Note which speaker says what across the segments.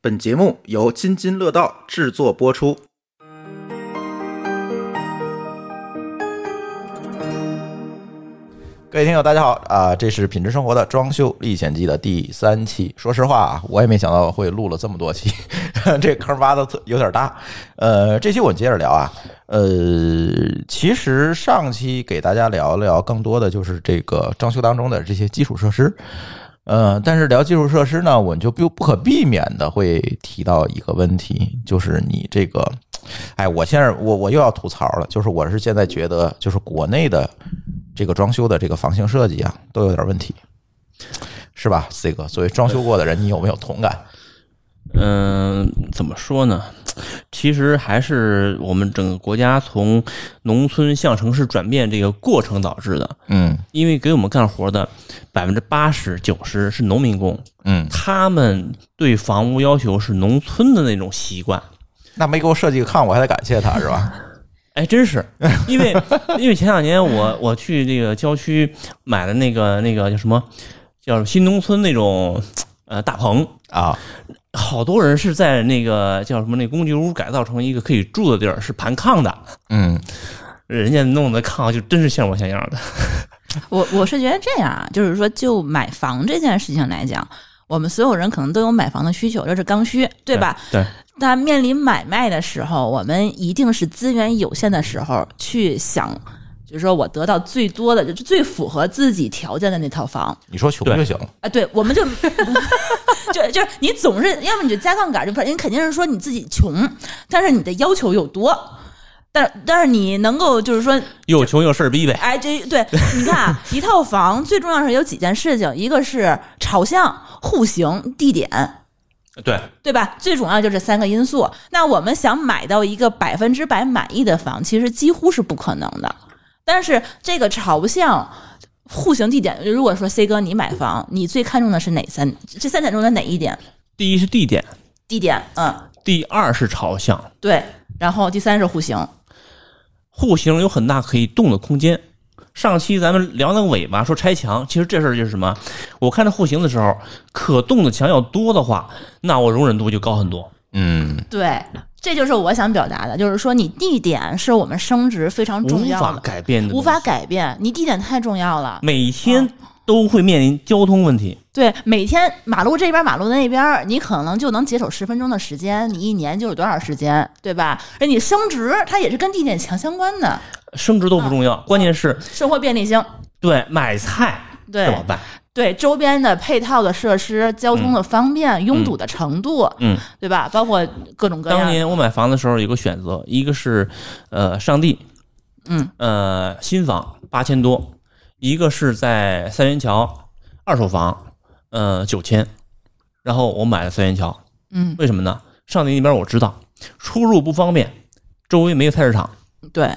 Speaker 1: 本节目由津津乐道制作播出。
Speaker 2: 各位听友，大家好啊、这是《品质生活的装修历险记》的第三期。说实话啊，我也没想到会录了这么多期， 这坑挖的有点大。呃，这期我们接着聊啊，呃，其实上期给大家聊聊更多的就是这个装修当中的这些基础设施。呃，但是聊基础设施呢，我们就不不可避免的会提到一个问题，就是你这个，哎，我现在我我又要吐槽了，就是我是现在觉得，就是国内的这个装修的这个房型设计啊，都有点问题，是吧？C 哥，作为装修过的人，你有没有同感？
Speaker 3: 嗯，怎么说呢？其实还是我们整个国家从农村向城市转变这个过程导致的。
Speaker 2: 嗯
Speaker 3: 因为给我们干活的百分之八十九十是农民工，
Speaker 2: 嗯，
Speaker 3: 他们对房屋要求是农村的那种习惯。
Speaker 2: 那没给我设计个炕，我还得感谢他是吧？
Speaker 3: 哎，真是，因为 因为前两年我我去这个郊区买了那个那个叫什么叫新农村那种呃大棚，
Speaker 2: 啊，
Speaker 3: 好多人是在那个叫什么那公寓屋改造成一个可以住的地儿，是盘炕的，
Speaker 2: 嗯
Speaker 3: 人家弄的炕就真是像模像样的。
Speaker 4: 我我是觉得这样啊，就是说，就买房这件事情来讲，我们所有人可能都有买房的需求，这是刚需， 对吧？
Speaker 3: 对，
Speaker 4: 那面临买卖的时候，我们一定是资源有限的时候去想，就是说我得到最多的，就是最符合自己条件的那套房
Speaker 2: 你说穷
Speaker 3: 对
Speaker 2: 就行了，
Speaker 4: 啊。对，我们就 就就是你总是，要么你就加杠杆，就不是你肯定是说你自己穷，但是你的要求有多。但但是你能够就是说
Speaker 3: 又穷又事儿逼呗。
Speaker 4: 哎，这对，你看 啊，一套房最重要是有几件事情，一个是朝向、户型、地点，
Speaker 3: 对，
Speaker 4: 对吧？最重要就这三个因素。那我们想买到一个百分之百满意的房，其实几乎是不可能的。但是这个朝向、户型、地点，如果说 C 哥你买房，你最看重的是哪三？这三点中的哪一点？
Speaker 3: 第一是地点，
Speaker 4: 地点，嗯，
Speaker 3: 第二是朝向，
Speaker 4: 对。然后第三是户型，
Speaker 3: 户型有很大可以动的空间。上期咱们聊那个尾巴说拆墙，其实这事儿就是什么？我看这户型的时候，可动的墙要多的话，那我容忍度就高很多。
Speaker 2: 嗯
Speaker 4: 对。这就是我想表达的，就是说你地点是我们升值非常重
Speaker 3: 无
Speaker 4: 要的，
Speaker 3: 法改变的，
Speaker 4: 无法，改变，你地点太重要了。
Speaker 3: 每天都会面临交通问题。
Speaker 4: 对，每天马路这边马路那边，你可能就能节省十分钟的时间，你一年就是多少时间，对吧？而你升值，它也是跟地点强相关的，
Speaker 3: 升值都不重
Speaker 4: 啊
Speaker 3: 要，关键是
Speaker 4: 生活便利性，
Speaker 3: 对买菜怎
Speaker 4: 对
Speaker 3: 么办？
Speaker 4: 对，周边的配套的设施、交通的方便、拥堵的程度，
Speaker 3: 嗯，
Speaker 4: 对吧？包括各种各
Speaker 3: 当
Speaker 4: 样的，
Speaker 3: 年我买房的时候有个选择，一个是呃上地，
Speaker 4: 嗯，
Speaker 3: 呃新房八千多，一个是在三元桥二手房，呃九千，然后我买了三元桥，
Speaker 4: 嗯，
Speaker 3: 为什么呢？上地那边我知道出入不方便，周围没有菜市场，
Speaker 4: 对。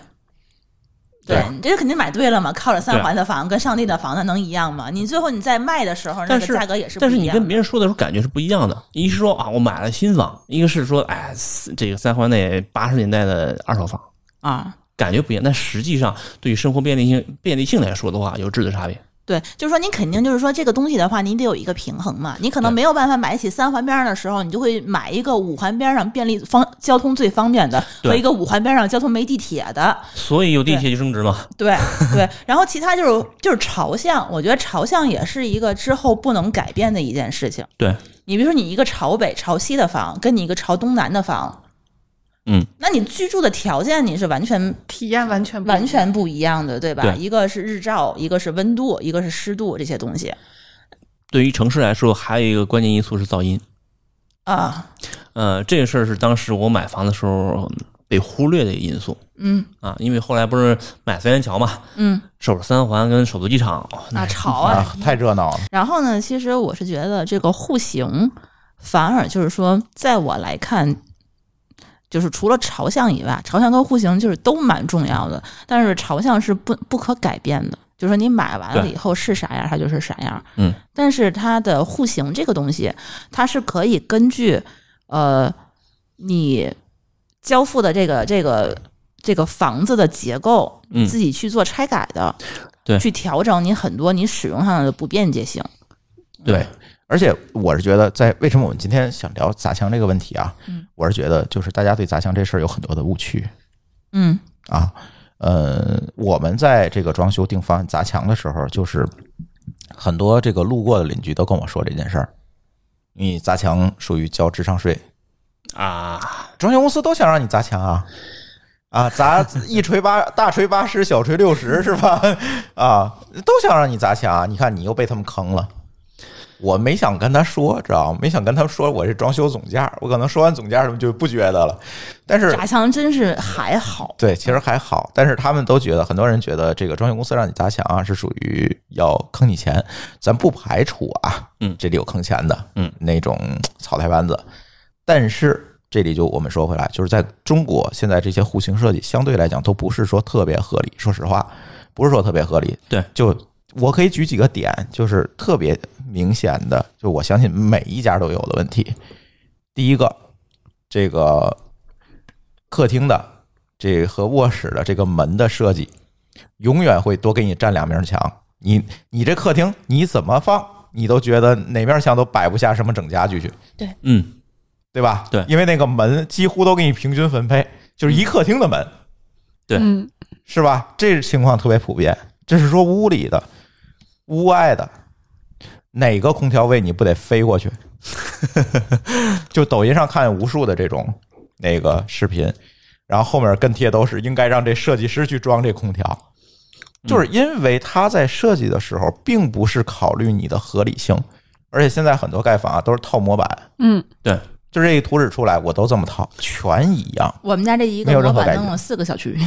Speaker 2: 对
Speaker 4: 对，你这肯定买对了嘛？靠着三
Speaker 3: 对
Speaker 4: 环的房跟上帝的房，那能一样吗？你最后你在卖的时候，那
Speaker 3: 但
Speaker 4: 个
Speaker 3: 是
Speaker 4: 价格也是不
Speaker 3: 但是
Speaker 4: 一
Speaker 3: 你
Speaker 4: 样的。
Speaker 3: 跟别人说的时候感觉是不一样的，一是说啊我买了新房，一个是说哎这个三环内八十年代的二手房。
Speaker 4: 啊，
Speaker 3: 感觉不一样，但实际上对于生活便利性便利性来说的话，有质的差别。
Speaker 4: 对，就是说你肯定就是说这个东西的话，你得有一个平衡嘛。你可能
Speaker 3: 对
Speaker 4: 没有办法买起三环边上的时候，你就会买一个五环边上便利方交通最方便的
Speaker 3: 对
Speaker 4: 和一个五环边上交通没地铁的。
Speaker 3: 所以有地铁就升值嘛。
Speaker 4: 对对，然后其他就是就是朝向，我觉得朝向也是一个之后不能改变的一件事情。
Speaker 3: 对，
Speaker 4: 你比如说你一个朝北朝西的房，跟你一个朝东南的房，
Speaker 3: 嗯，
Speaker 4: 那你居住的条件你是完全
Speaker 5: 体验完全不一样
Speaker 4: 完全不一样的，对吧？
Speaker 3: 对
Speaker 4: 一个是日照，一个是温度，一个是湿度这些东西
Speaker 3: 对于城市来说，还有一个关键因素是噪音。
Speaker 4: 啊，
Speaker 3: 呃，这个事儿是当时我买房的时候嗯被忽略的一个因素
Speaker 4: 嗯。
Speaker 3: 啊，因为后来不是买三元桥嘛，
Speaker 4: 嗯
Speaker 3: 守着三环跟首都机场，哦
Speaker 4: 啊，吵
Speaker 2: 啊
Speaker 4: 啊。，
Speaker 2: 太热闹了，
Speaker 4: 然后呢，其实我是觉得这个户型，反而就是说，在我来看，就是除了朝向以外，朝向跟户型就是都蛮重要的，但是朝向是不不可改变的。就是说你买完了
Speaker 3: 对
Speaker 4: 以后是啥样，它就是啥样。
Speaker 3: 嗯，
Speaker 4: 但是它的户型这个东西，它是可以根据呃你交付的这个这个这个房子的结构，
Speaker 3: 嗯
Speaker 4: 自己去做拆改的，
Speaker 3: 对
Speaker 4: 去调整你很多你使用上的不便捷性。
Speaker 3: 对。
Speaker 2: 而且我是觉得在，为什么我们今天想聊砸墙这个问题啊？我是觉得就是大家对砸墙这事儿有很多的误区
Speaker 4: 嗯
Speaker 2: 啊。呃，我们在这个装修定方案砸墙的时候，就是很多这个路过的邻居都跟我说这件事儿，你砸墙属于交智商税，
Speaker 3: 啊，
Speaker 2: 装修公司都想让你砸墙啊。啊，砸一锤八，大锤八十，小锤六十，是吧？啊，都想让你砸墙，啊你看你又被他们坑了。我没想跟他说，知道吗？没想跟他说我是装修总价，我可能说完总价他们就不觉得了。但是
Speaker 4: 砸墙真是还好，
Speaker 2: 对，其实还好，但是他们都觉得，很多人觉得这个装修公司让你砸墙啊，是属于要坑你钱。咱不排除啊，
Speaker 3: 嗯
Speaker 2: 这里有坑钱的，
Speaker 3: 嗯，
Speaker 2: 那种草台班子。但是这里就我们说回来，就是在中国现在这些户型设计相对来讲都不是说特别合理，说实话，不是说特别合理。
Speaker 3: 对，
Speaker 2: 就我可以举几个点，就是特别明显的，就我相信每一家都有的问题。第一个，这个客厅的这和卧室的这个门的设计，永远会多给你占两面墙。你你这客厅你怎么放，你都觉得哪面墙都摆不下什么整家具去。
Speaker 3: 嗯，
Speaker 2: 对吧？
Speaker 3: 对
Speaker 2: 因为那个门几乎都给你平均分配，就是一客厅的门，
Speaker 3: 对
Speaker 5: 嗯，
Speaker 2: 是吧？这情况特别普遍。这是说屋里的、屋外的，哪个空调位你不得飞过去？ 就抖音上看无数的这种那个视频，然后后面跟贴都是应该让这设计师去装这空调，就是因为他在设计的时候并不是考虑你的合理性，而且现在很多盖房啊都是套模板，
Speaker 5: 嗯，
Speaker 3: 对，
Speaker 2: 就这一图纸出来，我都这么套，全一样，
Speaker 4: 我们家这一
Speaker 2: 没有
Speaker 4: 个
Speaker 2: 任
Speaker 4: 模
Speaker 2: 何改
Speaker 4: 板
Speaker 2: 变哎
Speaker 4: 弄了四个小区，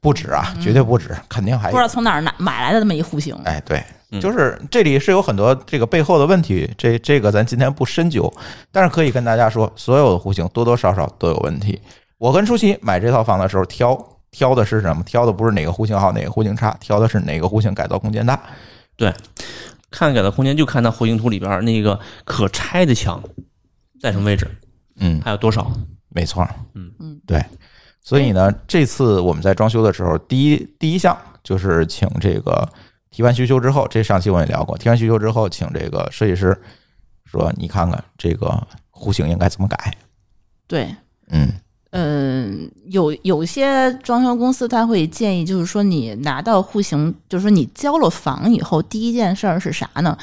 Speaker 2: 不止啊，绝对不止，肯定还
Speaker 4: 不知道从哪儿拿买来的这么一户型。
Speaker 2: 哎，对，就是这里是有很多这个背后的问题，这这个咱今天不深究，但是可以跟大家说，所有的户型多多少少都有问题。我跟舒淇买这套房的时候挑挑的是什么？挑的不是哪个户型好，哪个户型差，挑的是哪个户型改造空间大。
Speaker 3: 看改造空间就看它户型图里边儿那个可拆的墙在什么位置，
Speaker 2: 嗯，
Speaker 3: 还有多少，
Speaker 2: 没错，
Speaker 3: 嗯
Speaker 4: 嗯，
Speaker 2: 对。所以呢，这次我们在装修的时候，第一第一项就是请这个提完需求之后，这上期我也聊过，提完需求之后，请这个设计师说，你看看这个户型应该怎么改。
Speaker 4: 对，
Speaker 2: 嗯，
Speaker 4: 嗯，有有些装修公司他会建议，就是说你拿到户型，就是说你交了房以后，第一件事儿是啥呢？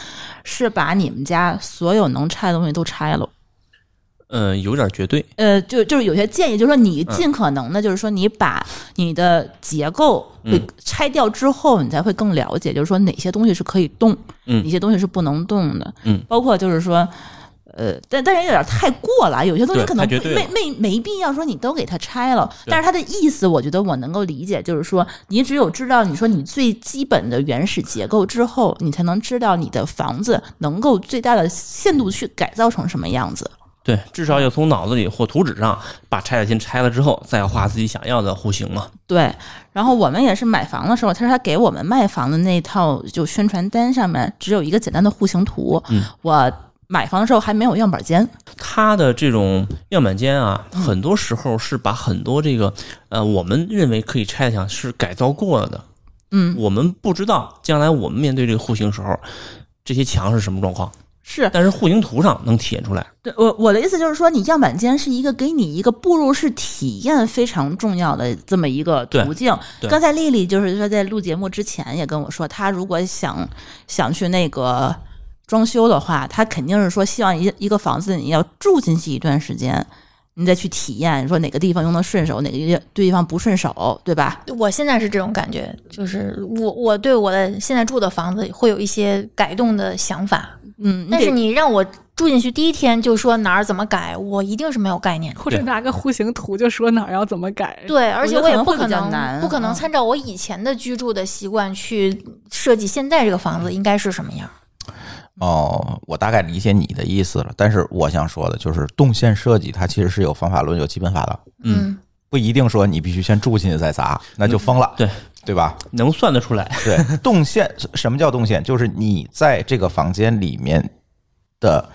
Speaker 4: 是把你们家所有能拆的东西都拆了。
Speaker 3: 嗯、有点绝对，
Speaker 4: 呃，就就是有些建议，就是说你
Speaker 3: 嗯
Speaker 4: 尽可能的，就是说你把你的结构会
Speaker 3: 嗯
Speaker 4: 拆掉之后，你才会更了解，就是说哪些东西是可以动，
Speaker 3: 嗯
Speaker 4: 哪些东西是不能动的，
Speaker 3: 嗯，
Speaker 4: 包括就是说。呃，但但是有点太过了，有些东西
Speaker 3: 对
Speaker 4: 可能
Speaker 3: 太绝
Speaker 4: 不
Speaker 3: 对
Speaker 4: 没
Speaker 3: 了
Speaker 4: 没没必要说你都给它拆了，
Speaker 3: 对
Speaker 4: 但是他的意思我觉得我能够理解，就是说你只有知道你说你最基本的原始结构之后，你才能知道你的房子能够最大的限度去改造成什么样子。
Speaker 3: 对，至少要从脑子里或图纸上把拆的先拆了之后，再画自己想要的户型嘛。
Speaker 4: 对，然后我们也是买房的时候，他说他给我们卖房的那套就宣传单上面只有一个简单的户型图。
Speaker 3: 嗯
Speaker 4: 我买房的时候还没有样板间。
Speaker 3: 它的这种样板间啊，很多时候是把很多这个呃，我们认为可以拆的墙是改造过了的。
Speaker 4: 嗯，
Speaker 3: 我们不知道将来我们面对这个户型时候，这些墙是什么状况，
Speaker 4: 是
Speaker 3: 但是户型图上能体现出来。
Speaker 4: 对我我的意思就是说，你样板间是一个给你一个步入式体验非常重要的这么一个途径。
Speaker 3: 对对
Speaker 4: 刚才丽丽就是说在录节目之前也跟我说，她如果想想去那个装修的话，她肯定是说希望一一个房子你要住进去一段时间。你再去体验，说哪个地方用的顺手，哪个地地方不顺手，对吧？
Speaker 5: 我现在是这种感觉，就是我我对我的现在住的房子会有一些改动的想法，
Speaker 4: 嗯，
Speaker 5: 但
Speaker 4: 得
Speaker 5: 是你让我住进去第一天就说哪儿怎么改，我一定是没有概念的。
Speaker 6: 或者拿个户型图就说哪儿要怎么改。
Speaker 5: 对，而且
Speaker 4: 觉得
Speaker 5: 我也
Speaker 4: 可能
Speaker 5: 不
Speaker 4: 会比
Speaker 5: 可
Speaker 4: 较
Speaker 5: 能
Speaker 4: 难
Speaker 5: 不可能
Speaker 4: 嗯
Speaker 5: 参照我以前的居住的习惯去设计现在这个房子应该是什么样。
Speaker 2: 哦，我大概理解你的意思了，但是我想说的就是，动线设计它其实是有方法论、有基本法的，
Speaker 5: 嗯，
Speaker 2: 不一定说你必须先住进去再砸，那就疯了，
Speaker 3: 对
Speaker 2: 对吧？
Speaker 3: 能算得出来。
Speaker 2: 对，动线什么叫动线？就是你在这个房间里面的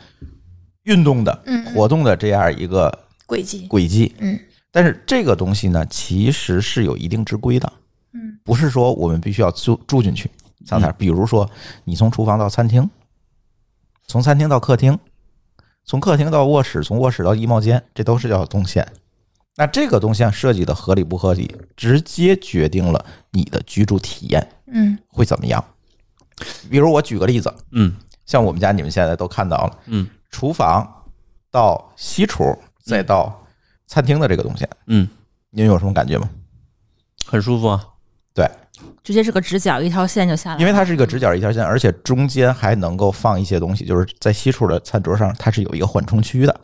Speaker 2: 运动的
Speaker 5: 嗯、嗯
Speaker 2: 活动的这样一个
Speaker 5: 轨迹，
Speaker 2: 轨迹。
Speaker 5: 嗯，
Speaker 2: 但是这个东西呢，其实是有一定之规的。
Speaker 5: 嗯，
Speaker 2: 不是说我们必须要住住进去。上台，比如说你从厨房到餐厅，从餐厅到客厅，从客厅到卧室，从卧室到衣帽间，这都是叫动线。那这个动线设计的合理不合理，直接决定了你的居住体验
Speaker 5: 嗯
Speaker 2: 会怎么样。比如我举个例子，
Speaker 3: 嗯
Speaker 2: 像我们家你们现在都看到了，
Speaker 3: 嗯，
Speaker 2: 厨房到西厨再到餐厅的这个动线，
Speaker 3: 嗯，
Speaker 2: 你们有什么感觉吗？
Speaker 3: 很舒服啊。
Speaker 2: 对，
Speaker 4: 直接是个直角一条线就下来了，
Speaker 2: 因为它是一个直角一条线，而且中间还能够放一些东西，就是在西厨的餐桌上，它是有一个缓冲区的。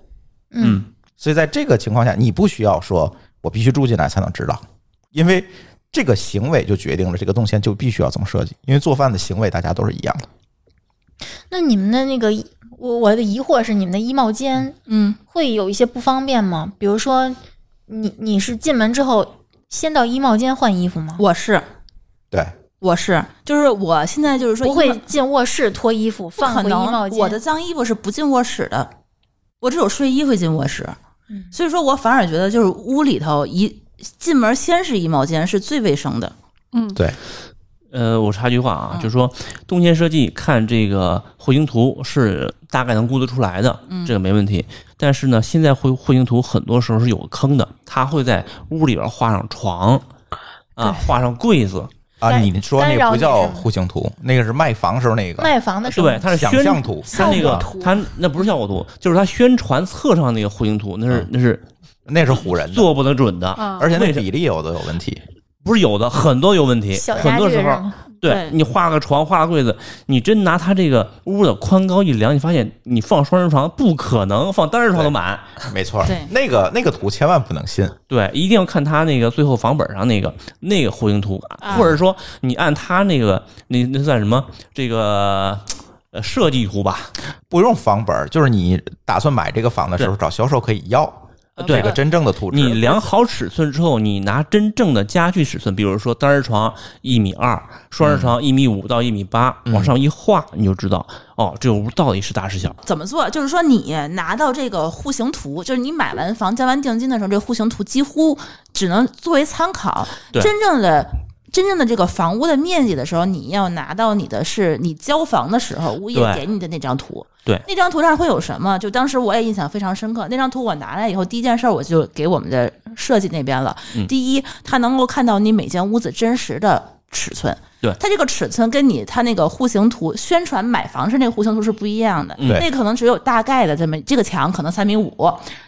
Speaker 5: 嗯
Speaker 2: 所以在这个情况下，你不需要说我必须住进来才能知道，因为这个行为就决定了这个动线就必须要这么设计。因为做饭的行为大家都是一样的，
Speaker 5: 那你们的那个，我我的疑惑是，你们的衣帽间
Speaker 4: 嗯，
Speaker 5: 会有一些不方便吗？比如说，你你是进门之后先到衣帽间换衣服吗？
Speaker 4: 我是
Speaker 2: 对，
Speaker 4: 我是，就是我现在就是说
Speaker 5: 不
Speaker 4: 衣
Speaker 5: 会
Speaker 4: 帽
Speaker 5: 进卧室脱衣服
Speaker 4: 不
Speaker 5: 放
Speaker 4: 可
Speaker 5: 回衣帽
Speaker 4: 能，
Speaker 5: 间。
Speaker 4: 我的脏衣服是不进卧室的，我只有睡衣会进卧室，
Speaker 5: 嗯
Speaker 4: 所以说我反而觉得就是屋里头一进门先是衣帽间是最卫生的，
Speaker 6: 嗯，
Speaker 3: 呃，我插句话啊，就是说动线设计看这个户型图是大概能估得出来的，这个没问题。但是呢，现在户户型图很多时候是有个坑的，它会在屋里边画上床，啊，画上柜子，
Speaker 2: 啊，
Speaker 5: 干
Speaker 2: 你说那
Speaker 5: 干扰
Speaker 2: 个不
Speaker 5: 你
Speaker 2: 叫
Speaker 5: 是吗
Speaker 2: 户型图，那个是卖房时候那个
Speaker 5: 卖房的时候，
Speaker 3: 对，它是
Speaker 2: 想
Speaker 3: 宣
Speaker 2: 象图
Speaker 3: 它那
Speaker 6: 效
Speaker 3: 个
Speaker 6: 果图
Speaker 3: 它那不是效果图，就是它宣传册上那个户型图，那是那是
Speaker 2: 那是唬人的，
Speaker 3: 做不得准的，
Speaker 6: 啊，
Speaker 2: 而且那比例有的有问 题。
Speaker 3: 不是有的很多有问题，
Speaker 5: 小
Speaker 3: 很
Speaker 5: 家
Speaker 3: 多
Speaker 5: 具
Speaker 3: 时
Speaker 5: 是
Speaker 3: 候
Speaker 5: 吗？
Speaker 3: 对
Speaker 4: 对
Speaker 3: 你画个床，画个柜子，你真拿它这个屋的宽高一量，你发现你放双人床不可能放单人床都满，
Speaker 2: 没错，
Speaker 4: 对
Speaker 2: 那个那个图千万不能信。
Speaker 3: 对，一定要看它那个最后房本上那个那个户型图，或者说你按它那个那那算什么这个呃设计图吧，
Speaker 2: 不用房本儿，就是你打算买这个房的时候找销售可以要
Speaker 3: 对
Speaker 2: 这个真正的图纸。
Speaker 3: 你量好尺寸之后，你拿真正的家具尺寸，比如说单人床一米二，双人床一米五到一米八，
Speaker 2: 嗯
Speaker 3: 往上一画，你就知道哦，这个屋到底是大是小。
Speaker 4: 怎么做？就是说，你拿到这个户型图，就是你买完房、交完定金的时候，这户型图几乎只能作为参考。
Speaker 3: 对
Speaker 4: 真正的、真正的这个房屋的面积的时候，你要拿到你的是你交房的时候物业
Speaker 3: 对
Speaker 4: 给你的那张图。
Speaker 3: 对
Speaker 4: 那张图上会有什么？就当时我也印象非常深刻。那张图我拿来以后，第一件事儿我就给我们的设计那边了。
Speaker 3: 嗯
Speaker 4: 第一，它能够看到你每间屋子真实的尺寸。
Speaker 3: 对
Speaker 4: 它这个尺寸跟你它那个户型图宣传买房是那个户型图是不一样的。
Speaker 3: 嗯
Speaker 2: 对
Speaker 4: 那可能只有大概的这么，这个墙可能三米五，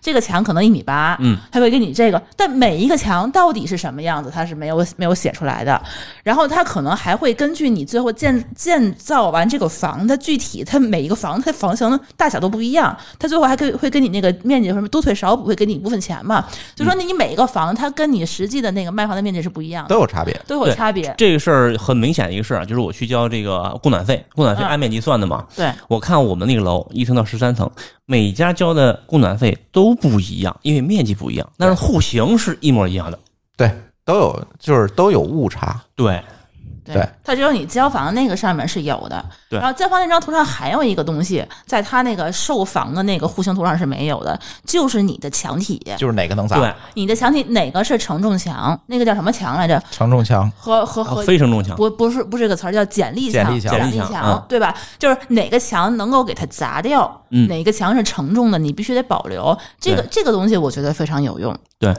Speaker 4: 这个墙可能一米八，
Speaker 3: 嗯，
Speaker 4: 它会给你这个，但每一个墙到底是什么样子，它是没有没有写出来的。然后它可能还会根据你最后建建造完这个房，它具体它每一个房它房型的大小都不一样，它最后还会会跟你那个面积有什么多退少补会给你一部分钱嘛，就说
Speaker 3: 嗯
Speaker 4: 你每一个房它跟你实际的那个卖房的面积是不一样的，
Speaker 2: 都有差别。
Speaker 4: 都有
Speaker 3: 对
Speaker 4: 差别。
Speaker 3: 这个事儿很明显的一个事儿啊，就是我去交这个供暖费，供暖费
Speaker 4: 嗯
Speaker 3: 按面积算的嘛。
Speaker 4: 对，
Speaker 3: 我看我们那个楼一层到十三层，每家交的供暖费都不一样，因为面积不一样，但是户型是一模一样的。
Speaker 2: 对，都有就是都有误差。
Speaker 3: 对，
Speaker 2: 对，
Speaker 4: 它只有你交房的那个上面是有的，
Speaker 3: 对
Speaker 4: 然后交房那张图上还有一个东西，在它那个售房的那个户型图上是没有的，就是你的墙体，
Speaker 2: 就是哪个能
Speaker 3: 对
Speaker 2: 砸，，
Speaker 4: 你的墙体哪个是承重墙，那个叫什么墙来着？
Speaker 2: 承重墙
Speaker 4: 和和和。
Speaker 3: 啊非承重墙。
Speaker 4: 不不是不是这个词儿叫剪力
Speaker 2: 剪
Speaker 4: 墙，
Speaker 2: 力墙
Speaker 3: 剪力
Speaker 4: 墙
Speaker 3: 墙嗯
Speaker 4: 对吧？就是哪个墙能够给它砸掉，
Speaker 3: 嗯
Speaker 4: 哪个墙是承重的，你必须得保留。这个
Speaker 3: 对
Speaker 4: 这个东西我觉得非常有用。
Speaker 3: 对，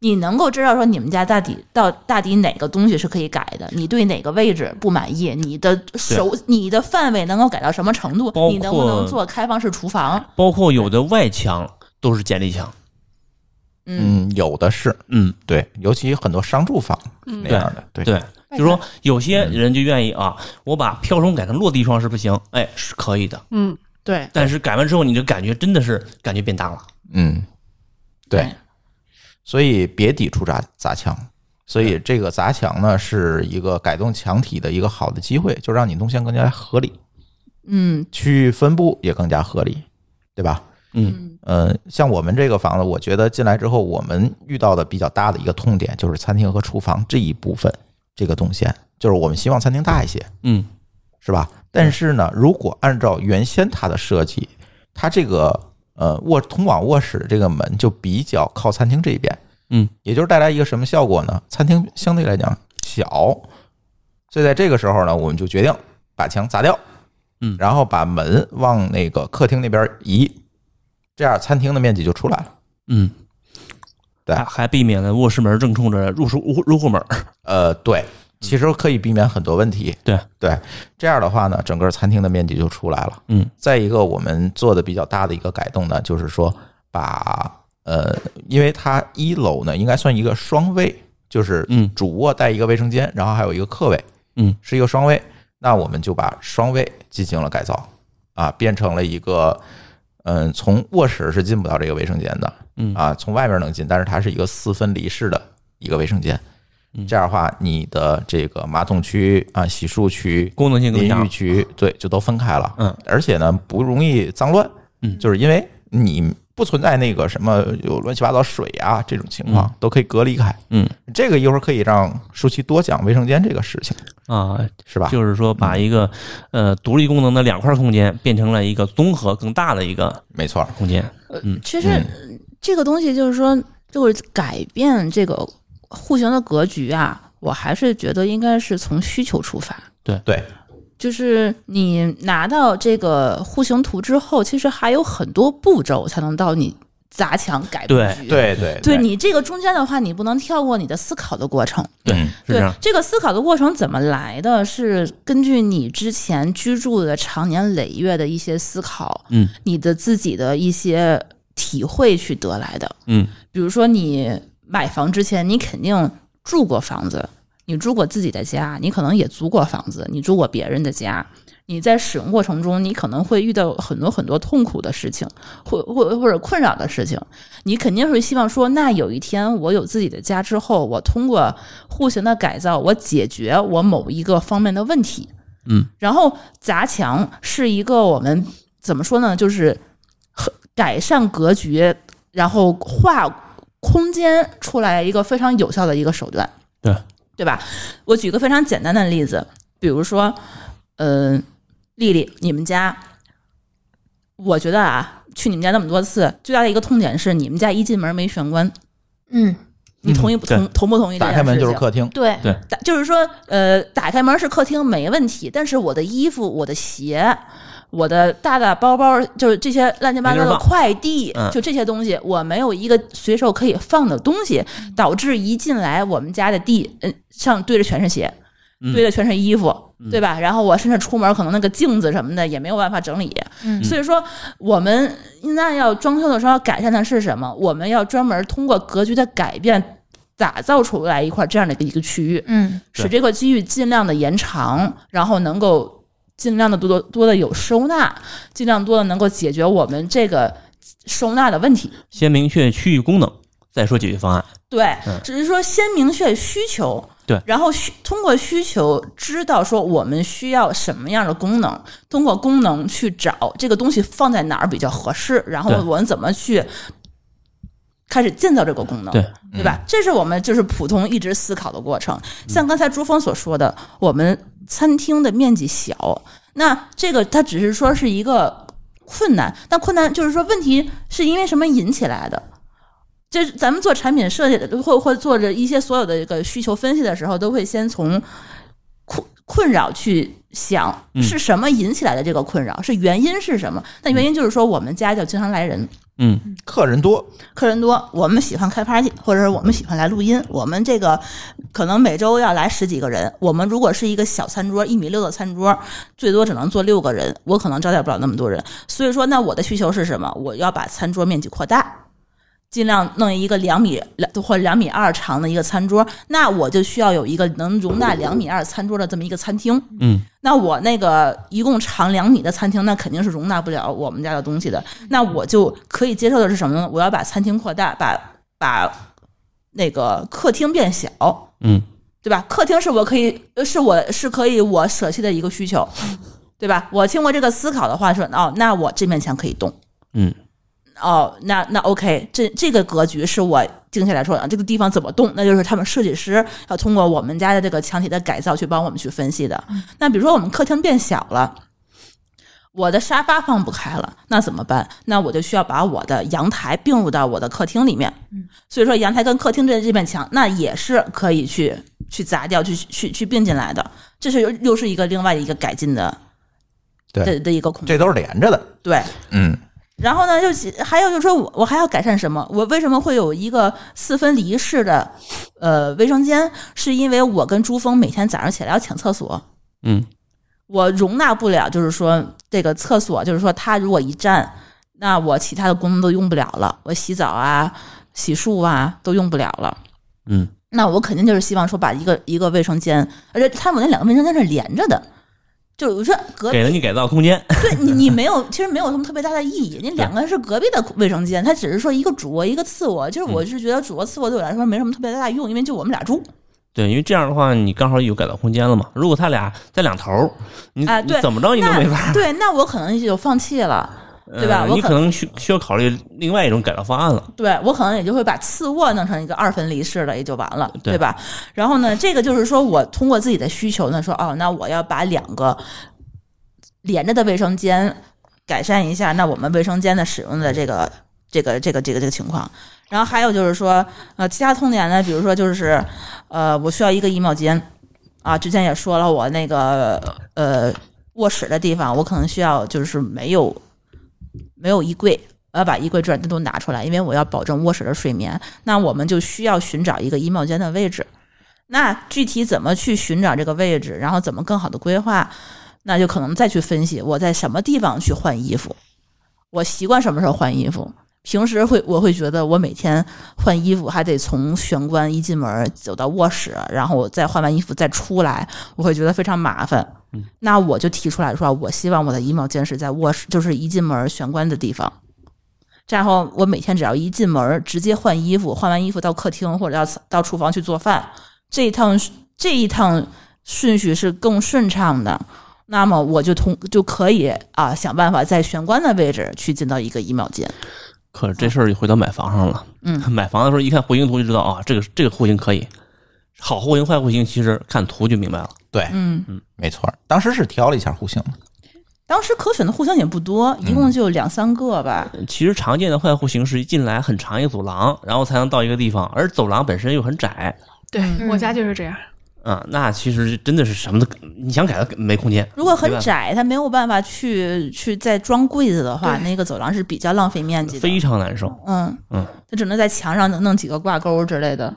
Speaker 4: 你能够知道说你们家大抵到大抵哪个东西是可以改的，你对哪个位置不满意，你的手你的范围能够改到什么程度
Speaker 3: 包，括
Speaker 4: 你能不能做开放式厨房？
Speaker 3: 包括有的外墙都是剪力墙。
Speaker 4: 嗯，
Speaker 2: 嗯，有的是，
Speaker 3: 嗯，
Speaker 2: 对，尤其很多商住房
Speaker 6: 嗯
Speaker 2: 那样的，对
Speaker 3: 对，就是说有些人就愿意啊，我把飘窗改成落地窗是不行，哎，是可以的。
Speaker 6: 嗯，
Speaker 4: 对，
Speaker 3: 但是改完之后，你的感觉真的是感觉变大了。
Speaker 2: 嗯，对
Speaker 4: 哎，
Speaker 2: 所以别抵触砸砸墙。所以这个砸墙呢，是一个改动墙体的一个好的机会，就让你动线更加合理，
Speaker 4: 嗯
Speaker 2: 区域分布也更加合理，对吧？
Speaker 3: 嗯，
Speaker 2: 呃，像我们这个房子，我觉得进来之后，我们遇到的比较大的一个痛点就是餐厅和厨房这一部分这个动线，就是我们希望餐厅大一些，
Speaker 3: 嗯，
Speaker 2: 是吧？但是呢，如果按照原先它的设计，它这个呃卧通往卧室的这个门就比较靠餐厅这一边，
Speaker 3: 嗯，
Speaker 2: 也就是带来一个什么效果呢？餐厅相对来讲小，所以在这个时候呢，我们就决定把墙砸掉，
Speaker 3: 嗯
Speaker 2: 然后把门往那个客厅那边移，这样餐厅的面积就出来了。
Speaker 3: 嗯，
Speaker 2: 对
Speaker 3: 还还避免了卧室门正冲着入室入入户门儿。
Speaker 2: 呃，对，其实可以避免很多问题。
Speaker 3: 对
Speaker 2: 对，这样的话呢，整个餐厅的面积就出来了。
Speaker 3: 嗯，
Speaker 2: 再一个，我们做的比较大的一个改动呢，就是说把呃，因为它一楼呢应该算一个双卫，就是
Speaker 3: 嗯
Speaker 2: 主卧带一个卫生间，然后还有一个客卫，
Speaker 3: 嗯，
Speaker 2: 是一个双卫。那我们就把双卫进行了改造，啊，变成了一个。嗯，从卧室是进不到这个卫生间的，
Speaker 3: 嗯
Speaker 2: 啊，从外面能进，但是它是一个四分离式的一个卫生间。
Speaker 3: 嗯
Speaker 2: 这样的话，你的这个马桶区啊、洗漱区、
Speaker 3: 功能性更
Speaker 2: 淋
Speaker 3: 强
Speaker 2: 浴。区，对，就都分开了。
Speaker 3: 嗯，
Speaker 2: 而且呢，不容易脏乱。
Speaker 3: 嗯
Speaker 2: 就是因为你不存在那个什么有乱七八糟水啊这种情况，都可以隔离开。
Speaker 3: 嗯
Speaker 2: 这个一会儿可以让舒淇多讲卫生间这个事情，
Speaker 3: 啊，
Speaker 2: 是吧？
Speaker 3: 就是说把一个呃独立功能的两块空间变成了一个综合更大的一个
Speaker 2: 没错，
Speaker 3: 空间。
Speaker 4: 其实
Speaker 3: 嗯
Speaker 4: 这个东西就是说，就是改变这个户型的格局啊，我还是觉得应该是从需求出发。
Speaker 2: 对，
Speaker 4: 就是你拿到这个户型图之后，其实还有很多步骤才能到你砸墙改布
Speaker 3: 对
Speaker 4: 局。
Speaker 2: 对对
Speaker 4: 对你这个中间的话，你不能跳过你的思考的过程。
Speaker 2: 对
Speaker 3: 是这
Speaker 4: 对
Speaker 3: 样，
Speaker 4: 这个思考的过程怎么来的？是根据你之前居住的长年累月的一些思考，
Speaker 3: 嗯
Speaker 4: 你的自己的一些体会去得来的。
Speaker 3: 嗯
Speaker 4: 比如说你买房之前，你肯定住过房子，你住过自己的家，你可能也租过房子，你住过别人的家。你在使用过程中，你可能会遇到很多很多痛苦的事情，或或或者困扰的事情。你肯定是希望说，那有一天我有自己的家之后，我通过户型的改造，我解决我某一个方面的问题。
Speaker 3: 嗯，
Speaker 4: 然后砸墙是一个我们怎么说呢，就是很改善格局，然后画空间出来一个非常有效的一个手段。
Speaker 3: 对，
Speaker 4: 对吧？我举个非常简单的例子，比如说，嗯、丽丽，你们家，我觉得啊，去你们家那么多次，最大的一个痛点是你们家一进门没玄关，
Speaker 5: 嗯，
Speaker 4: 你同意
Speaker 3: 嗯
Speaker 4: 不同、
Speaker 3: 对
Speaker 4: 同不同意这
Speaker 2: 打
Speaker 4: 件事情？
Speaker 2: 开门就是客厅。
Speaker 5: 对
Speaker 3: 对
Speaker 4: 打就是说，呃，打开门是客厅没问题，但是我的衣服、我的鞋、我的大大包包，就是这些乱七八糟
Speaker 3: 没地
Speaker 4: 的
Speaker 3: 儿放
Speaker 4: 快递，
Speaker 3: 嗯
Speaker 4: 就这些东西，我没有一个随手可以放的东西，导致一进来我们家的地，嗯、上堆着全是鞋，
Speaker 3: 嗯
Speaker 4: 堆着全是衣服，对吧？然后我甚至出门可能那个镜子什么的也没有办法整理，
Speaker 5: 嗯
Speaker 4: 所以说我们那要装修的时候要改善的是什么？我们要专门通过格局的改变。打造出来一块这样的一个区域，
Speaker 5: 嗯
Speaker 4: 使这个机遇尽量的延长，然后能够尽量的多多多的有收纳，尽量多的能够解决我们这个收纳的问题。
Speaker 3: 先明确区域功能，再说解决方案。
Speaker 4: 对
Speaker 3: 嗯，
Speaker 4: 只是说先明确需求，
Speaker 3: 对
Speaker 4: 然后需通过需求知道说我们需要什么样的功能，通过功能去找这个东西放在哪儿比较合适，然后
Speaker 3: 对
Speaker 4: 我们怎么去开始建造这个功能，
Speaker 3: 对嗯
Speaker 4: 对吧？这是我们就是普通一直思考的过程。像刚才朱峰所说的，我们餐厅的面积小，那这个它只是说是一个困难，但困难就是说问题是因为什么引起来的？就是咱们做产品设计的，或或做着一些所有的一个需求分析的时候，都会先从困困扰去想
Speaker 3: 嗯
Speaker 4: 是什么引起来的这个困扰，是原因是什么？那原因就是说我们家就经常来人，
Speaker 3: 嗯
Speaker 2: 客人多，
Speaker 4: 客人多，我们喜欢开 party，或者是我们喜欢来录音。我们这个可能每周要来十几个人。我们如果是一个小餐桌，一米六的餐桌，最多只能坐六个人，我可能招待不了那么多人。所以说，那我的需求是什么？我要把餐桌面积扩大。尽量弄一个两米两或两米二长的一个餐桌，那我就需要有一个能容纳两米二餐桌的这么一个餐厅。
Speaker 3: 嗯
Speaker 4: 那我那个一共长两米的餐厅，那肯定是容纳不了我们家的东西的。那我就可以接受的是什么呢？我要把餐厅扩大，把把那个客厅变小，
Speaker 3: 嗯
Speaker 4: 对吧？客厅是我可以，呃是我是可以我舍弃的一个需求，对吧？我经过这个思考的话说，哦，那我这面墙可以动，
Speaker 3: 嗯
Speaker 4: 哦，那那 OK，这这个格局是我定下来说，啊这个地方怎么动，那就是他们设计师要通过我们家的这个墙体的改造去帮我们去分析的。那比如说我们客厅变小了。我的沙发放不开了，那怎么办？那我就需要把我的阳台并入到我的客厅里面。所以说阳台跟客厅这这面墙，那也是可以去去砸掉、去去去并进来的。这是又又是一个另外一个改进的
Speaker 2: 对
Speaker 4: 的的一个空间。
Speaker 2: 这都是连着的。
Speaker 4: 对，
Speaker 2: 嗯，
Speaker 4: 然后呢，就其还有就是说我我还要改善什么？我为什么会有一个四分离式的呃卫生间？是因为我跟朱峰每天早上起来要抢厕所，
Speaker 3: 嗯，
Speaker 4: 我容纳不了，就是说这个厕所，就是说他如果一占，那我其他的功能都用不了了，我洗澡啊、洗漱啊都用不了了。
Speaker 3: 嗯，
Speaker 4: 那我肯定就是希望说把一个一个卫生间，而且他们那两个卫生间是连着的，就是我说隔
Speaker 3: 给了你改造空间，
Speaker 4: 对你，你没有，其实没有什么特别大的意义。你两个是隔壁的卫生间，它只是说一个主卧，一个次卧。就是我是觉得主卧、次卧对我来说没什么特别大的用，因为就我们俩住。
Speaker 3: 对，因为这样的话你刚好有改造空间了嘛。如果他俩在两头儿，你、
Speaker 4: 哎
Speaker 3: 你
Speaker 4: 对
Speaker 3: 怎么着你都
Speaker 4: 那
Speaker 3: 没法儿，
Speaker 4: 对，那我可能就放弃了。对吧
Speaker 3: 呃
Speaker 4: 我
Speaker 3: 你
Speaker 4: 可
Speaker 3: 可能需需要考虑另外一种改造方案了。
Speaker 4: 对我可能也就会把次卧弄成一个二分离式的，也就完了，
Speaker 3: 对
Speaker 4: 对吧？然后呢，这个就是说我通过自己的需求呢，说哦，那我要把两个连着的卫生间改善一下，那我们卫生间的使用的这个这个这个这个这个情况。然后还有就是说，呃，其他痛点呢，比如说就是，呃，我需要一个衣帽间啊，之前也说了，我那个呃卧室的地方，我可能需要就是没有没有衣柜，我呃要把衣柜这单独拿出来，因为我要保证卧室的睡眠。那我们就需要寻找一个衣帽间的位置。那具体怎么去寻找这个位置，然后怎么更好的规划，那就可能再去分析我在什么地方去换衣服，我习惯什么时候换衣服。平时会，我会觉得我每天换衣服还得从玄关一进门走到卧室，然后我再换完衣服再出来，我会觉得非常麻烦。那我就提出来说，我希望我的衣帽间是在卧室，就是一进门玄关的地方。然后我每天只要一进门，直接换衣服，换完衣服到客厅或者要到厨房去做饭，这一趟这一趟顺序是更顺畅的。那么我就通就可以啊，想办法在玄关的位置去进到一个衣帽间。
Speaker 3: 可是这事儿就回到买房上了。
Speaker 4: 嗯，
Speaker 3: 买房的时候一看户型图就知道啊，这个这个户型可以，好户型坏户型其实看图就明白了。
Speaker 2: 对，
Speaker 4: 嗯，
Speaker 2: 没错儿。当时是挑了一下户型，
Speaker 4: 当时可选的户型也不多，一共就两三个吧。
Speaker 3: 其实常见的坏户型是一进来很长一个走廊，然后才能到一个地方，而走廊本身又很窄
Speaker 6: 对
Speaker 5: 嗯
Speaker 6: 我家就是这样，
Speaker 3: 啊，那其实真的是什么都你想改都没空间。
Speaker 4: 如果很
Speaker 3: 没办法，
Speaker 4: 窄，它没有办法去去再装柜子的话，
Speaker 6: 对
Speaker 4: 那个走廊是比较浪费面积
Speaker 3: 非
Speaker 4: 的。
Speaker 3: 常难受。
Speaker 4: 嗯
Speaker 3: 嗯，
Speaker 4: 它只能在墙上弄弄几个挂钩之类的。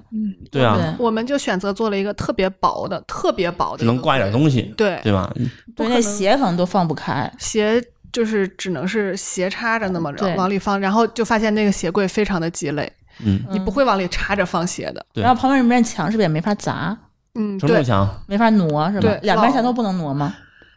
Speaker 3: 对啊，
Speaker 4: 对
Speaker 6: 我们就选择做了一个特别薄的、特别薄的，
Speaker 3: 只能挂一点东西，
Speaker 6: 对
Speaker 3: 对吧？嗯
Speaker 6: 不
Speaker 4: 对，
Speaker 6: 可
Speaker 4: 那
Speaker 6: 能
Speaker 4: 鞋可能都放不开。
Speaker 6: 鞋就是只能是斜插着那么着
Speaker 4: 对
Speaker 6: 往里放，然后就发现那个鞋柜非常的鸡肋，
Speaker 3: 嗯，
Speaker 6: 你不会往里插着放鞋的。
Speaker 3: 对
Speaker 4: 然后旁边那面墙是不是也没法砸，
Speaker 6: 嗯，
Speaker 3: 承重
Speaker 6: 对，
Speaker 3: 墙
Speaker 4: 没法挪是吧
Speaker 6: 对？
Speaker 4: 两边墙都不能挪吗？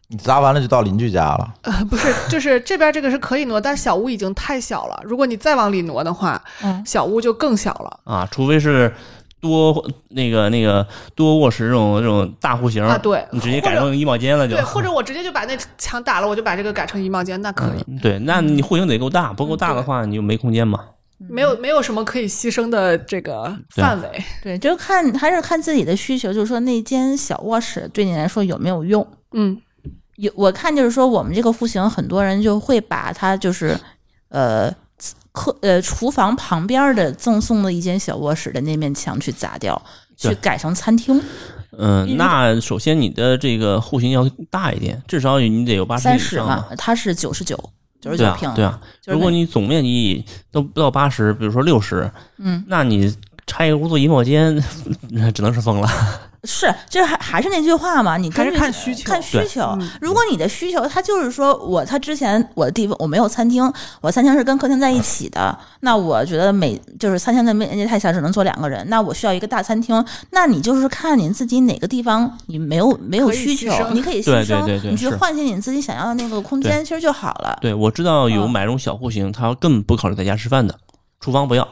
Speaker 2: 你砸完了就到邻居家了。
Speaker 6: 呃，不是，就是这边这个是可以挪，但是小屋已经太小了，如果你再往里挪的话，
Speaker 4: 嗯
Speaker 6: 小屋就更小了。
Speaker 3: 啊，除非是多那个那个多卧室这种这种大户型
Speaker 6: 啊对
Speaker 3: 你直接改成衣帽间了就
Speaker 6: 对，或者我直接就把那墙打了，我就把这个改成衣帽间，那可以，
Speaker 3: 嗯对，那你户型得够大，不够大的话你就没空间嘛。嗯
Speaker 6: 没有没有什么可以牺牲的这个范围。
Speaker 4: 对，就看还是看自己的需求，就是说那间小卧室对你来说有没有用？
Speaker 6: 嗯，
Speaker 4: 有，我看就是说我们这个户型，很多人就会把它就是呃客呃厨房旁边的赠送的一间小卧室的那面墙去砸掉，
Speaker 3: 对
Speaker 4: 去改成餐厅，
Speaker 3: 嗯，那首先你的这个户型要大一点，至少你得有八十
Speaker 4: 三
Speaker 3: 以
Speaker 4: 十
Speaker 3: 上
Speaker 4: 嘛
Speaker 3: 嘛。，
Speaker 4: 它是九十九九十
Speaker 3: 对
Speaker 4: 九
Speaker 3: 啊
Speaker 4: 平，，
Speaker 3: 对啊。
Speaker 4: 就是
Speaker 3: 如果
Speaker 4: 那
Speaker 3: 你总面积都不到八十，比如说六十，
Speaker 4: 嗯，
Speaker 3: 那你拆一个屋做衣帽间，那只能是疯了。
Speaker 4: 是，就是还还是那句话嘛，你根
Speaker 6: 还是
Speaker 4: 据
Speaker 6: 看需求
Speaker 4: 看。需
Speaker 3: 对
Speaker 4: 求
Speaker 6: 嗯。
Speaker 4: 如果你的需求，它就是说我，它之前我的地方我没有餐厅，我餐厅是跟客厅在一起的。那我觉得每就是餐厅的面积太小，只能坐两个人。那我需要一个大餐厅。那你就是看你自己哪个地方你没有没有
Speaker 6: 可以
Speaker 4: 需
Speaker 6: 牺
Speaker 4: 求
Speaker 6: 牲，
Speaker 4: 你可以
Speaker 3: 对
Speaker 4: 牺
Speaker 3: 对
Speaker 4: 牲
Speaker 3: 对，对
Speaker 4: 你去
Speaker 3: 是
Speaker 4: 唤醒你自己想要的那个空
Speaker 3: 对
Speaker 4: 间，其实就好了。
Speaker 3: 对，我知道有
Speaker 4: 嗯
Speaker 3: 买这种小户型，他根本不考虑在家吃饭的，厨房不要。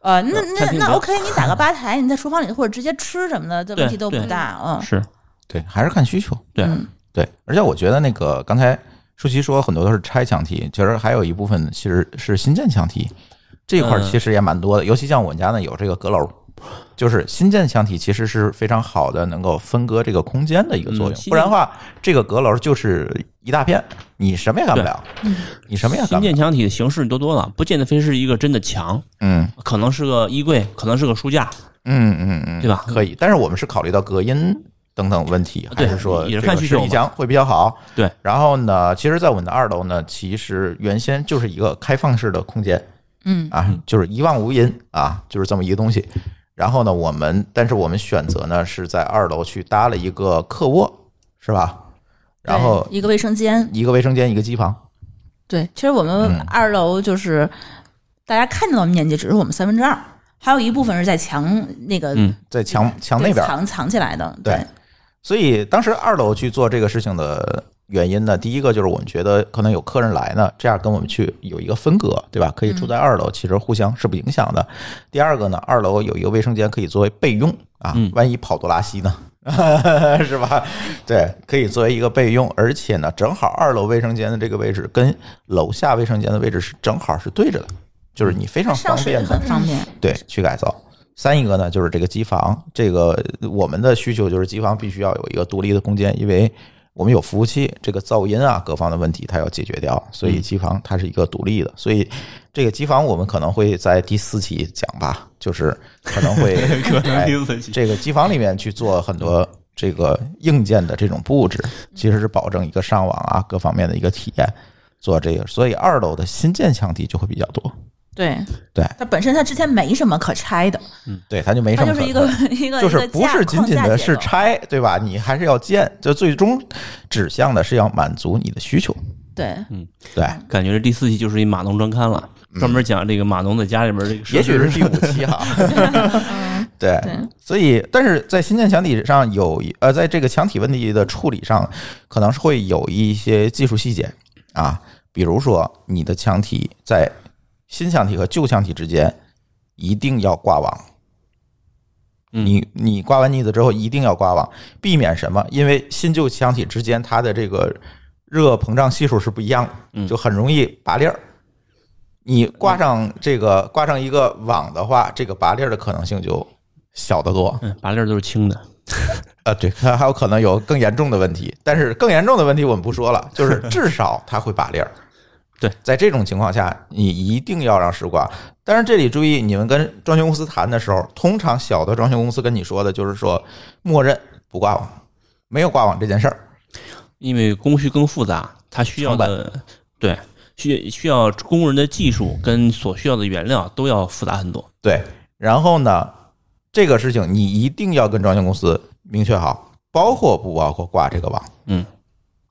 Speaker 4: 呃，那
Speaker 3: 嗯
Speaker 4: 那
Speaker 3: 餐厅
Speaker 4: 那
Speaker 3: 不要
Speaker 4: OK，你打个吧台，你在厨房里或者直接吃什么的，这问
Speaker 3: 对
Speaker 4: 题都不
Speaker 3: 对
Speaker 4: 大。嗯，
Speaker 3: 是
Speaker 2: 对，还是看需求。
Speaker 3: 对，
Speaker 4: 嗯
Speaker 2: 对，而且我觉得那个刚才舒淇说很多都是拆墙体，其实还有一部分其实是新建墙体这一块，
Speaker 3: 嗯
Speaker 2: 其实也蛮多的。尤其像我们家呢有这个阁楼，就是新建墙体其实是非常好的，能够分割这个空间的一个作
Speaker 3: 嗯
Speaker 2: 用。
Speaker 3: 新建
Speaker 2: 不然的话，这个阁楼就是一大片，你什么也干不了，你什么也
Speaker 3: 新
Speaker 2: 干不
Speaker 3: 建
Speaker 2: 了。
Speaker 3: 墙体的形式多多了，不见得非是一个真的墙，
Speaker 2: 嗯
Speaker 3: 可能是个衣柜，可能是个书架，
Speaker 2: 嗯嗯嗯，
Speaker 3: 对吧
Speaker 2: 可以，但是我们是考虑到隔音等等问题，还是说
Speaker 3: 对也是
Speaker 2: 这
Speaker 3: 看
Speaker 2: 个
Speaker 3: 需
Speaker 2: 实
Speaker 3: 求
Speaker 2: 体
Speaker 3: 嘛
Speaker 2: 墙会比较好？
Speaker 3: 对。
Speaker 2: 然后呢，其实，在我们的二楼呢，其实原先就是一个开放式的空间，
Speaker 4: 嗯
Speaker 2: 啊，就是一望无垠啊，就是这么一个东西。然后呢，我们但是我们选择呢是在二楼去搭了一个客卧，是吧？然后
Speaker 4: 对一个卫生间，
Speaker 2: 一个卫生间，一个机房，
Speaker 4: 对，其实我们
Speaker 2: 嗯
Speaker 4: 二楼就是、大家看到的面积只是我们三分之二，还有一部分是在墙那个
Speaker 3: 嗯
Speaker 2: 在墙墙
Speaker 4: 被
Speaker 2: 那边儿。
Speaker 4: 藏藏起来的，
Speaker 2: 对所以当时二楼去做这个事情的原因呢，第一个就是我们觉得可能有客人来呢，这样跟我们去有一个分隔，对吧？可以
Speaker 4: 嗯
Speaker 2: 住在二楼，其实互相是不影响的。第二个呢，二楼有一个卫生间可以作为备用啊
Speaker 3: 嗯，
Speaker 2: 万一跑多拉稀呢， 是吧？对，可以作为一个备用，而且呢，正好二楼卫生间的这个位置跟楼下卫生间的位置是正好是对着的，就是你非常方
Speaker 4: 上水也
Speaker 2: 便的
Speaker 4: 很方便，
Speaker 2: 对，去改造。三一个呢，就是这个机房，这个我们的需求就是机房必须要有一个独立的空间，因为我们有服务器，这个噪音啊各方的问题它要解决掉，所
Speaker 3: 嗯
Speaker 2: 以机房它是一个独立的，所以这个机房我们可能会在第四期讲吧，就是可能会
Speaker 3: 可能
Speaker 2: 哎
Speaker 3: 第四期
Speaker 2: 这个机房里面去做很多这个硬件的这种布置，其实是保证一个上网啊各方面的一个体验，做这个，所以二楼的新建墙体就会比较多，
Speaker 4: 对
Speaker 2: 对
Speaker 4: 它本身它之前没什么可拆的，
Speaker 2: 对，它就没什
Speaker 4: 它
Speaker 2: 么
Speaker 4: 就
Speaker 2: 可看
Speaker 4: 是一 个一个
Speaker 2: 就是不是仅仅的是，
Speaker 4: 一个架框架结构
Speaker 2: 拆，对吧？你还是要建，就最终指向的是要满足你的需求。
Speaker 4: 对，
Speaker 2: 嗯对，
Speaker 3: 感觉这第四期就是一码农专刊了，专门讲这个码农在家里边这个
Speaker 2: 嗯
Speaker 3: 设
Speaker 2: 也许
Speaker 3: 置。
Speaker 2: 是第五期啊哈。 对，所以但是在新建墙体上有一呃，在这个墙体问题的处理上，可能是会有一些技术细节啊，比如说你的墙体在新墙体和旧墙体之间一定要挂网。
Speaker 3: 嗯
Speaker 2: 你你挂完腻子之后一定要挂网，避免什么？因为新旧腔体之间它的这个热膨胀系数是不一样的，
Speaker 3: 嗯
Speaker 2: 就很容易拔粒儿。你挂上这个挂上一个网的话，这个拔粒儿的可能性就小得多。
Speaker 3: 嗯，拔粒儿都是轻的，
Speaker 2: 呃，对，它还有可能有更严重的问题，但是更严重的问题我们不说了， 就是至少它会拔粒儿。
Speaker 3: 对，
Speaker 2: 在这种情况下，你一定要让试挂。但是这里注意，你们跟装修公司谈的时候，通常小的装修公司跟你说的就是说，默认不挂网，没有挂网这件事儿。
Speaker 3: 因为工序更复杂，它需要的对需需要工人的技术跟所需要的原料都要复杂很多。
Speaker 2: 对，然后呢，这个事情你一定要跟装修公司明确好，包括不包括挂这个网。
Speaker 3: 嗯，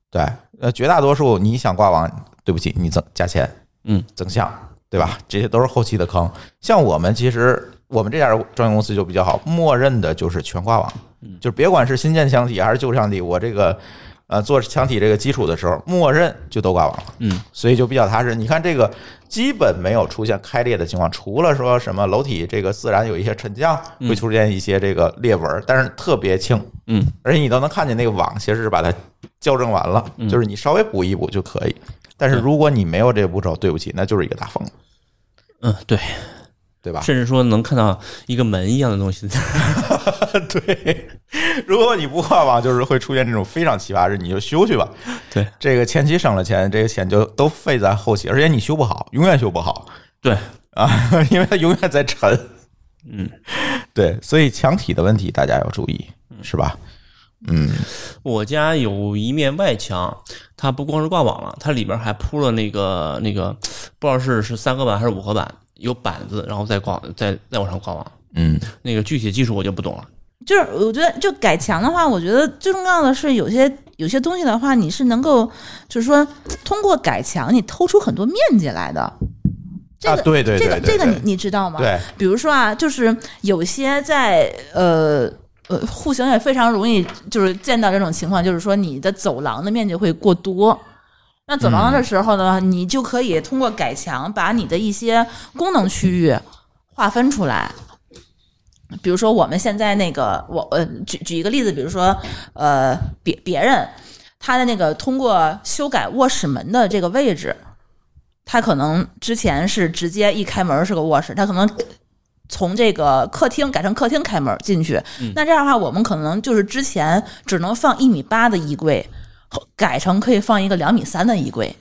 Speaker 2: 对，呃，绝大多数你想挂网，对不起，你增加钱，
Speaker 3: 嗯，
Speaker 2: 增项，对吧？这些都是后期的坑。像我们其实我们这家装修公司就比较好，默认的就是全挂网，
Speaker 3: 嗯
Speaker 2: 就是别管是新建墙体还是旧墙体，我这个。呃，做墙体这个基础的时候，默认就都挂网了，
Speaker 3: 嗯，
Speaker 2: 所以就比较踏实。你看这个基本没有出现开裂的情况，除了说什么楼体这个自然有一些沉降
Speaker 3: 嗯
Speaker 2: 会出现一些这个裂纹儿，但是特别轻，
Speaker 3: 嗯，
Speaker 2: 而且你都能看见那个网其实是把它校正完了，
Speaker 3: 嗯
Speaker 2: 就是你稍微补一补就可以。但是
Speaker 3: 对
Speaker 2: 如果你没有这个步骤，对不起，那就是一个大缝，
Speaker 3: 嗯，对，
Speaker 2: 啊对吧？
Speaker 3: 甚至说能看到一个门一样的东西。
Speaker 2: 对，如果你不挂网，就是会出现这种非常奇葩事，你就修去吧。
Speaker 3: 对，
Speaker 2: 这个前期省了钱，这个钱就都费在后期，而且你修不好，永远修不好
Speaker 3: 对，
Speaker 2: 啊， 因为它永远在沉。
Speaker 3: 嗯，
Speaker 2: 对，所以墙体的问题大家要注意，是吧？嗯，
Speaker 3: 我家有一面外墙，它不光是挂网了，它里边还铺了那个那个，不知道是是三合板还是五合板，有板子，然后再挂再再往上挂网。
Speaker 2: 嗯，
Speaker 3: 那个具体技术我就不懂了。
Speaker 4: 就是我觉得就改墙的话，我觉得最重要的是有些有些东西的话，你是能够就是说通过改墙你偷出很多面积来的。这个、
Speaker 2: 啊，对对对对，
Speaker 4: 这个这个
Speaker 2: 对
Speaker 4: 你你知道吗？
Speaker 2: 对，
Speaker 4: 比如说啊，就是有些在呃呃户型也非常容易就是见到这种情况，就是说你的走廊的面积会过多。那走廊的时候呢，你就可以通过改墙把你的一些功能区域划分出来。比如说我们现在那个，我呃举举一个例子，比如说呃别别人他的那个通过修改卧室门的这个位置，他可能之前是直接一开门是个卧室，他可能。从这个客厅改成客厅开门进去，
Speaker 3: 嗯
Speaker 4: 那这样的话，我们可能就是之前只能放一米八的衣柜，改成可以放一个两米三的衣柜。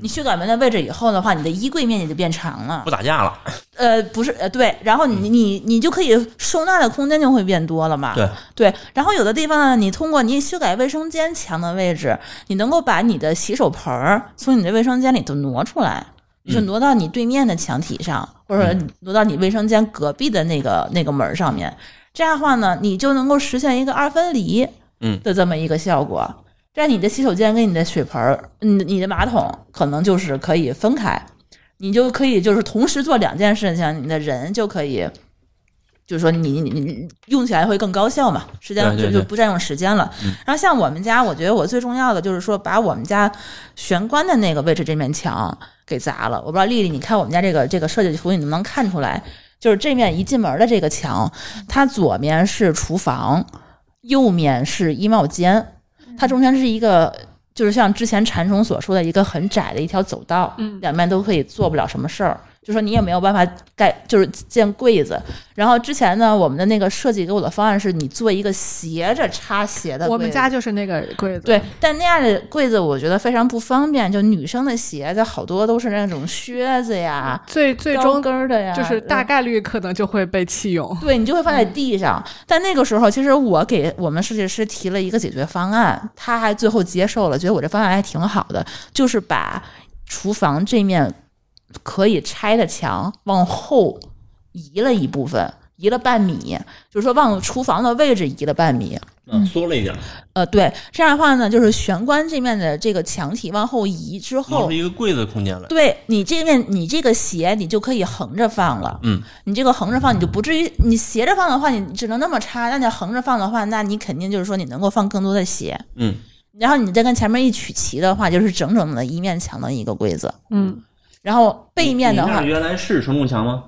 Speaker 4: 你修改门的位置以后的话，你的衣柜面积就变长了
Speaker 3: 嗯不。打架了，
Speaker 4: 呃，不是，呃，对，然后你你你就可以收纳的空间就会变多了嘛。
Speaker 3: 对
Speaker 4: 对，然后有的地方呢，你通过你修改卫生间墙的位置，你能够把你的洗手盆儿从你的卫生间里头挪出来，就挪到你对面的墙体上，或者你挪到你卫生间隔壁的那个那个门儿上面。这样的话呢，你就能够实现一个二分离，
Speaker 3: 嗯
Speaker 4: 的这么一个效果。这样你的洗手间跟你的水盆儿，你的你的马桶可能就是可以分开，你就可以就是同时做两件事情，你的人就可以，就是说你你你用起来会更高效嘛，时间
Speaker 3: 对对
Speaker 4: 就
Speaker 3: 对嗯
Speaker 4: 就不占用时间了。然后像我们家，我觉得我最重要的就是说把我们家玄关的那个位置这面墙给砸了。我不知道丽丽，你看我们家这个这个设计图，你能不能看出来？就是这面一进门的这个墙，
Speaker 6: 嗯
Speaker 4: 它左面是厨房，右面是衣帽间，
Speaker 6: 嗯
Speaker 4: 它中间是一个，就是像之前馋虫所说的一个很窄的一条走道，
Speaker 6: 嗯
Speaker 4: 两面都可以做不了什么事儿，就说你也没有办法盖，就是建柜子。然后之前呢，我们的那个设计给我的方案是你做一个斜着插斜的柜子，
Speaker 6: 我们家就是那个柜子，
Speaker 4: 对，但那样的柜子我觉得非常不方便，就女生的鞋子好多都是那种靴子呀、
Speaker 6: 最最
Speaker 4: 高
Speaker 6: 终
Speaker 4: 跟儿的呀，
Speaker 6: 就是大
Speaker 4: 嗯
Speaker 6: 概率可能就会被弃用。
Speaker 4: 对你就会放在地上。但那个时候，其实我给我们设计师提了一个解决方案，他还最后接受了，觉得我这方案还挺好的，就是把厨房这面可以拆的墙往后移了一部分。移了半米，就是说往厨房的位置移了半米。
Speaker 3: 嗯，缩了一点，
Speaker 4: 呃，对，这样的话呢，就是玄关这面的这个墙体往后移之
Speaker 3: 挪
Speaker 4: 后
Speaker 3: 出，一个柜子的空间来。
Speaker 4: 对你这面，你这个斜你就可以横着放了。
Speaker 3: 嗯，
Speaker 4: 你这个横着放，你就不至于你斜着放的话，你只能那么插；那你横着放的话，那你肯定就是说你能够放更多的鞋。
Speaker 3: 嗯，
Speaker 4: 然后你再跟前面一取齐的话，就是整整的一面墙的一个柜子。
Speaker 6: 嗯，
Speaker 4: 然后背面的
Speaker 3: 你那
Speaker 4: 话
Speaker 3: 儿，原来是承重墙吗？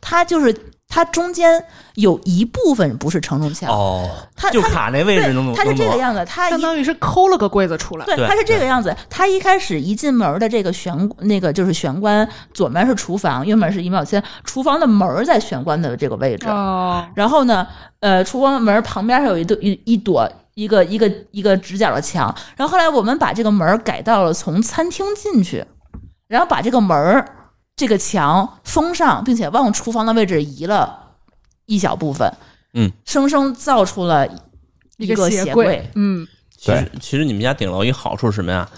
Speaker 4: 它就是它中间有一部分不是承重墙，
Speaker 3: 哦，
Speaker 4: 它
Speaker 3: 就
Speaker 4: 它
Speaker 3: 卡那位置
Speaker 4: 对
Speaker 3: 能，
Speaker 4: 它是这个
Speaker 3: 样。
Speaker 4: 样子，它
Speaker 6: 相
Speaker 4: 一
Speaker 6: 当于是抠了个柜子出来。
Speaker 3: 对
Speaker 4: 对，它是这个样子。它一开始一进门的这个玄那个就是玄关，左面是厨房，右面是衣帽间。厨房的门儿在玄关的这个位置，
Speaker 6: 哦，
Speaker 4: 然后呢，呃，厨房门旁边还有一朵一一朵一个一个一个直角的墙。然后后来我们把这个门儿改到了从餐厅进去，然后把这个门儿这个墙封上，并且往厨房的位置移了一小部分，
Speaker 3: 嗯，
Speaker 4: 生生造出了
Speaker 6: 一
Speaker 4: 一
Speaker 6: 个
Speaker 4: 个
Speaker 6: 鞋
Speaker 4: 鞋
Speaker 6: 柜，嗯，
Speaker 3: 其实其实你们家顶楼一好处是什么呀？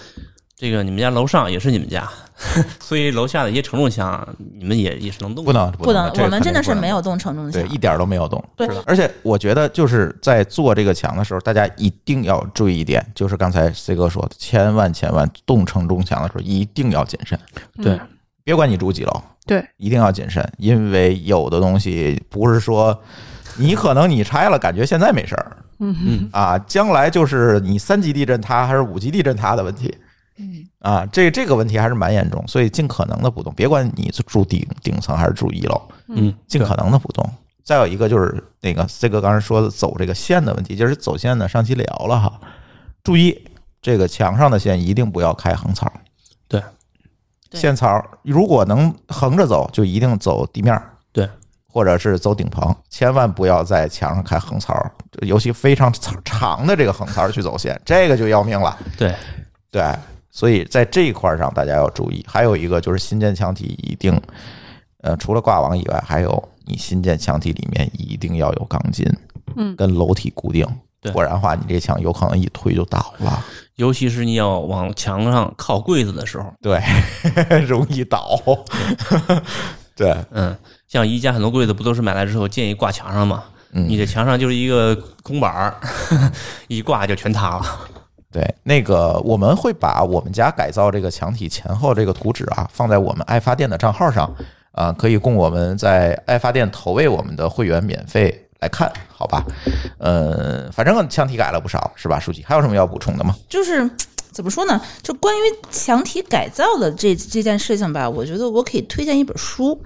Speaker 3: 这个你们家楼上也是你们家， 所以楼下的一些承重墙你们也也是能动
Speaker 2: 不
Speaker 3: 的。
Speaker 2: 能
Speaker 4: 不能，
Speaker 2: 这个
Speaker 4: 我们
Speaker 2: 肯定
Speaker 4: 真的
Speaker 2: 不
Speaker 4: 是
Speaker 2: 能
Speaker 4: 没有动承重墙
Speaker 2: 对，。一点儿都没有动。
Speaker 4: 对，
Speaker 2: 而且我觉得就是在做这个墙的时候，大家一定要注意一点，就是刚才 C 哥说的，千万千万动承重墙的时候一定要谨慎，
Speaker 3: 对，
Speaker 2: 别管你住几楼，
Speaker 6: 嗯对，
Speaker 2: 一定要谨慎，因为有的东西不是说你可能你拆了，感觉现在没事儿，嗯啊，将来就是你三级地震塌还是五级地震塌的问题。嗯啊，这这个问题还是蛮严重，所以尽可能的不动，别管你是住顶顶层还是住一楼，
Speaker 3: 嗯，
Speaker 2: 尽可能的不动。再有一个就是那个 C 哥刚才说的走这个线的问题，就是走线呢，上期聊了哈。注意这个墙上的线一定不要开横槽，
Speaker 3: 对，
Speaker 4: 对
Speaker 2: 线槽如果能横着走，就一定走地面，
Speaker 3: 对，
Speaker 2: 或者是走顶棚，千万不要在墙上开横槽，尤其非常长的这个横槽去走线，这个就要命了。
Speaker 3: 对，
Speaker 2: 对，所以在这一块儿上大家要注意。还有一个就是新建墙体一定，呃，除了挂网以外，还有你新建墙体里面一定要有钢筋，
Speaker 6: 嗯
Speaker 2: 跟楼体固定，
Speaker 3: 对
Speaker 2: 不然的话你这墙有可能一推就倒了，
Speaker 3: 尤其是你要往墙上靠柜子的时候，
Speaker 2: 对，容易倒， 对，
Speaker 3: 嗯，像宜家很多柜子不都是买来之后建议挂墙上吗？
Speaker 2: 嗯
Speaker 3: 你这墙上就是一个空板儿， 一挂就全塌了。
Speaker 2: 对，那个我们会把我们家改造这个墙体前后这个图纸啊，放在我们爱发电的账号上，啊、可以供我们在爱发电投喂我们的会员免费来看，好吧？呃，反正墙体改了不少，是吧？书记还有什么要补充的吗？
Speaker 4: 就是怎么说呢？就关于墙体改造的这这件事情吧，我觉得我可以推荐一本书。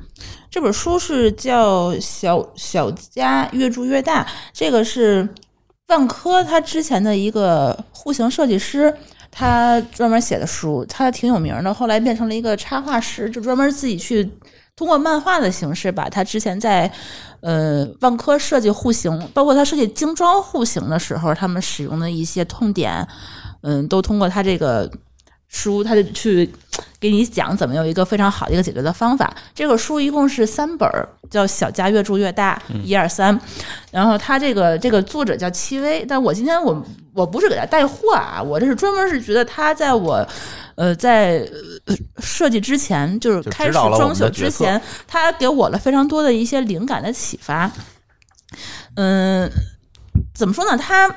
Speaker 4: 这本书是叫《小小家越住越大》，这个是万科他之前的一个户型设计师，他专门写的书，他挺有名的。后来变成了一个插画师，就专门自己去通过漫画的形式，把他之前在呃万科设计户型，包括他设计精装户型的时候，他们使用的一些痛点，嗯，都通过他这个书，他就去给你讲怎么有一个非常好的一个解决的方法。这个书一共是三本儿，叫《小家越住越大》
Speaker 2: 嗯
Speaker 4: 一二三。然后他这个这个作者叫戚薇，但我今天我我不是给他带货啊，我这是专门是觉得他在我呃在呃设计之前，就是
Speaker 2: 就
Speaker 4: 开
Speaker 2: 指
Speaker 4: 始
Speaker 2: 导了我
Speaker 4: 装
Speaker 2: 们的
Speaker 4: 修
Speaker 2: 决
Speaker 4: 之
Speaker 2: 策
Speaker 4: 前，他给我了非常多的一些灵感的启发。嗯，怎么说呢？他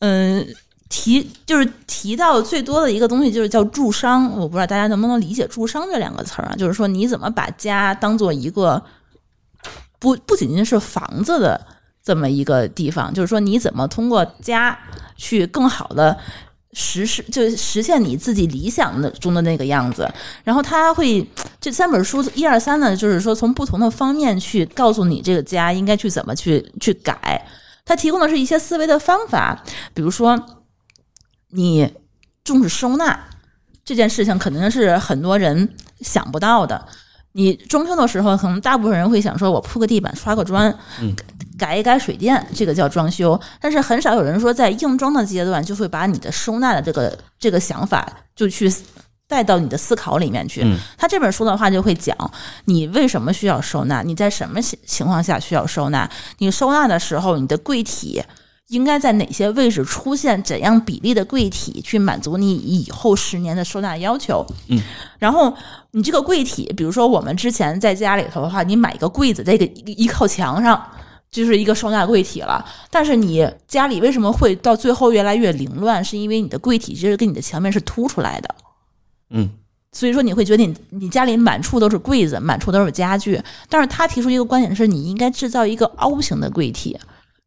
Speaker 4: 嗯。提就是提到最多的一个东西，就是叫住商。我不知道大家能不能理解“住商”这两个词儿啊，就是说你怎么把家当做一个不不仅仅是房子的这么一个地方，就是说你怎么通过家去更好的实施，就是实现你自己理想的中的那个样子。然后他会这三本书一二三呢，就是说从不同的方面去告诉你这个家应该去怎么去去改。他提供的是一些思维的方法，比如说你重视收纳这件事情，肯定是很多人想不到的。你装修的时候，可能大部分人会想说，我铺个地板，刷个砖，改一改水电，这个叫装修。但是很少有人说，在硬装的阶段，就会把你的收纳的这个这个想法就去带到你的思考里面去。
Speaker 3: 嗯
Speaker 4: 他这本书的话就会讲，你为什么需要收纳，你在什么情情况下需要收纳，你收纳的时候，你的柜体。应该在哪些位置出现怎样比例的柜体，去满足你以后十年的收纳要求？然后你这个柜体，比如说我们之前在家里头的话，你买一个柜子，这个一靠墙上。就是一个收纳柜体了，但是你家里为什么会到最后越来越凌乱？是因为你的柜体其实跟你的墙面是凸出来的，
Speaker 3: 嗯，
Speaker 4: 所以说你会觉得你你家里满处都是柜子，满处都是家具。但是他提出一个观点是，你应该制造一个凹形的柜体。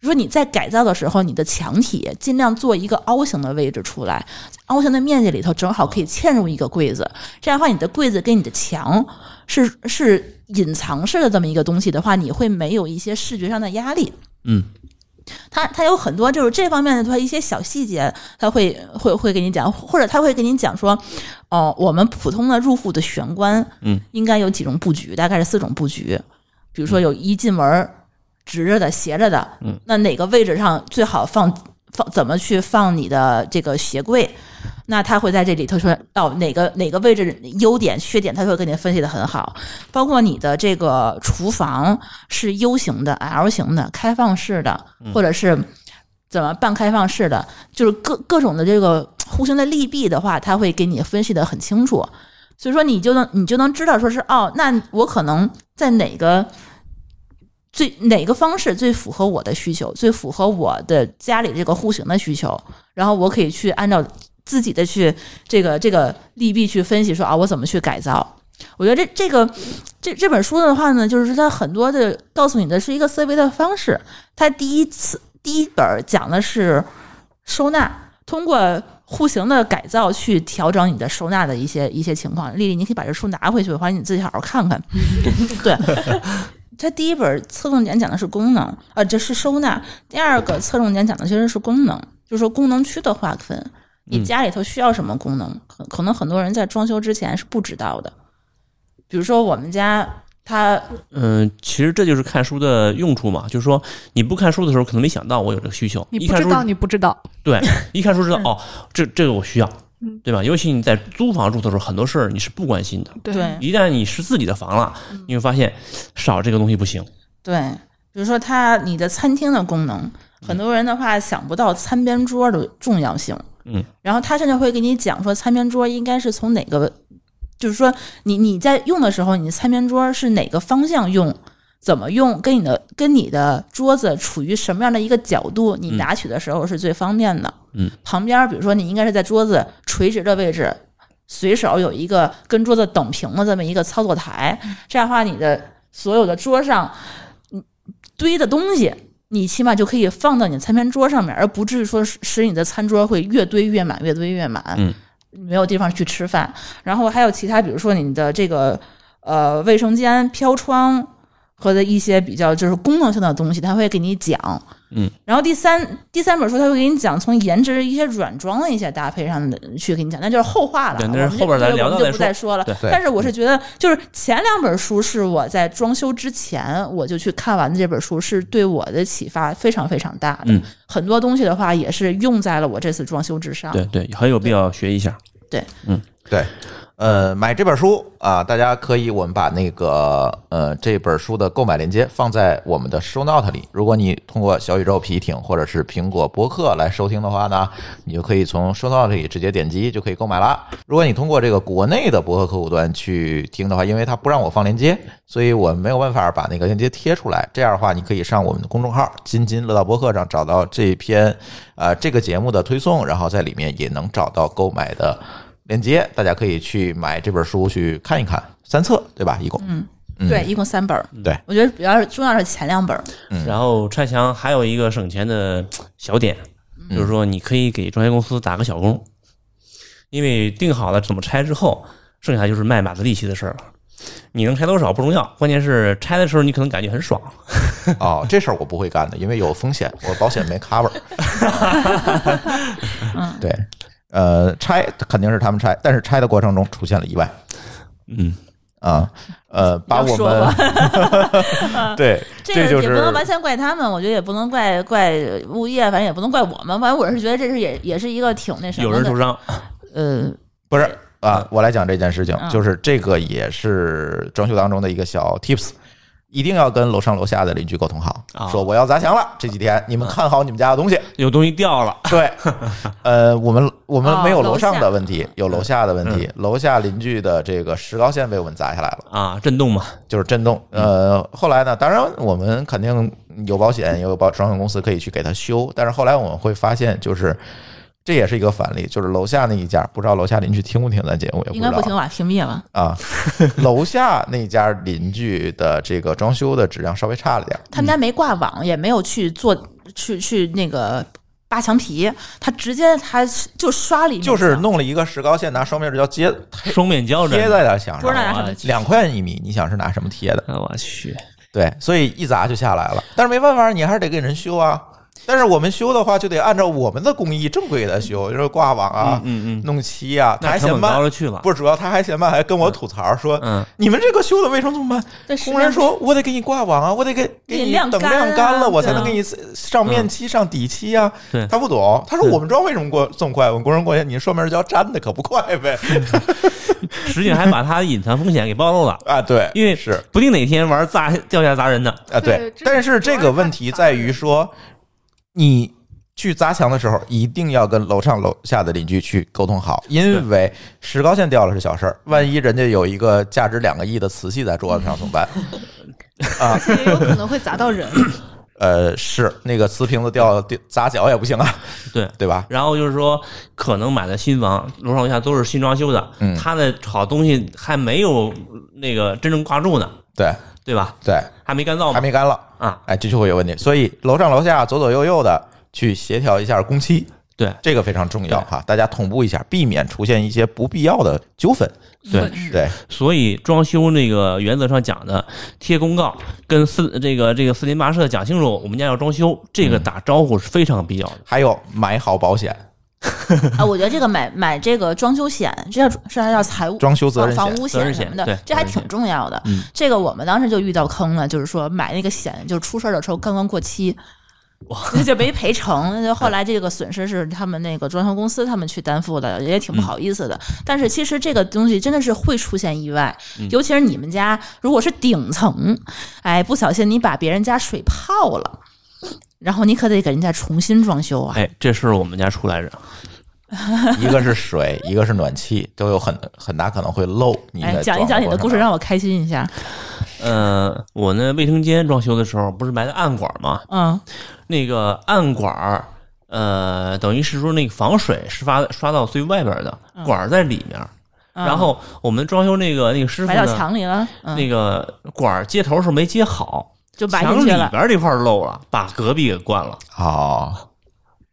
Speaker 4: 就是说你在改造的时候，你的墙体尽量做一个凹形的位置出来，凹形的面积里头正好可以嵌入一个柜子。这样的话，你的柜子跟你的墙是是隐藏式的这么一个东西的话，你会没有一些视觉上的压力。
Speaker 3: 嗯，
Speaker 4: 他他有很多就是这方面的他一些小细节，他会会会给你讲，或者他会给你讲说，哦，我们普通的入户的玄关，
Speaker 3: 嗯，
Speaker 4: 应该有几种布局，大概是四种布局，比如说有一进门儿直着的、斜着的，
Speaker 3: 嗯，
Speaker 4: 那哪个位置上最好放放怎么去放你的这个鞋柜？那他会在这里头说到哪个哪个位置优点、缺点，他会给你分析的很好。包括你的这个厨房是 U 型的、L 型的、开放式的，
Speaker 3: 嗯
Speaker 4: 或者是怎么半开放式的，就是各各种的这个户型的利弊的话，他会给你分析的很清楚。所以说，你就能你就能知道说是哦，那我可能在哪个最哪个方式最符合我的需求，最符合我的家里这个户型的需求，然后我可以去按照自己的去这个这个利弊去分析说啊，我怎么去改造。我觉得这这个这这本书的话呢，就是它很多的告诉你的是一个思维的方式。它第一次第一本讲的是收纳，通过户型的改造去调整你的收纳的一些一些情况。丽丽，你可以把这书拿回去，或者你自己好好看 看。对，它第一本侧重点讲的是功能，啊、这是收纳；第二个侧重点讲的其实是功能，就是说功能区的划分。你家里头需要什么功能？可可能很多人在装修之前是不知道的。比如说我们家，它
Speaker 3: 嗯，其实这就是看书的用处嘛，就是说你不看书的时候，可能没想到我有这个需求，
Speaker 6: 你
Speaker 3: 一
Speaker 6: 不
Speaker 3: 看
Speaker 6: 知
Speaker 3: 书
Speaker 6: 道，你不知道，
Speaker 3: 对，一看书知道哦，这这个我需要
Speaker 6: 嗯，
Speaker 3: 对吧？尤其你在租房住的时候，很多事儿你是不关心的，
Speaker 4: 对
Speaker 3: 一旦你是自己的房了，
Speaker 6: 嗯
Speaker 3: 你会发现少这个东西不行。
Speaker 4: 对，比如说它你的餐厅的功能，很多人的话想不到餐边桌的重要性。
Speaker 3: 嗯，
Speaker 4: 然后他甚至会给你讲说，餐边桌应该是从哪个，就是说你你在用的时候，你的餐边桌是哪个方向用。怎么用？跟你的跟你的桌子处于什么样的一个角度，你
Speaker 3: 嗯
Speaker 4: 拿取的时候是最方便的。
Speaker 3: 嗯，
Speaker 4: 旁边儿比如说你应该是在桌子垂直的位置，随手有一个跟桌子等平的这么一个操作台，这样的话你的所有的桌上嗯堆的东西，你起码就可以放到你的餐盘桌上面，而不至于说使使你的餐桌会越堆越满，越堆越满，
Speaker 3: 嗯
Speaker 4: 没有地方去吃饭。然后还有其他，比如说你的这个呃卫生间、飘窗和的一些比较就是功能性的东西，他会给你讲。
Speaker 3: 嗯，
Speaker 4: 然后第三第三本书，他会给你讲从颜值一些软装的一些搭配上的去给你讲，那就是后话了啊。
Speaker 3: 对
Speaker 4: 我
Speaker 3: 那是
Speaker 4: 们这
Speaker 3: 后边咱
Speaker 4: 对
Speaker 3: 聊到
Speaker 4: 我
Speaker 3: 再
Speaker 4: 们就不
Speaker 3: 说
Speaker 4: 再说了。
Speaker 3: 对
Speaker 2: 对
Speaker 4: 但是我是觉得，就是前两本书是我在装修之前我就去看完的这本书，是对我的启发非常非常大的。
Speaker 3: 嗯
Speaker 4: 很多东西的话也是用在了我这次装修之上。
Speaker 3: 对对，很有必要学一下。
Speaker 2: 对，呃，买这本书啊、大家可以，我们把那个呃这本书的购买链接放在我们的 show note 里。如果你通过小宇宙皮艇或者是苹果播客来收听的话呢，你就可以从 show note 里直接点击就可以购买啦。如果你通过这个国内的博客客户端去听的话，因为它不让我放链接，所以我没有办法把那个链接贴出来。这样的话，你可以上我们的公众号“津津乐道播客”上找到这篇呃这个节目的推送，然后在里面也能找到购买的。链接，大家可以去买这本书去看一看，三册对吧？一共，嗯，
Speaker 4: 对，一共三本儿。
Speaker 2: 对，
Speaker 4: 我觉得比较重要的是前两本儿，
Speaker 2: 嗯
Speaker 3: 然后拆墙还有一个省钱的呃小点，
Speaker 2: 嗯
Speaker 3: 就是说你可以给装修公司打个小工，因为定好了怎么拆之后，剩下就是卖马子力气的事儿了。你能拆多少不重要，关键是拆的时候你可能感觉很爽。
Speaker 2: 哦，这事儿我不会干的，因为有风险，我保险没 cover。对，
Speaker 4: 嗯
Speaker 2: 呃，拆肯定是他们拆，但是拆的过程中出现了意外
Speaker 3: 嗯，
Speaker 2: 啊，呃，把我
Speaker 4: 要说吧
Speaker 2: 们 对，
Speaker 4: 这
Speaker 2: 就
Speaker 4: 个也
Speaker 2: 是
Speaker 4: 不能完全怪他们，我觉得也不能怪怪物业，反正也不能怪我们，反正我是觉得这是也也是一个挺那什
Speaker 3: 有
Speaker 4: 么
Speaker 3: 人受
Speaker 4: 的，
Speaker 3: 伤，
Speaker 4: 呃，
Speaker 2: 不是啊，我来讲这件事情，
Speaker 4: 嗯
Speaker 2: 就是这个也是装修当中的一个小 tips。一定要跟楼上楼下的邻居沟通好
Speaker 3: 啊，
Speaker 2: 说我要砸墙了，这几天你们看好你们家的东西，
Speaker 3: 有东西掉了，
Speaker 2: 对，呃，我们我们
Speaker 4: 哦
Speaker 2: 没有楼
Speaker 4: 楼
Speaker 2: 上
Speaker 4: 下
Speaker 2: 的问题，有楼下的问题。楼下邻居的这个石膏线被我们砸下来了，
Speaker 3: 啊，震动嘛，
Speaker 2: 就是震动。呃，后来呢，当然我们肯定有保险，也有保装修公司可以去给他修。但是后来我们会发现，就是这也是一个反例，就是楼下那一家，不知道楼下邻居听不听咱节目，也知
Speaker 4: 应
Speaker 2: 道
Speaker 4: 该不听吧，屏蔽吧，
Speaker 2: 啊。 楼下那家邻居的这个装修的质量稍微差了点儿，
Speaker 3: 嗯
Speaker 4: 他们家没挂网，也没有去做去去那个扒墙皮，他直接他就刷了一面
Speaker 2: 就是
Speaker 3: 啊
Speaker 4: 墙
Speaker 2: 弄了一个石膏线，拿双面胶接
Speaker 3: 双面胶
Speaker 2: 贴
Speaker 3: 着
Speaker 2: 在他墙
Speaker 4: 不知道
Speaker 2: 上，
Speaker 4: 拿什
Speaker 3: 我
Speaker 4: 么
Speaker 3: 去
Speaker 2: 两块一米，你想是拿什么贴的？
Speaker 3: 啊我去，
Speaker 2: 对，所以一砸就下来了。但是没办法，你还是得给人修啊。但是我们修的话，就得按照我们的工艺正规的修，就是挂网啊、
Speaker 3: 嗯嗯嗯，
Speaker 2: 弄漆啊。他
Speaker 3: 那
Speaker 2: 还
Speaker 3: 成
Speaker 2: 嫌
Speaker 3: 本高
Speaker 2: 慢，
Speaker 3: 了去了，
Speaker 2: 不是主要他还嫌慢，还跟我吐槽说：“
Speaker 3: 嗯，
Speaker 2: 你们这个修的为什么这么慢？”
Speaker 4: 对时
Speaker 2: 工人
Speaker 4: 间
Speaker 2: 说：“我得给你挂网啊，我得给给
Speaker 4: 给你
Speaker 2: 你
Speaker 4: 晾
Speaker 2: 等
Speaker 4: 干
Speaker 2: 晾干
Speaker 4: 啊
Speaker 2: 了，我才
Speaker 4: 对
Speaker 2: 能给你上面漆、上底漆啊。”
Speaker 3: 嗯对
Speaker 2: 他不懂，他说：“
Speaker 3: 对
Speaker 2: 我们装为什么过这么快？我们工人过去，你双面胶粘的可不快呗。
Speaker 3: 嗯实际上还把他隐藏风险给暴露了”，
Speaker 2: 啊，对，
Speaker 3: 因为
Speaker 2: 是
Speaker 3: 不定哪天玩砸掉下来砸人呢。
Speaker 2: 啊，对
Speaker 6: 对。这
Speaker 2: 但
Speaker 6: 个
Speaker 2: 是
Speaker 6: 主
Speaker 2: 这
Speaker 6: 要
Speaker 2: 个问
Speaker 6: 是看
Speaker 2: 题
Speaker 6: 法
Speaker 2: 在
Speaker 6: 律
Speaker 2: 于说，你去砸墙的时候，一定要跟楼上楼下的邻居去沟通好，因为石膏线掉了是小事儿，万一人家有一个价值两个亿的瓷器在桌子上怎么办？
Speaker 6: 而且也有可能会砸到人。
Speaker 2: 呃，是那个瓷瓶子掉掉砸脚也不行啊，
Speaker 3: 对，
Speaker 2: 对吧？
Speaker 3: 然后就是说，可能买的新房，楼上楼下都是新装修的，
Speaker 2: 嗯
Speaker 3: 他的好东西还没有那个真正挂住呢，
Speaker 2: 对
Speaker 3: 对吧？
Speaker 2: 对，
Speaker 3: 还没干燥
Speaker 2: 还
Speaker 3: 嘛
Speaker 2: 没干了，
Speaker 3: 啊？
Speaker 2: 哎，这就会有问题。所以楼上楼下左左右右的去协调一下工期，
Speaker 3: 对
Speaker 2: 这个非常重要哈，大家同步一下，避免出现一些不必要的纠纷。
Speaker 3: 对，
Speaker 2: 对，
Speaker 3: 所以装修那个原则上讲的，贴公告跟四这个这个四邻八舍讲清楚，我们家要装修，这
Speaker 2: 嗯
Speaker 3: 个打招呼是非常必要的。
Speaker 2: 还有买好保险，
Speaker 4: 啊，我觉得这个买买这个装修险，这叫这还叫财务
Speaker 2: 装修责任
Speaker 4: 房
Speaker 2: 险
Speaker 4: 房屋
Speaker 3: 责任
Speaker 4: 险
Speaker 3: 险
Speaker 4: 什么
Speaker 3: 对
Speaker 4: 的，这还
Speaker 3: 责任险
Speaker 4: 挺重要的
Speaker 3: 嗯。
Speaker 4: 这个我们当时就遇到坑了，就是说买那个险，就出事儿的时候刚刚过期。就没赔成，就后来这个损失是他们那个装修公司他们去担负的，也
Speaker 3: 嗯
Speaker 4: 挺不好意思的。但是其实这个东西真的是会出现意外，
Speaker 3: 嗯
Speaker 4: 尤其是你们家如果是顶层，哎，不小心你把别人家水泡了，然后你可得给人家重新装修啊。
Speaker 3: 哎，这事儿我们家出来着，
Speaker 2: 一个是 水，一个是暖气，都有很很大可能会漏。你啊
Speaker 4: 哎，
Speaker 2: 在
Speaker 4: 讲一
Speaker 2: 装
Speaker 4: 讲你的
Speaker 2: 过程
Speaker 4: 故事，
Speaker 2: 中
Speaker 4: 让我开心一下。
Speaker 3: 呃，我那卫生间装修的时候不是埋的暗管吗？
Speaker 4: 嗯，
Speaker 3: 那个暗管儿，呃，等于是说那个防水是发刷到最外边儿的，管儿在里面儿。
Speaker 4: 嗯
Speaker 3: 然后我们装修那个那个师傅
Speaker 4: 埋到
Speaker 3: 呢，
Speaker 4: 墙里了，嗯，
Speaker 3: 那个管儿接头是没接好，
Speaker 4: 就埋
Speaker 3: 墙
Speaker 4: 进
Speaker 3: 里
Speaker 4: 去
Speaker 3: 边
Speaker 4: 了。
Speaker 3: 儿这块儿漏了，把隔壁给灌了，
Speaker 2: 哦，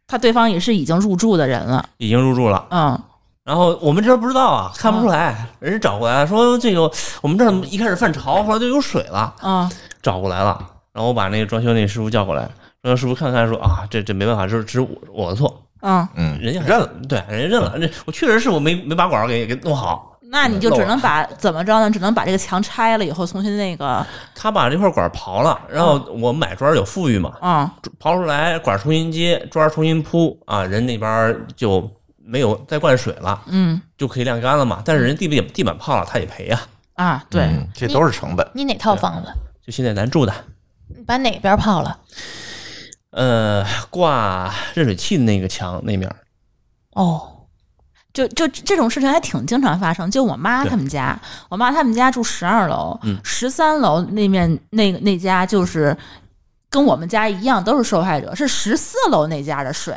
Speaker 4: 他对方也是已经入住的人了，
Speaker 3: 已经入住了。
Speaker 4: 嗯，
Speaker 3: 然后我们这不知道啊，看不出来，人家找过来说这个我们这儿怎么一开始泛潮，后来就有水了，
Speaker 4: 嗯，
Speaker 3: 找过来了。然后我把那个装修那师傅叫过来，装修师傅看看说啊，这这没办法，这是只是我我的错，
Speaker 4: 嗯，
Speaker 2: 嗯，
Speaker 3: 人家认了，嗯对，人家认了。这我确实是我没没把管儿给给弄好，
Speaker 4: 那你就只能把怎么着呢？只能把这个墙拆了以后重新那个，
Speaker 3: 他把这块管儿刨了，然后我买砖儿有富裕嘛，
Speaker 4: 嗯
Speaker 3: 刨出来管儿重新接，砖儿重新铺啊，人那边儿就没有再灌水了，
Speaker 4: 嗯
Speaker 3: 就可以晾干了嘛。但是人地面地板泡了，他也赔呀、
Speaker 4: 啊，对，
Speaker 2: 嗯这都是成本。
Speaker 5: 你哪套房子？
Speaker 3: 就现在咱住的，
Speaker 5: 你把哪边泡了？
Speaker 3: 呃，挂热水器的那个墙那面儿，
Speaker 5: 哦，
Speaker 4: 就就这种事情还挺经常发生。就我妈
Speaker 3: 对
Speaker 4: 他们家，我妈他们家住十二楼
Speaker 3: 嗯，
Speaker 4: 十三、楼那面那那家就是。跟我们家一样，都是受害者。是十四楼那家的水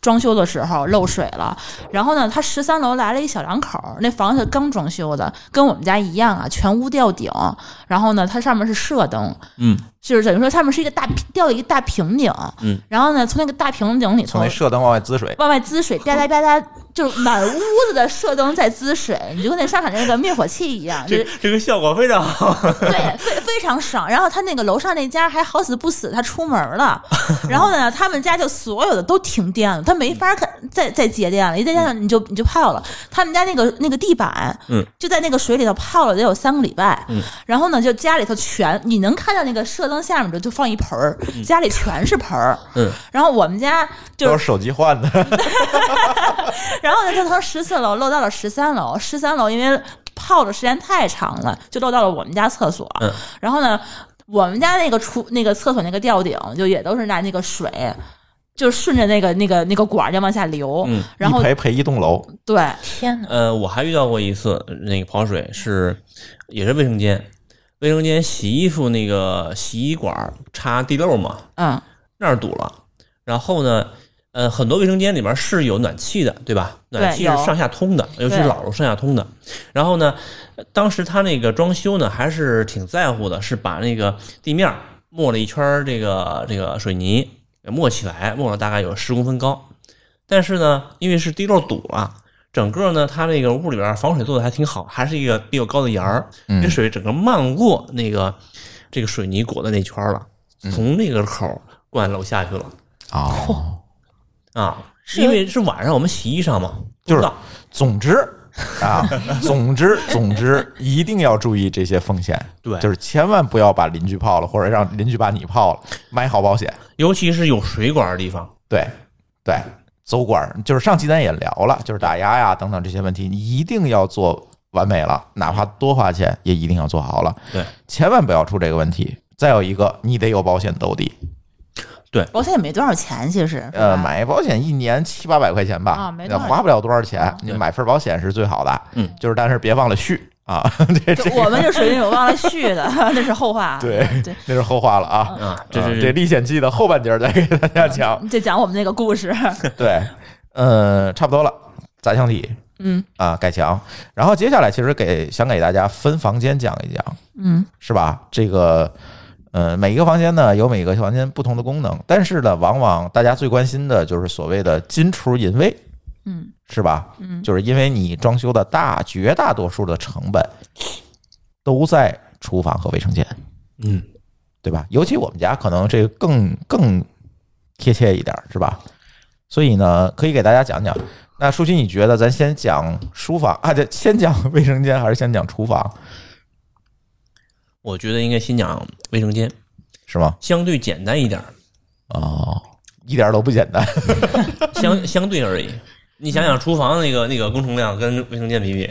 Speaker 4: 装修的时候漏水了，然后呢，他十三楼来了一小两口儿，那房子刚装修的，跟我们家一样啊，全屋吊顶。然后呢，它上面是射灯，
Speaker 3: 嗯，
Speaker 4: 就是等于说上面是一个大吊了一个大平顶，
Speaker 3: 嗯，
Speaker 4: 然后呢，从那个大平顶里头
Speaker 2: 从那射灯往外滋水，
Speaker 4: 往外滋水，吧嗒吧嗒，就是满屋子的射灯在滋水，你就跟那商场那个灭火器一样，就
Speaker 3: 这
Speaker 4: 是
Speaker 3: 这个效果非常好。
Speaker 4: 对，非非常爽。然后他那个楼上那家还好死不死，他出门 了，然后呢，他们家就所有的都停电了，他没法看再再节电了，一再电你就你就泡了。他们家那个那个地板，
Speaker 3: 嗯，
Speaker 4: 就在那个水里头泡了得有三个礼拜，
Speaker 3: 嗯，
Speaker 4: 然后呢，就家里头全你能看到那个射灯下面就就放一盆儿，家里全是盆儿，
Speaker 3: 嗯，
Speaker 4: 然后我们家就是
Speaker 2: 都是手机换的，
Speaker 4: 然后呢，就从十四楼漏到了十三楼，十三楼因为泡的时间太长了，就漏到了我们家厕所。
Speaker 3: 嗯
Speaker 4: 然后呢，我们家那个厨那个厕所那个吊顶，就也都是拿那个水。就顺着那个那个那个管儿就往下流，
Speaker 3: 嗯
Speaker 4: 然
Speaker 2: 一
Speaker 4: 后
Speaker 2: 赔赔一栋楼，
Speaker 4: 对，
Speaker 5: 天哪！
Speaker 3: 呃，我还遇到过一次那个跑水是也是卫生间，卫生间洗衣服那个洗衣管儿插地漏嘛，
Speaker 4: 嗯
Speaker 3: 那儿堵了。然后呢，呃，很多卫生间里边是有暖气的，对吧？
Speaker 4: 对
Speaker 3: 暖气是
Speaker 4: 有
Speaker 3: 上下通的，尤其是
Speaker 4: 对
Speaker 3: 老楼上下通的。然后呢，呃当时他那个装修呢还是挺在乎的，是把那个地面儿抹了一圈儿这个这个水泥，给抹起来，抹了大概有十公分高。但是呢，因为是地漏堵了。整个呢，它那个屋里边防水做的还挺好，还是一个比较高的檐儿，
Speaker 2: 嗯
Speaker 3: 这水整个漫过那个这个水泥裹的那圈儿了，从那个口儿灌楼下去了
Speaker 2: 哦，
Speaker 3: 啊。
Speaker 5: 是
Speaker 3: 因为是晚上我们洗衣裳嘛，不知道
Speaker 2: 总之 啊，总之总之，一定要注意这些风险，
Speaker 3: 对
Speaker 2: 就是千万不要把邻居泡了，或者让邻居把你泡了，买好保险，
Speaker 3: 尤其是有水管的地方，
Speaker 2: 对对，走管儿就是上期咱也聊了，就是打压呀等等这些问题，你一定要做完美了，哪怕多花钱也一定要做好了，
Speaker 3: 对，
Speaker 2: 千万不要出这个问题。再有一个，你得有保险兜底，
Speaker 4: 保险也没多少钱，其实，是
Speaker 2: 呃，
Speaker 4: 吧
Speaker 2: 买保险一年七八百块钱吧，
Speaker 4: 啊没多少钱
Speaker 2: 花不了多少钱
Speaker 4: 啊，
Speaker 2: 你
Speaker 3: 对
Speaker 2: 买份保险是最好的。
Speaker 3: 嗯，
Speaker 2: 就是但是别忘了续啊， 这
Speaker 4: 就
Speaker 2: 这
Speaker 4: 我们就属于那种忘了 续的，那是后话。
Speaker 2: 对
Speaker 4: 对，
Speaker 2: 那是后话了
Speaker 4: 嗯
Speaker 2: 啊。
Speaker 3: 啊，这
Speaker 2: 这
Speaker 3: 是、
Speaker 2: 这《历险记》的后半截儿再给大家讲。
Speaker 4: 就讲我们那个故事，
Speaker 2: 对，呃，差不多了，砸墙体
Speaker 4: 嗯
Speaker 2: 啊，盖墙。然后接下来其实给想给大家分房间讲一讲，
Speaker 4: 嗯，
Speaker 2: 是吧？这个，呃，每一个房间呢有每个房间不同的功能，但是呢，往往大家最关心的就是所谓的金厨银卫，
Speaker 4: 嗯，
Speaker 2: 是吧？嗯，就是因为你装修的大绝大多数的成本都在厨房和卫生间，
Speaker 3: 嗯，
Speaker 2: 对吧？尤其我们家可能这个更更贴切一点儿，是吧？所以呢，可以给大家讲讲。那舒淇，你觉得咱先讲书房啊？这先讲卫生间还是先讲厨房，
Speaker 3: 我觉得应该先讲卫生间，
Speaker 2: 是吗？
Speaker 3: 相对简单一点儿，
Speaker 2: 哦，一点儿都不简单。
Speaker 3: 相相对而已。你想想厨房那个那个工程量跟卫生间比比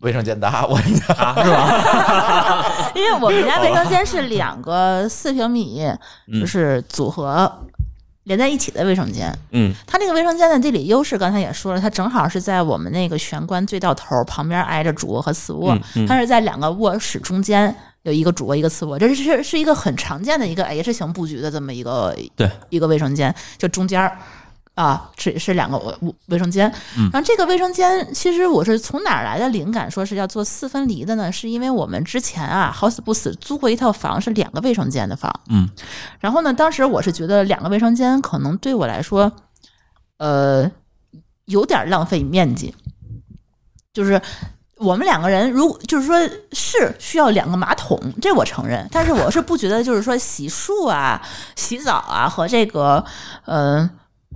Speaker 2: 卫生间大，我跟你讲，
Speaker 3: 啊，是吧？
Speaker 4: 因为我们家卫生间是两个四平米，
Speaker 3: 嗯
Speaker 4: 就是组合连在一起的卫生间。
Speaker 3: 嗯
Speaker 4: 它那个卫生间的地理优势，刚才也说了，它正好是在我们那个玄关最到头儿，旁边挨着主卧和次卧，
Speaker 3: 嗯嗯
Speaker 4: 它是在两个卧室中间。有一个主卧，一个次卧，这是是一个很常见的一个 H 型布局的这么一个
Speaker 3: 对
Speaker 4: 一个卫生间，就中间儿啊，是是两个卫卫生间。
Speaker 3: 嗯
Speaker 4: 然后这个卫生间，其实我是从哪儿来的灵感，说是要做四分离的呢？是因为我们之前啊，好死不死租过一套房，是两个卫生间的房。
Speaker 3: 嗯，
Speaker 4: 然后呢，当时我是觉得两个卫生间可能对我来说，呃，有点浪费面积，就是。我们两个人，如就是说是需要两个马桶，这我承认，但是我是不觉得就是说洗漱啊、洗澡啊和这个，嗯、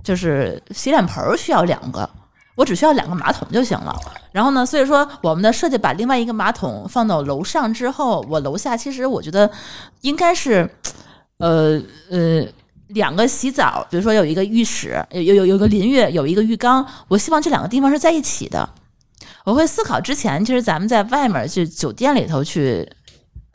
Speaker 4: 就是洗脸盆儿需要两个，我只需要两个马桶就行了。然后呢，所以说我们的设计把另外一个马桶放到楼上之后，我楼下其实我觉得应该是，呃呃，两个洗澡，比如说有一个浴室，有有有有一个淋浴，有一个浴缸，我希望这两个地方是在一起的。我会思考之前，其实咱们在外面去酒店里头去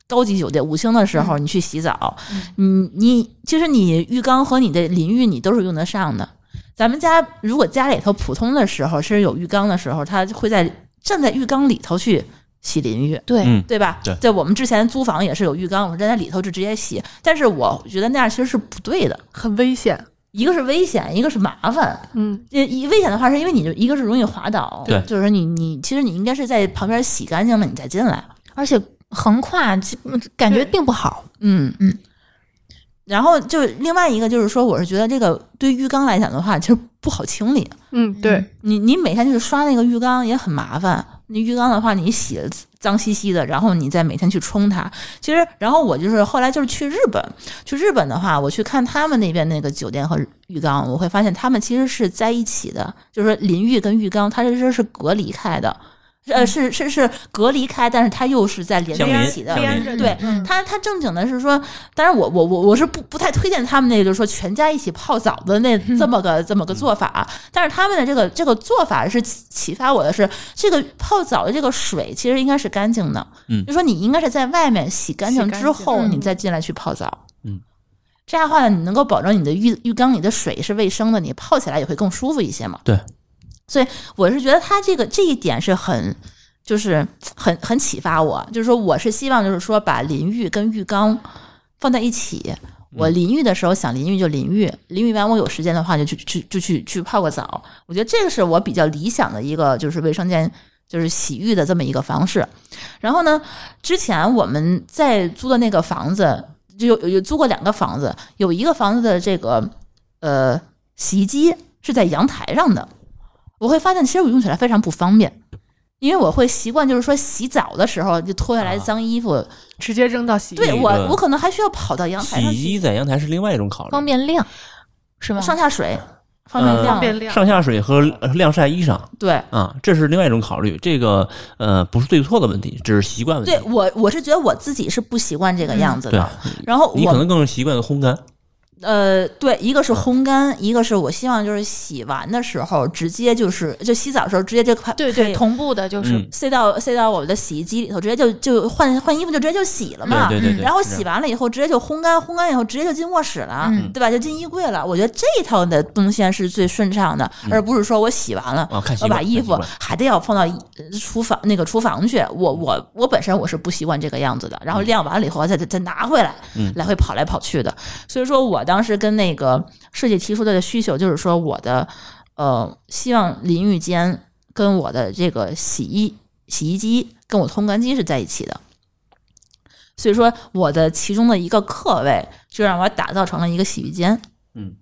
Speaker 4: 高级酒店五星的时候，你去洗澡，嗯，你其实你浴缸和你的淋浴你都是用得上的。咱们家如果家里头普通的时候是有浴缸的时候，他会在站在浴缸里头去洗淋浴，
Speaker 5: 对，
Speaker 3: 嗯
Speaker 4: 对吧？
Speaker 3: 对
Speaker 4: 我们之前租房也是有浴缸，我说在里头就直接洗，但是我觉得那样其实是不对的，
Speaker 6: 很危险。
Speaker 4: 一个是危险，一个是麻烦。
Speaker 6: 嗯，
Speaker 4: 这一危险的话，是因为你就一个是容易滑倒，
Speaker 3: 对
Speaker 4: 就是你你其实你应该是在旁边洗干净了你再进来，
Speaker 5: 而且横跨基感
Speaker 6: 对
Speaker 5: 觉并不好。
Speaker 4: 嗯
Speaker 5: 嗯。
Speaker 4: 然后就另外一个就是说，我是觉得这个对浴缸来讲的话，其实不好清理。
Speaker 6: 嗯，对，
Speaker 4: 你你每天去刷那个浴缸也很麻烦。那浴缸的话，你洗得脏兮兮的，然后你再每天去冲它。其实，然后我就是后来就是去日本，去日本的话，我去看他们那边那个酒店和浴缸，我会发现他们其实是在一起的，就是说淋浴跟浴缸它其实是隔离开的，呃，是是是隔离开，但是它又是在连
Speaker 3: 相
Speaker 4: 在
Speaker 3: 连
Speaker 4: 一起的，
Speaker 3: 相连
Speaker 6: 着
Speaker 5: 嗯
Speaker 6: 的
Speaker 4: 对
Speaker 5: 嗯
Speaker 4: 他他正经的是说，当然我我我我是不不太推荐他们那个，就是说全家一起泡澡的 那这么个这么个做法。但是他们的这个这个做法是启启发我的是，这个泡澡的这个水其实应该是干净的，
Speaker 3: 嗯
Speaker 4: 就说你应该是在外面洗干净
Speaker 6: 洗干
Speaker 4: 之
Speaker 6: 净
Speaker 4: 后，
Speaker 5: 嗯
Speaker 4: 你再进来去泡澡。
Speaker 3: 嗯，
Speaker 4: 这样的话呢，你能够保证你的浴浴缸里的水是卫生的，你泡起来也会更舒服一些嘛。
Speaker 3: 对，
Speaker 4: 所以我是觉得他这个这一点是很。就是很很启发我，就是说我是希望就是说把淋浴跟浴缸放在一起。我淋浴的时候想淋浴就淋浴，淋浴完我有时间的话就去去就去去泡个澡。我觉得这个是我比较理想的一个就是卫生间就是洗浴的这么一个方式。然后呢，之前我们在租的那个房子就有有有租过两个房子，有一个房子的这个呃洗衣机是在阳台上的，我会发现其实我用起来非常不方便。因为我会习惯，就是说洗澡的时候就脱下来脏衣服，
Speaker 6: 直接扔到洗衣
Speaker 4: 对
Speaker 6: 机。
Speaker 4: 我
Speaker 3: 嗯
Speaker 4: 我可能还需要跑到阳台
Speaker 3: 洗
Speaker 4: 上去
Speaker 3: 衣机在阳台是另外一种考虑，
Speaker 5: 方便晾
Speaker 3: 嗯
Speaker 5: 是吗？
Speaker 4: 上下水，方便
Speaker 3: 呃
Speaker 4: 晾，
Speaker 6: 方便晾。
Speaker 3: 上下水和呃晾晒衣裳
Speaker 4: 对。
Speaker 3: 啊，这是另外一种考虑。这个呃不是对错的问题，只是习惯问题
Speaker 4: 对。我，我是觉得我自己是不习惯这个样子
Speaker 3: 嗯对啊
Speaker 4: 的。，然后
Speaker 3: 你可
Speaker 4: 我
Speaker 3: 能嗯更习惯烘干。
Speaker 4: 呃，对，一个是烘干，一个是我希望就是洗完的时候直接就是就洗澡的时候直接就快
Speaker 5: 对对，
Speaker 4: 可以
Speaker 5: 同步的就是
Speaker 3: 嗯
Speaker 4: 塞到塞到我的洗衣机里头，直接就就换换衣服就直接就洗了嘛。
Speaker 3: 对对对对。
Speaker 4: 嗯然后
Speaker 3: 是这样
Speaker 4: 洗完了以后直接就烘干，烘干以后直接就进卧室了，
Speaker 5: 嗯
Speaker 4: 对吧？就进衣柜了。我觉得这一套的动线是最顺畅的，
Speaker 3: 嗯
Speaker 4: 而不是说我洗完了，
Speaker 3: 啊，看习
Speaker 4: 我
Speaker 3: 惯，
Speaker 4: 把衣
Speaker 3: 看习
Speaker 4: 服
Speaker 3: 惯
Speaker 4: 还得要放到呃厨房那个厨房去。我我我本身我是不习惯这个样子的，然后晾完了以后再再再拿回来，
Speaker 3: 嗯
Speaker 4: 来回跑来跑去的。所以说我当时跟那个设计提出的需求就是说，我的呃希望淋浴间跟我的这个洗衣洗衣机跟我烘干机是在一起的。所以说，我的其中的一个客位就让我打造成了一个洗浴间。
Speaker 3: 嗯，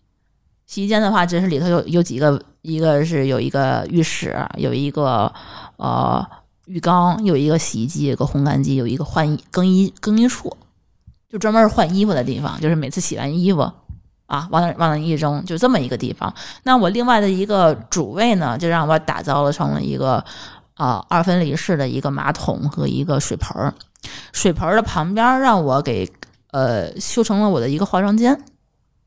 Speaker 4: 洗衣间的话，就是里头有有几个，一个是有一个浴室，有一个呃浴缸，有一个洗衣机，有一个烘干机，有一个换衣更衣更衣处，就专门换衣服的地方，就是每次洗完衣服啊，往那往那一扔，就这么一个地方。那我另外的一个主卫呢，就让我打造了成了一个呃二分离式的一个马桶和一个水盆儿，水盆儿的旁边儿让我给呃修成了我的一个化妆间。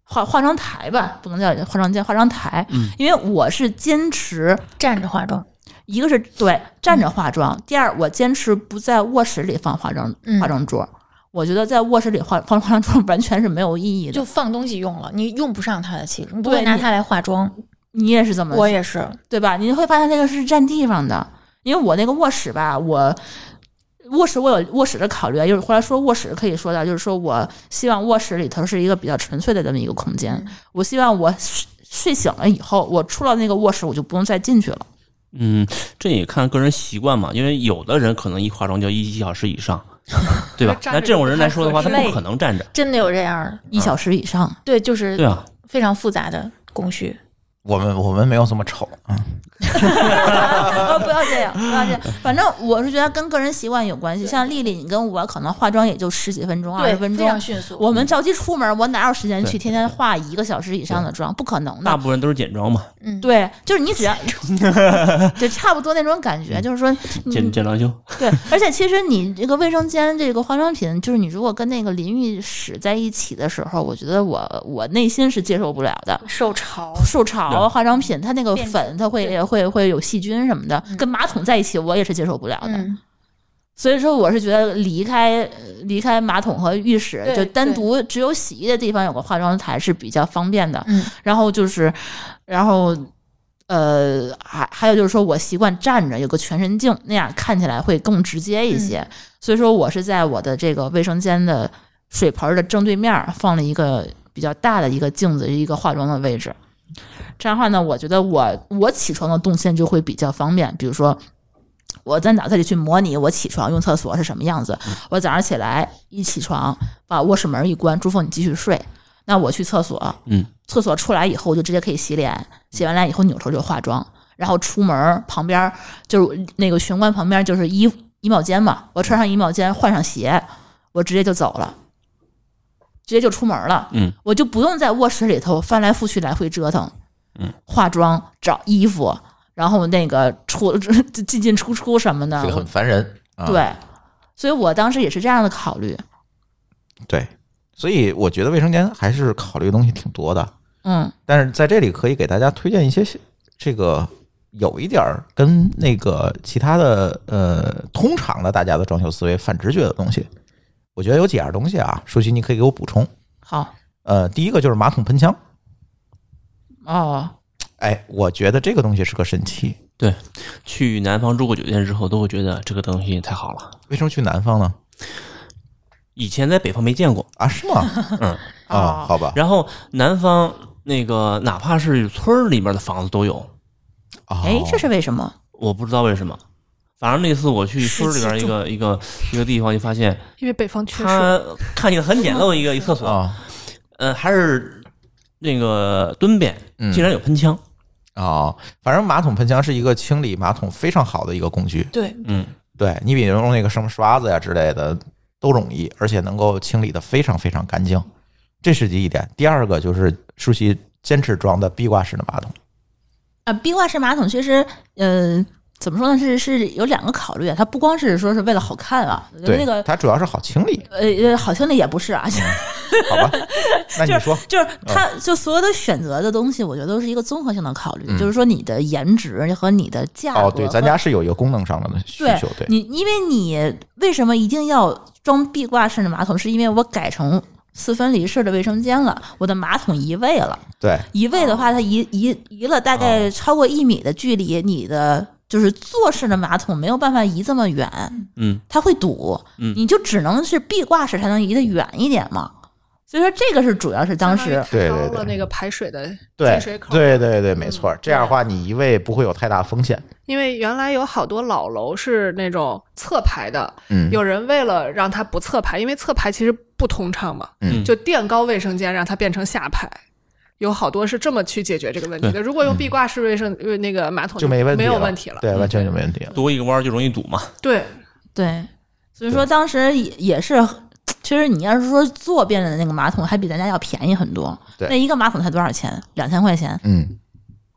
Speaker 4: 化化妆台吧，不能叫化妆间，化妆台，
Speaker 3: 嗯
Speaker 4: 因为我是坚持，
Speaker 5: 站着化妆。
Speaker 4: 一个是对站着化妆，第二我坚持不在卧室里放化妆
Speaker 5: 嗯
Speaker 4: 化妆桌，我觉得在卧室里化放化妆桌 完全是没有意义的。
Speaker 5: 就放东西用了，你用不上它的，其实你不
Speaker 4: 对
Speaker 5: 会拿
Speaker 4: 你
Speaker 5: 它来化妆。
Speaker 4: 你也是这么，
Speaker 5: 我也是，
Speaker 4: 对吧？你会发现那个是占地方的，因为我那个卧室吧，我卧室我有卧室的考虑，啊，就是后来说卧室可以说到，就是说我希望卧室里头是一个比较纯粹的这么一个空间，
Speaker 5: 嗯
Speaker 4: 我希望我睡睡醒了以后，我出了那个卧室，我就不用再进去了。
Speaker 3: 嗯，这也看个人习惯嘛，因为有的人可能一化妆就一小时以 上，对吧？
Speaker 6: 站着
Speaker 3: 那这种人来说的话，
Speaker 6: 不
Speaker 3: 他
Speaker 6: 太
Speaker 5: 合适
Speaker 3: 不可能站着，
Speaker 5: 真的有这样儿，
Speaker 4: 一小时以上，
Speaker 6: 嗯
Speaker 5: 对，就是
Speaker 3: 对啊，
Speaker 5: 非常复杂的工序。
Speaker 2: 我们我们没有这么丑啊，
Speaker 4: 啊不要这样，不要这样。反正我是觉得跟个人习惯有关系。像丽丽，你跟我可能化妆也就十几分钟、二十分
Speaker 5: 非
Speaker 4: 钟。
Speaker 5: 常迅速。
Speaker 4: 我们着急出门，我哪有时间去
Speaker 2: 对
Speaker 4: 天天化一个小时以上的妆？不可能
Speaker 3: 大
Speaker 4: 的。
Speaker 3: 部分人都是简妆嘛，
Speaker 5: 嗯，
Speaker 4: 对，就是你 只要就差不多那种感觉，就是说你
Speaker 6: 嗯
Speaker 3: 简简装修。
Speaker 4: 对，而且其实你这个卫生间这个化妆品，就是你如果跟那个淋浴室在一起的时候，我觉得我我内心是接受不了的。
Speaker 5: 受潮，
Speaker 4: 受潮
Speaker 3: 对
Speaker 4: 化妆品，它那个
Speaker 5: 变质
Speaker 4: 粉它会
Speaker 5: 对
Speaker 4: 会会有细菌什么的，
Speaker 5: 嗯
Speaker 4: 跟马桶在一起我也是接受不了的。
Speaker 5: 嗯，
Speaker 4: 所以说，我是觉得离开离开马桶和浴室，
Speaker 5: 对
Speaker 4: 就单独只有洗衣的地方有个化妆台是比较方便的。
Speaker 5: 嗯，
Speaker 4: 然后就是，然后呃，还还有就是说我习惯站着，有个全身镜，那样看起来会更直接一些。所以说，我是在我的这个卫生间的水盆的正对面儿放了一个比较大的一个镜子，一个化妆的位置。这样的话呢，我觉得我我起床的动线就会比较方便，比如说。我在脑子里去模拟我起床用厕所是什么样子。我早上起来一起床，把卧室门一关，朱峰你继续睡。那我去厕所，
Speaker 3: 嗯，
Speaker 4: 厕所出来以后我就直接可以洗脸，洗完脸以后扭头就化妆，然后出门旁边就是那个玄关旁边就是衣衣帽间嘛，我穿上衣帽间，换上鞋，我直接就走了。直接就出门了，
Speaker 3: 嗯，
Speaker 4: 我就不用在卧室里头翻来覆去来回折腾，
Speaker 3: 嗯，
Speaker 4: 化妆找衣服，然后那个出进进出出什么的，
Speaker 2: 这个很烦人啊。
Speaker 4: 嗯对，所以我当时也是这样的考虑。
Speaker 2: 对，所以我觉得卫生间还是考虑的东西挺多的，
Speaker 4: 嗯，
Speaker 2: 但是在这里可以给大家推荐一些这个有一点儿跟那个其他的呃通常的大家的装修思维反直觉的东西。我觉得有几样东西啊，舒淇你可以给我补充。
Speaker 4: 好，
Speaker 2: 呃，第一个就是马桶喷枪，
Speaker 4: 哦，
Speaker 2: 哎，我觉得这个东西是个神器。
Speaker 3: 对，去南方住过酒店之后，都会觉得这个东西太好了。
Speaker 2: 为什么去南方呢？
Speaker 3: 以前在北方没见过，
Speaker 2: 啊，是吗？
Speaker 3: 嗯，
Speaker 4: 哦
Speaker 2: 啊，好吧，
Speaker 3: 然后南方那个哪怕是村儿里面的房子都有，
Speaker 4: 哎，这
Speaker 2: 哦
Speaker 4: 是为什么？
Speaker 3: 我不知道为什么。反正那次我去村儿里边一个一个一个地方，就发现
Speaker 6: 因为北方缺水，
Speaker 3: 他看见很简陋的一个一厕所，
Speaker 2: 啊
Speaker 3: 呃，还是那个蹲便，
Speaker 2: 嗯
Speaker 3: 竟然有喷枪，
Speaker 2: 哦，反正马桶喷枪是一个清理马桶非常好的一个工具。
Speaker 6: 对，
Speaker 3: 嗯，
Speaker 2: 对你比用那个什么刷子呀之类的都容易，而且能够清理的非常非常干净，这是第一点。第二个就是舒淇坚持装的壁挂式的马桶，
Speaker 4: 啊，壁挂式马桶其实，嗯、怎么说呢？是是有两个考虑啊，它不光是说是为了好看啊，我觉
Speaker 2: 对，
Speaker 4: 得那个
Speaker 2: 它主要是好清理，
Speaker 4: 呃呃，好听的也不是啊，
Speaker 2: 好吧？那你说，
Speaker 4: 就是它就所有的选择的东西，我觉得都是一个综合性的考虑，
Speaker 2: 嗯
Speaker 4: 就是说你的颜值和你的价格和。
Speaker 2: 哦，对，咱家是有一个功能上的需
Speaker 4: 对
Speaker 2: 求，对，
Speaker 4: 你，因为你为什么一定要装壁挂式的马桶？是因为我改成四分离式的卫生间了，我的马桶移位了。
Speaker 2: 对，
Speaker 4: 移位的话，它移移移了大概超过一米的距离，你的就是坐式的马桶没有办法移这么远，
Speaker 3: 嗯，
Speaker 4: 它会堵，
Speaker 3: 嗯
Speaker 4: 你就只能是壁挂式才能移得远一点嘛。所以说这个是主要是当时
Speaker 2: 对对
Speaker 6: 高
Speaker 2: 对
Speaker 6: 了那个排水的
Speaker 2: 对
Speaker 6: 进水，口，
Speaker 2: 对，对，对，没错。这样的话，你移位不会有太大风险。
Speaker 6: 因为原来有好多老楼是那种侧排的，
Speaker 2: 嗯，
Speaker 6: 有人为了让它不侧排，因为侧排其实不通畅嘛，
Speaker 2: 嗯
Speaker 6: 就垫高卫生间让它变成下排。有好多是这么去解决这个问题的。如果用壁挂式卫生、呃那个马桶
Speaker 2: 嗯就没问题，
Speaker 6: 没有问题了。
Speaker 2: 对，完全就没问题了。
Speaker 3: 多一个弯儿就容易堵嘛。
Speaker 6: 对，
Speaker 4: 对，所以说当时也也是，其实你要是说坐便的那个马桶，还比咱家要便宜很多。
Speaker 2: 对
Speaker 4: 那一个马桶才多少钱？两千块钱，
Speaker 2: 嗯，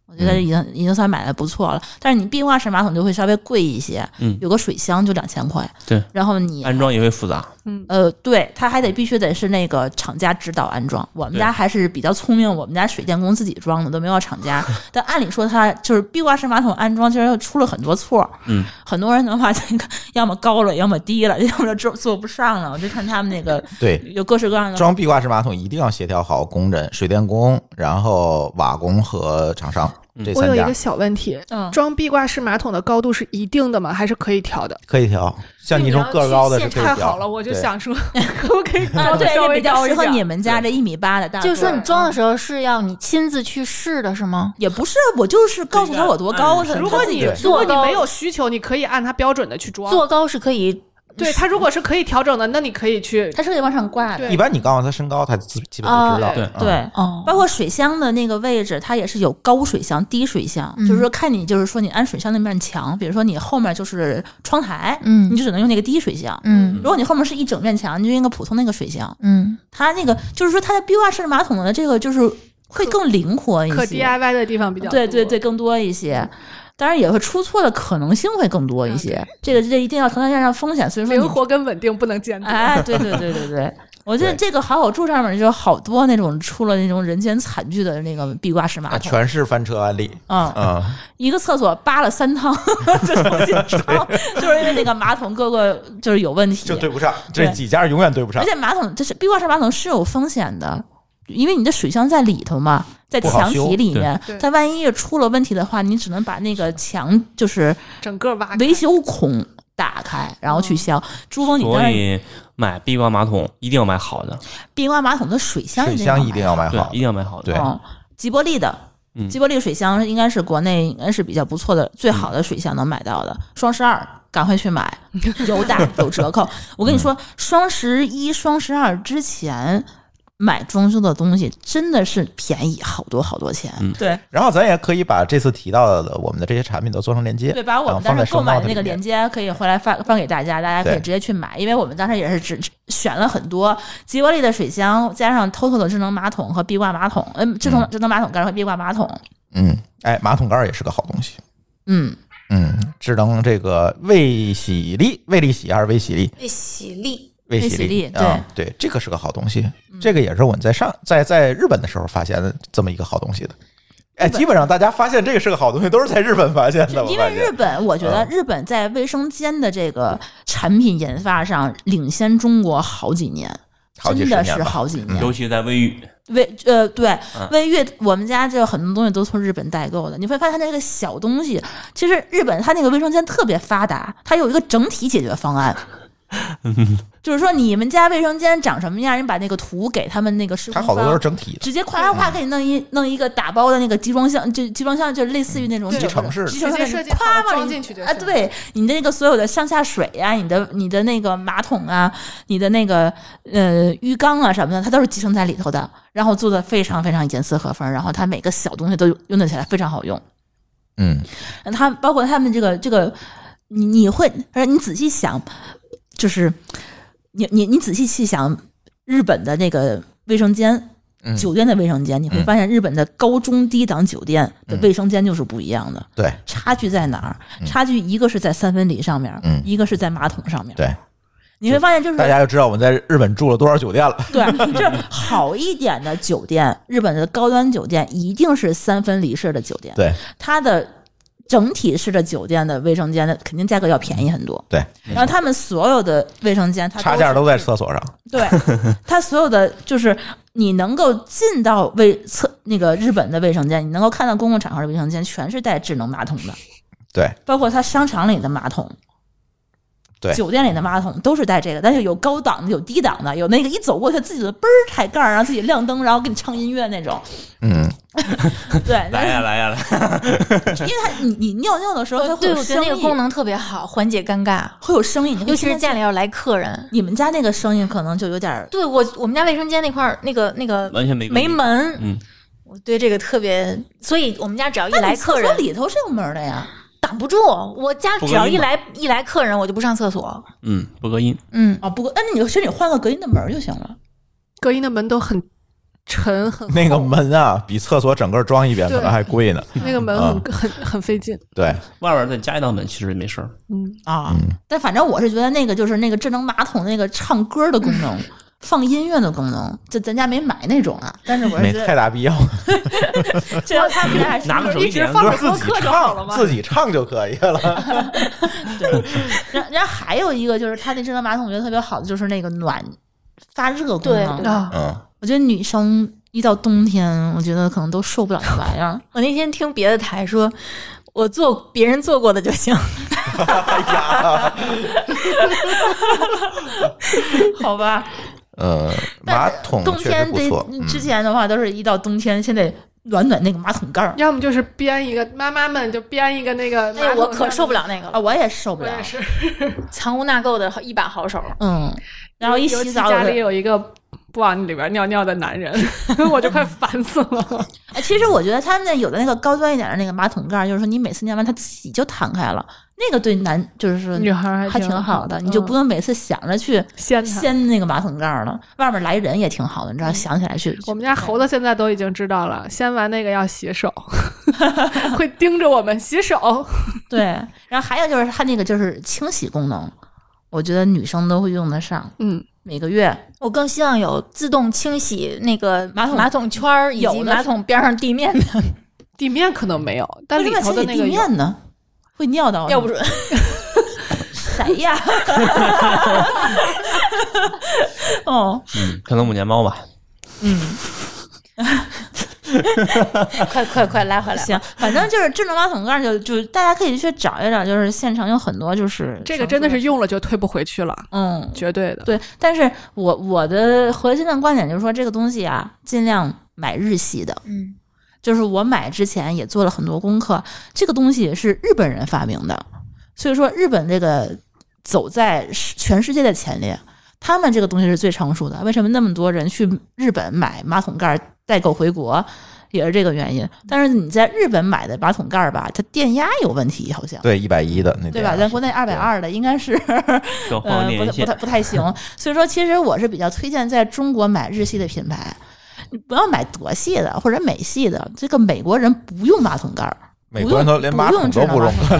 Speaker 4: 我觉得已经、已经算买的不错了。但是你壁挂式马桶就会稍微贵一些，
Speaker 3: 嗯
Speaker 4: 有个水箱就两千块，
Speaker 3: 对，
Speaker 4: 然后你
Speaker 3: 安装也会复杂，
Speaker 4: 呃，对，它还得必须得是那个厂家指导安装。我们
Speaker 3: 对
Speaker 4: 家还是比较聪明，我们家水电工自己装的，都没有厂 家。但按理说，它就是壁挂式马桶安装，其实又出了很多错儿。
Speaker 3: 嗯，
Speaker 4: 很多人的话，这个要么高了，要么低了，要么坐坐不上了。我就看他们那 个
Speaker 2: 对，
Speaker 4: 有各式各样的
Speaker 2: 装壁挂式马桶一定要协调好工人、水电工，然后瓦工和厂商这
Speaker 6: 我
Speaker 2: 三
Speaker 6: 有一
Speaker 2: 家
Speaker 6: 个小问题，
Speaker 4: 嗯
Speaker 6: 装壁挂式马桶的高度是一定的吗？还是可以调的？
Speaker 2: 可以调。像你这种个儿高的是可以
Speaker 6: 太
Speaker 2: 调。
Speaker 6: 好了，我就
Speaker 2: 对，
Speaker 6: 想说， 可不可以
Speaker 4: 啊，
Speaker 6: 高
Speaker 4: 对，
Speaker 6: 稍
Speaker 4: 这
Speaker 6: 微
Speaker 4: 比较
Speaker 6: 高一
Speaker 4: 适合
Speaker 6: 点
Speaker 4: 你们家这一米八的大个儿。
Speaker 5: 就是说你装的时候是要你亲自去试的，是吗？
Speaker 4: 也不是，我就是告诉他我多高，他
Speaker 6: 如果
Speaker 4: 他自己
Speaker 6: 你
Speaker 4: 就
Speaker 6: 如果
Speaker 5: 坐
Speaker 6: 你
Speaker 5: 高
Speaker 6: 没有需求，你可以按它标准的去装。
Speaker 5: 坐高是可以
Speaker 6: 对它如果是可以调整的，那你可以去
Speaker 4: 它是啊可以往上挂的。
Speaker 6: 对
Speaker 2: 一般你告诉他身高，他自基本就知道。
Speaker 6: 哦对
Speaker 2: 嗯
Speaker 4: 对，
Speaker 5: 哦
Speaker 4: 包括水箱的那个位置，它也是有高水箱、低水箱，
Speaker 5: 嗯
Speaker 4: 就是说看你就是说你安水箱那面墙，比如说你后面就是窗台，
Speaker 5: 嗯
Speaker 4: 你就只能用那个低水箱。
Speaker 5: 嗯
Speaker 4: 如果你后面是一整面墙，你就用个普通那个水箱。
Speaker 5: 嗯
Speaker 4: 它那个就是说它的壁挂式马桶的这个就是会更灵活一
Speaker 6: 可
Speaker 4: 些，
Speaker 6: DIY 的地方比较
Speaker 4: 对对
Speaker 6: 多
Speaker 4: 对，，更多一些。当然也会出错的可能性会更多一些，
Speaker 6: 嗯
Speaker 4: 这个这一定要承担这样的风险，所以说你
Speaker 6: 灵活跟稳定不 能兼 得。
Speaker 4: 哎，对对对对对，我觉得
Speaker 2: 对
Speaker 4: 这个好好住上面就有好多那种出了那种人间惨剧的那个壁挂式马
Speaker 2: 那
Speaker 4: 桶。
Speaker 2: 啊全是翻车案例
Speaker 4: 嗯，
Speaker 2: 啊、
Speaker 4: 一个厕所扒了三趟， 就重新 装，就是因为那个马桶各个就是有问题
Speaker 2: 就，对不上，这
Speaker 4: 对
Speaker 2: 几家永远对不上
Speaker 4: 而，且马桶这是壁挂式马桶是有风险的，因为你的水箱在里头嘛，在
Speaker 2: 不好
Speaker 4: 墙
Speaker 2: 修
Speaker 4: 体里面
Speaker 6: 对对，
Speaker 4: 它万一出了问题的话，你只能把那个墙就是
Speaker 6: 整个挖开
Speaker 4: 维修孔打开，然后去
Speaker 2: 嗯
Speaker 4: 消。珠峰，你当
Speaker 3: 所
Speaker 4: 然
Speaker 3: 以买壁挂马桶一定要买好的，
Speaker 4: 壁挂马桶的水箱
Speaker 2: 水箱一定
Speaker 4: 买
Speaker 2: 要买
Speaker 3: 对，
Speaker 2: 好
Speaker 3: 一定。要买好的。
Speaker 2: 对
Speaker 4: 哦，吉伯利的
Speaker 3: 嗯。
Speaker 4: 吉伯利水箱应该是国内应该是比较不错的、最好的水箱能买到的。双十二赶快去买，有打有 折扣。我跟你说，双十一、双十二之前买装修的东西真的是便宜好多好多钱。
Speaker 3: 嗯
Speaker 4: 对
Speaker 2: 然后咱也可以把这次提到的我们的这些产品都做成链接，
Speaker 4: 对，把我
Speaker 2: 然后
Speaker 4: 们
Speaker 2: 放
Speaker 4: 当
Speaker 2: 在
Speaker 4: 时购买的
Speaker 2: show
Speaker 4: 那
Speaker 2: note
Speaker 4: 个
Speaker 2: 里面
Speaker 4: 链接可以回来发发给大家，大家可以
Speaker 2: 对
Speaker 4: 直接去买，因为我们当时也是只只选了很多吉伯利的水箱，加上 TOTO 的智能马桶和壁挂马桶，嗯、智能智能马桶盖和壁挂马桶，
Speaker 2: 嗯，哎，马桶盖儿也是个好东西。
Speaker 4: 嗯。
Speaker 2: 嗯，智能这个卫洗力，卫力洗还是卫洗力？
Speaker 5: 被洗力，
Speaker 2: 卫
Speaker 4: 卫
Speaker 2: 洗
Speaker 4: 洗力嗯
Speaker 2: 啊，对，这个是个好东西，这个也是我在上在在日本的时候发现的这么一个好东西的。哎，基本上大家发现这个是个好东西，都是在日本发现的。我
Speaker 4: 因
Speaker 2: 发
Speaker 4: 为
Speaker 2: 现
Speaker 4: 日本，我觉得
Speaker 2: 嗯
Speaker 4: 日本在卫生间的这个产品研发上领先中国好几年，
Speaker 2: 好几十
Speaker 4: 真
Speaker 2: 年
Speaker 4: 的
Speaker 2: 吧嗯
Speaker 4: 是好几年。
Speaker 3: 尤其在卫浴，
Speaker 4: 卫呃对
Speaker 3: 嗯
Speaker 4: 卫浴，我们家就有很多东西都从日本代购的。你会发现它那个小东西，其实日本它那个卫生间特别发达，它有一个整体解决 方案。就是说，你们家卫生间长什么样，你把那个图给他们那个施
Speaker 2: 它
Speaker 4: 工
Speaker 2: 好多都是
Speaker 4: 方，
Speaker 2: 整体的，
Speaker 4: 直接夸夸夸给你弄一弄一个打包的那个集装箱，就集装箱就类似于那种
Speaker 6: 对
Speaker 4: 整个
Speaker 2: 集成式的
Speaker 4: 嗯集成
Speaker 6: 直接
Speaker 4: 式
Speaker 6: 设
Speaker 4: 的
Speaker 6: 计好
Speaker 4: 夸往里
Speaker 6: 装进去就
Speaker 4: 啊，
Speaker 6: 行
Speaker 4: 对你的那个所有的上下水呀、你的你的那个马桶啊，你的那个呃浴缸啊什么的，它都是集成在里头的，然后做的非常非常严丝合缝，然后它每个小东西都用得起来非常好用。
Speaker 2: 嗯，
Speaker 4: 嗯它包括他们这个这个，你你会，而你仔细想，就是你你你仔细去想日本的那个卫生间。
Speaker 2: 嗯
Speaker 4: 酒店的卫生间，你会
Speaker 2: 嗯
Speaker 4: 发现日本的高中低档酒店的卫生间就是不一样的。
Speaker 2: 对
Speaker 4: 差距在哪儿？差距一个是在三分离上面，
Speaker 2: 嗯
Speaker 4: 一个是在马桶上面。
Speaker 2: 对，
Speaker 4: 你会发现就是
Speaker 2: 大家就知道我们在日本住了多少酒店了。
Speaker 4: 对，就是好一点的酒店，日本的高端酒店一定是三分离式的酒店，
Speaker 2: 对
Speaker 4: 它的。整体式的酒店的卫生间的肯定价格要便宜很多，
Speaker 2: 对，
Speaker 4: 然后他们所有的卫生间，它
Speaker 2: 差
Speaker 4: 是
Speaker 2: 价都在厕所上。
Speaker 4: 对， 它所有的就是你能够进到卫厕那个日本的卫生间，你能够看到公共场合的卫生间全是带智能马桶的，
Speaker 2: 对，
Speaker 4: 包括它商场里的马桶，
Speaker 2: 对
Speaker 4: 酒店里的马桶都是带这个，但是有高档的，有低档的，有那个一走过去自己的嘣儿抬盖儿，然后自己亮灯，然后给你唱音乐那种。
Speaker 2: 嗯，
Speaker 4: 对，
Speaker 3: 来
Speaker 2: 啊
Speaker 3: 呀
Speaker 4: 但
Speaker 3: 来呀来！
Speaker 4: 是因为它你你尿尿的时候，它
Speaker 5: 呃
Speaker 4: 会
Speaker 5: 对，
Speaker 4: 有
Speaker 5: 我觉得
Speaker 4: 声
Speaker 5: 那
Speaker 4: 音，
Speaker 5: 个功能特别好，缓解尴尬，
Speaker 4: 会有声音，你会
Speaker 5: 尤其
Speaker 4: 听
Speaker 5: 是
Speaker 4: 得
Speaker 5: 家
Speaker 4: 见
Speaker 5: 里要来客人。
Speaker 4: 你们家那个声音可能就有点儿
Speaker 5: 对我，我们家卫生间那块儿，那个那个
Speaker 3: 完全没
Speaker 5: 没门，
Speaker 3: 嗯，
Speaker 5: 我对这个特别，所以我们家只要一
Speaker 4: 那
Speaker 5: 来
Speaker 4: 你厕
Speaker 5: 客
Speaker 4: 所
Speaker 5: 人，
Speaker 4: 里头是有门儿的呀。
Speaker 5: 挡不住。我家
Speaker 3: 不
Speaker 5: 只要
Speaker 3: 隔音
Speaker 5: 一
Speaker 3: 嘛
Speaker 5: 来一来客人，我就不上厕所。
Speaker 3: 嗯，不隔音，
Speaker 5: 嗯，
Speaker 4: 啊，不过，那你就其实你换个隔音的门儿就行了。
Speaker 6: 隔音的门都很沉，很
Speaker 2: 那个门啊，比厕所整个装一遍可能还贵 呢。
Speaker 6: 那个门很很很费劲。
Speaker 2: 对，
Speaker 3: 外边再加一道门其实也没事儿。
Speaker 6: 嗯，
Speaker 4: 啊。但反正我是觉得那个就是那个智能马桶那个唱歌的功
Speaker 2: 嗯
Speaker 4: 能，放音乐的功能，就咱家没买那种啊。但是我是
Speaker 2: 没
Speaker 4: 觉
Speaker 2: 太
Speaker 4: 得，
Speaker 2: 大必要，
Speaker 4: 这要他们家还是
Speaker 3: 拿个手机点个
Speaker 6: 放
Speaker 3: 歌，
Speaker 6: 着播客就好了嘛。
Speaker 2: 自己唱就可以 了。
Speaker 4: 然然后还有一个就是它那智能马桶，我觉得特别好的就是那个暖发热功
Speaker 5: 对
Speaker 4: 能。
Speaker 5: 对
Speaker 6: 啊，
Speaker 2: 嗯，
Speaker 4: 我觉得女生一到冬天，我觉得可能都受不了 那玩意儿。
Speaker 5: 我那天听别的台说，我做别人做过的就行。
Speaker 2: 哎呀，
Speaker 4: 好吧，
Speaker 2: 呃，马桶
Speaker 4: 冬
Speaker 2: 确实
Speaker 4: 天
Speaker 2: 不
Speaker 4: 得嗯
Speaker 2: 错，嗯
Speaker 4: 之前的话都是一到冬天，先得暖暖那个马桶盖儿
Speaker 6: 要么就是编一个妈妈们就编一个那个，
Speaker 5: 哎，我可受不，了那个
Speaker 4: 啊，
Speaker 5: 了，
Speaker 4: 我也受不
Speaker 6: 我
Speaker 4: 了
Speaker 6: 也。是。
Speaker 5: 藏污纳垢的一把好手。
Speaker 4: 嗯，然后一
Speaker 6: 尤
Speaker 4: 洗
Speaker 6: 其
Speaker 4: 澡
Speaker 6: 家
Speaker 4: 我就
Speaker 6: 里有一个不往里边尿尿的男人， 我就快烦死了。
Speaker 4: 哎，其实我觉得他们那有的那个高端一点的那个马桶盖儿，就是说你每次尿完它自己就弹开了，那个对男就是
Speaker 6: 女孩儿
Speaker 4: 还挺好的，你
Speaker 6: 嗯
Speaker 4: 就不用每次想着去
Speaker 6: 掀他。
Speaker 4: 掀那个马桶盖儿了。外面来人也挺好的，你知道，想起来去。
Speaker 6: 嗯我们家猴子现在都已经知道了，掀完那个要洗 手，会盯着我们洗手。
Speaker 4: 对，然后还有就是它那个就是清洗功能，我觉得女生都会用得上，
Speaker 6: 嗯，
Speaker 4: 每个月
Speaker 5: 我更希望有自动清洗那个
Speaker 4: 马桶
Speaker 5: 马桶圈儿以
Speaker 4: 有
Speaker 5: 及
Speaker 4: 的
Speaker 5: 马桶边上地面的，
Speaker 6: 地面可能没有，但
Speaker 4: 为
Speaker 6: 里
Speaker 4: 什么要
Speaker 6: 头的
Speaker 4: 清洗
Speaker 6: 那个
Speaker 4: 地
Speaker 6: 有。
Speaker 4: 面呢？会尿
Speaker 2: 哦
Speaker 4: 到
Speaker 5: 要不
Speaker 4: 你
Speaker 5: 准。
Speaker 4: 谁 呀？ 哦，
Speaker 3: 嗯，可能我们家猫吧。
Speaker 5: 快快快拉回来！
Speaker 4: 行，反正就是智能马桶盖儿就，就大家可以去找一找，就是现成有很多就是
Speaker 6: 这个真的
Speaker 4: 成
Speaker 6: 是用了就退不回去了，
Speaker 4: 熟的嗯，
Speaker 6: 绝对的。
Speaker 4: 对。但是我我的核心的观点就是说，这个东西啊，尽量买日系的。
Speaker 5: 嗯，
Speaker 4: 就是我买之前也做了很多功课，这个东西是日本人发明的，所以说日本这个走在世全世界的前列，他们这个东西是最成熟的。为什么那么多人去日本买马桶盖儿代购回国？也是这个原因，但是你在日本买的马桶盖儿吧，它电压有问题，好像
Speaker 2: 对，一百一的那
Speaker 4: 对
Speaker 2: 点
Speaker 4: 吧？
Speaker 2: 儿
Speaker 4: 咱国内二百二的应该是
Speaker 3: 更换
Speaker 4: 呃
Speaker 3: 个，内
Speaker 4: 不太
Speaker 3: 源
Speaker 4: 不
Speaker 3: 线
Speaker 4: 太，不太行。所以说，其实我是比较推荐在中国买日系的品牌，你不要买德系的或者美系的。这个美国人不用马桶盖儿，
Speaker 2: 美国人都连马桶都
Speaker 4: 不
Speaker 2: 不用
Speaker 4: 用，智能马桶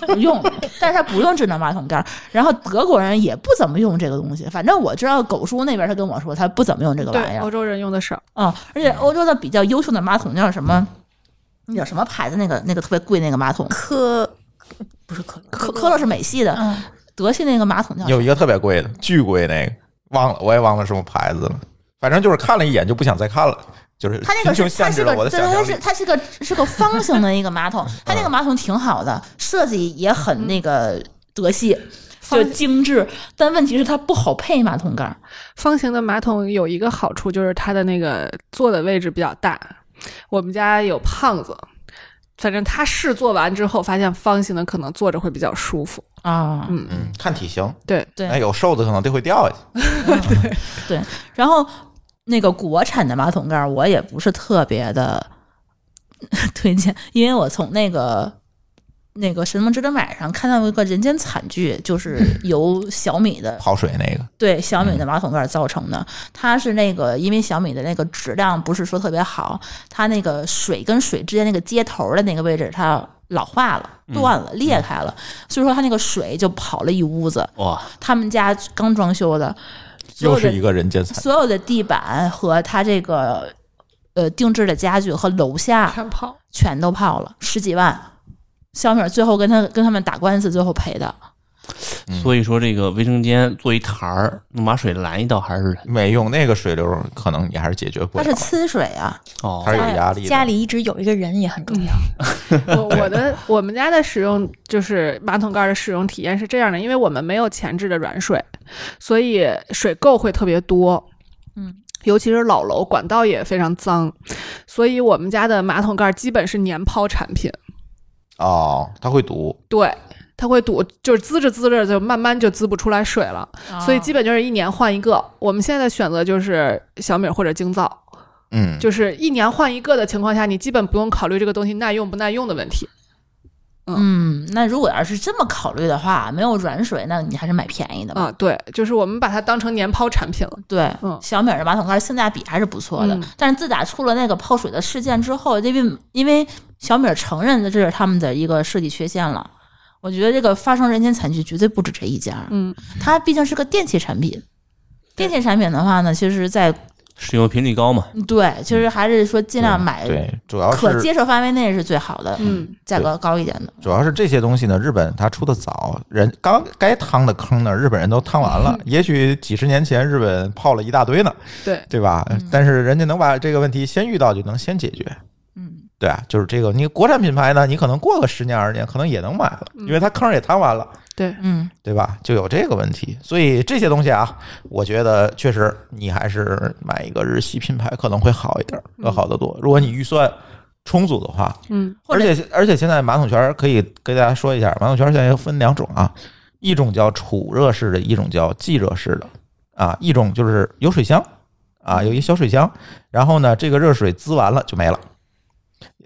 Speaker 4: 盖儿不用，但是他不用智能马桶盖儿。然后德国人也不怎么用这个东西，反正我知道狗叔那边他跟我说他不怎么用这个玩意
Speaker 6: 对，
Speaker 4: 儿
Speaker 6: 欧。洲人用的少，
Speaker 4: 嗯，而且欧洲的比较优秀的马桶叫什么？那叫什么牌子？那个那个特别贵那个马桶，
Speaker 5: 科不是科
Speaker 4: 科科勒是美系的，
Speaker 5: 嗯，
Speaker 4: 德系那个马桶叫什么
Speaker 2: 有一个特别贵的，巨贵那个，忘了我也忘了什么牌子了，反正就是看了一眼就不想再看了，就是
Speaker 4: 它那个
Speaker 2: 贫穷
Speaker 4: 是它
Speaker 2: 限
Speaker 4: 是
Speaker 2: 制了我
Speaker 4: 个
Speaker 2: 的
Speaker 4: 对，
Speaker 2: 想
Speaker 4: 它
Speaker 2: 象
Speaker 4: 是
Speaker 2: 力。
Speaker 4: 它是个是个方形的一个马桶，它那个马桶挺好的，设计也很那个德系，就精致。但问题是它不好配马桶盖儿，
Speaker 6: 方形的马桶有一个好处就是它的那个坐的位置比较大。我们家有胖子，反正他试坐完之后发现方形的可能坐着会比较舒服。
Speaker 4: 啊
Speaker 6: 嗯
Speaker 2: 嗯，看体型，
Speaker 6: 对，
Speaker 4: 对
Speaker 2: 哎，有瘦子可能就会掉下去。
Speaker 4: 然后那个国产的马桶盖儿我也不是特别的 推荐，因为我从那个。那个神么值得买上看到一个人间惨剧， 就是由小米的
Speaker 2: 泡水那个，
Speaker 4: 对小米的马桶盖造成的。它是那个因为小米的那个质量不是说特别好，它那个水跟水之间那个接头的那个位置它老化了。断了，裂开了，所以说它那个水就跑了一屋子。
Speaker 3: 哇，
Speaker 4: 他们家刚装修的，所
Speaker 2: 又
Speaker 4: 有
Speaker 2: 是
Speaker 4: 的
Speaker 2: 一个人间惨。
Speaker 4: 所有的地板和它这个呃定制的家具和楼下
Speaker 6: 全泡。
Speaker 4: 全都泡了，十几万。小米最后跟他跟他们打官司，最后赔的。
Speaker 3: 所以说这个卫生间做一台儿，能把水拦一道还是
Speaker 2: 没用那个水流，可能你还是解决不
Speaker 4: 它
Speaker 2: 了
Speaker 4: 是。呲水啊，
Speaker 3: 哦
Speaker 2: 它是有压力的。嗯
Speaker 5: 家里一直有一个人也很重要。
Speaker 6: 我我的我们家的使用就是马桶盖的使用体验是这样的，因为我们没有前置的软水，所以水垢会特别多。
Speaker 4: 嗯，
Speaker 6: 尤其是老楼管道也非常脏，所以我们家的马桶盖基本是年抛产品。
Speaker 2: 哦，它会堵。
Speaker 6: 对。它会堵，就是滋着滋着就慢慢就滋不出来水了，
Speaker 4: 哦
Speaker 6: 所以基本就是一年换一个。我们现在选择就是小米或者京造，
Speaker 2: 嗯，
Speaker 6: 就是一年换一个的情况下，你基本不用考虑这个东西耐用不耐用的问题。
Speaker 4: 嗯，那如果要是这么考虑的话，没有软水，那你还是买便宜的吧。
Speaker 6: 啊，对，就是我们把它当成年抛产品了。
Speaker 4: 对，
Speaker 6: 嗯
Speaker 4: 小米儿的马桶盖性价比还是不错的。
Speaker 6: 嗯
Speaker 4: 但是自打出了那个泡水的事件之后，因为因为小米儿承认的这是他们的一个设计缺陷了，我觉得这个发生人间惨剧绝对不止这一家。
Speaker 6: 嗯，
Speaker 4: 它毕竟是个电器产品，电器产品的话呢，其实在
Speaker 3: 使用频率高嘛？
Speaker 4: 对，其实还是说尽量买
Speaker 2: 嗯对，主要
Speaker 4: 可接
Speaker 2: 是
Speaker 4: 受范围内是最好的，
Speaker 6: 嗯，
Speaker 4: 价格高一点的。
Speaker 2: 主要是这些东西呢，日本它出的早，人刚该趟的坑呢，日本人都趟完 了。也许几十年前日本泡了一大堆呢，
Speaker 6: 对，
Speaker 2: 对吧？但是人家能把这个问题先遇到，就能先解决。
Speaker 4: 嗯，
Speaker 2: 对啊，就是这个，你国产品牌呢，你可能过个十年二十年，可能也能买了，因为它坑也趟完了。
Speaker 6: 对，
Speaker 4: 嗯，
Speaker 2: 对吧？就有这个问题，所以这些东西啊，我觉得确实你还是买一个日系品牌可能会好一点，要好得多。如果你预算充足的话，
Speaker 6: 嗯，
Speaker 4: 或
Speaker 2: 而
Speaker 4: 者
Speaker 2: 且而且现在马桶圈可以跟大家说一下，马桶圈现在又分两种啊，一种叫储热式的，一种叫即热式的啊，一种就是有水箱啊，有一小水箱，然后呢，这个热水滋完了就没了。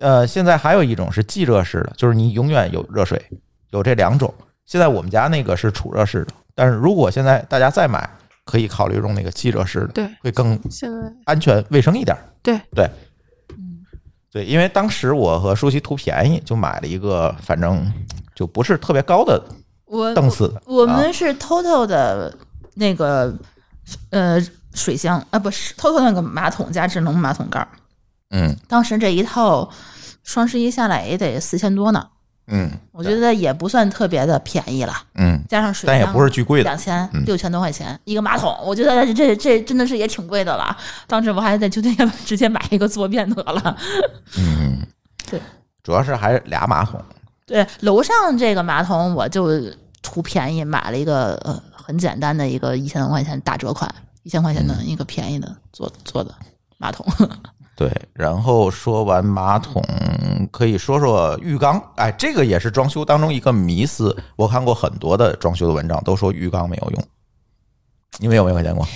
Speaker 2: 呃，现在还有一种是即热式的，就是你永远有热水，有这两种。现在我们家那个是储热式的，但是如果现在大家再买，可以考虑用那个即热式的，
Speaker 6: 对，
Speaker 2: 会更
Speaker 6: 现在
Speaker 2: 安全卫生一点儿。
Speaker 6: 对
Speaker 2: 对，
Speaker 4: 嗯
Speaker 2: 对，因为当时我和舒淇图便宜，就买了一个，反正就不是特别高的
Speaker 4: 我
Speaker 2: 凳子。
Speaker 4: 我
Speaker 2: 啊
Speaker 4: 们是 Toto 的那个呃水箱啊，不是 Toto 那个马桶加智能马桶盖儿。
Speaker 2: 嗯
Speaker 4: 当时这一套双十一下来也得四千多呢，
Speaker 2: 嗯
Speaker 4: 我觉得也不算特别的便宜了，
Speaker 2: 嗯，
Speaker 4: 加上水
Speaker 2: 但也
Speaker 4: 箱
Speaker 2: 不是巨贵
Speaker 4: 两
Speaker 2: 的。
Speaker 4: 千
Speaker 2: 嗯
Speaker 4: 六千多块钱一个马桶，我觉得这这真的是也挺贵的了。当时我还在酒店要不直接买一个坐便得了。
Speaker 2: 嗯，
Speaker 4: 对，
Speaker 2: 主要是还是俩马桶。
Speaker 4: 对，楼上这个马桶我就图便宜买了一个呃很简单的一个一千多块钱打折款，一千块钱
Speaker 2: 嗯
Speaker 4: 的一个便宜的做做的马桶。
Speaker 2: 对，然后说完马桶，可以说说浴缸。哎，这个也是装修当中一个迷思。我看过很多的装修的文章，都说浴缸没有用。你们有没有见过？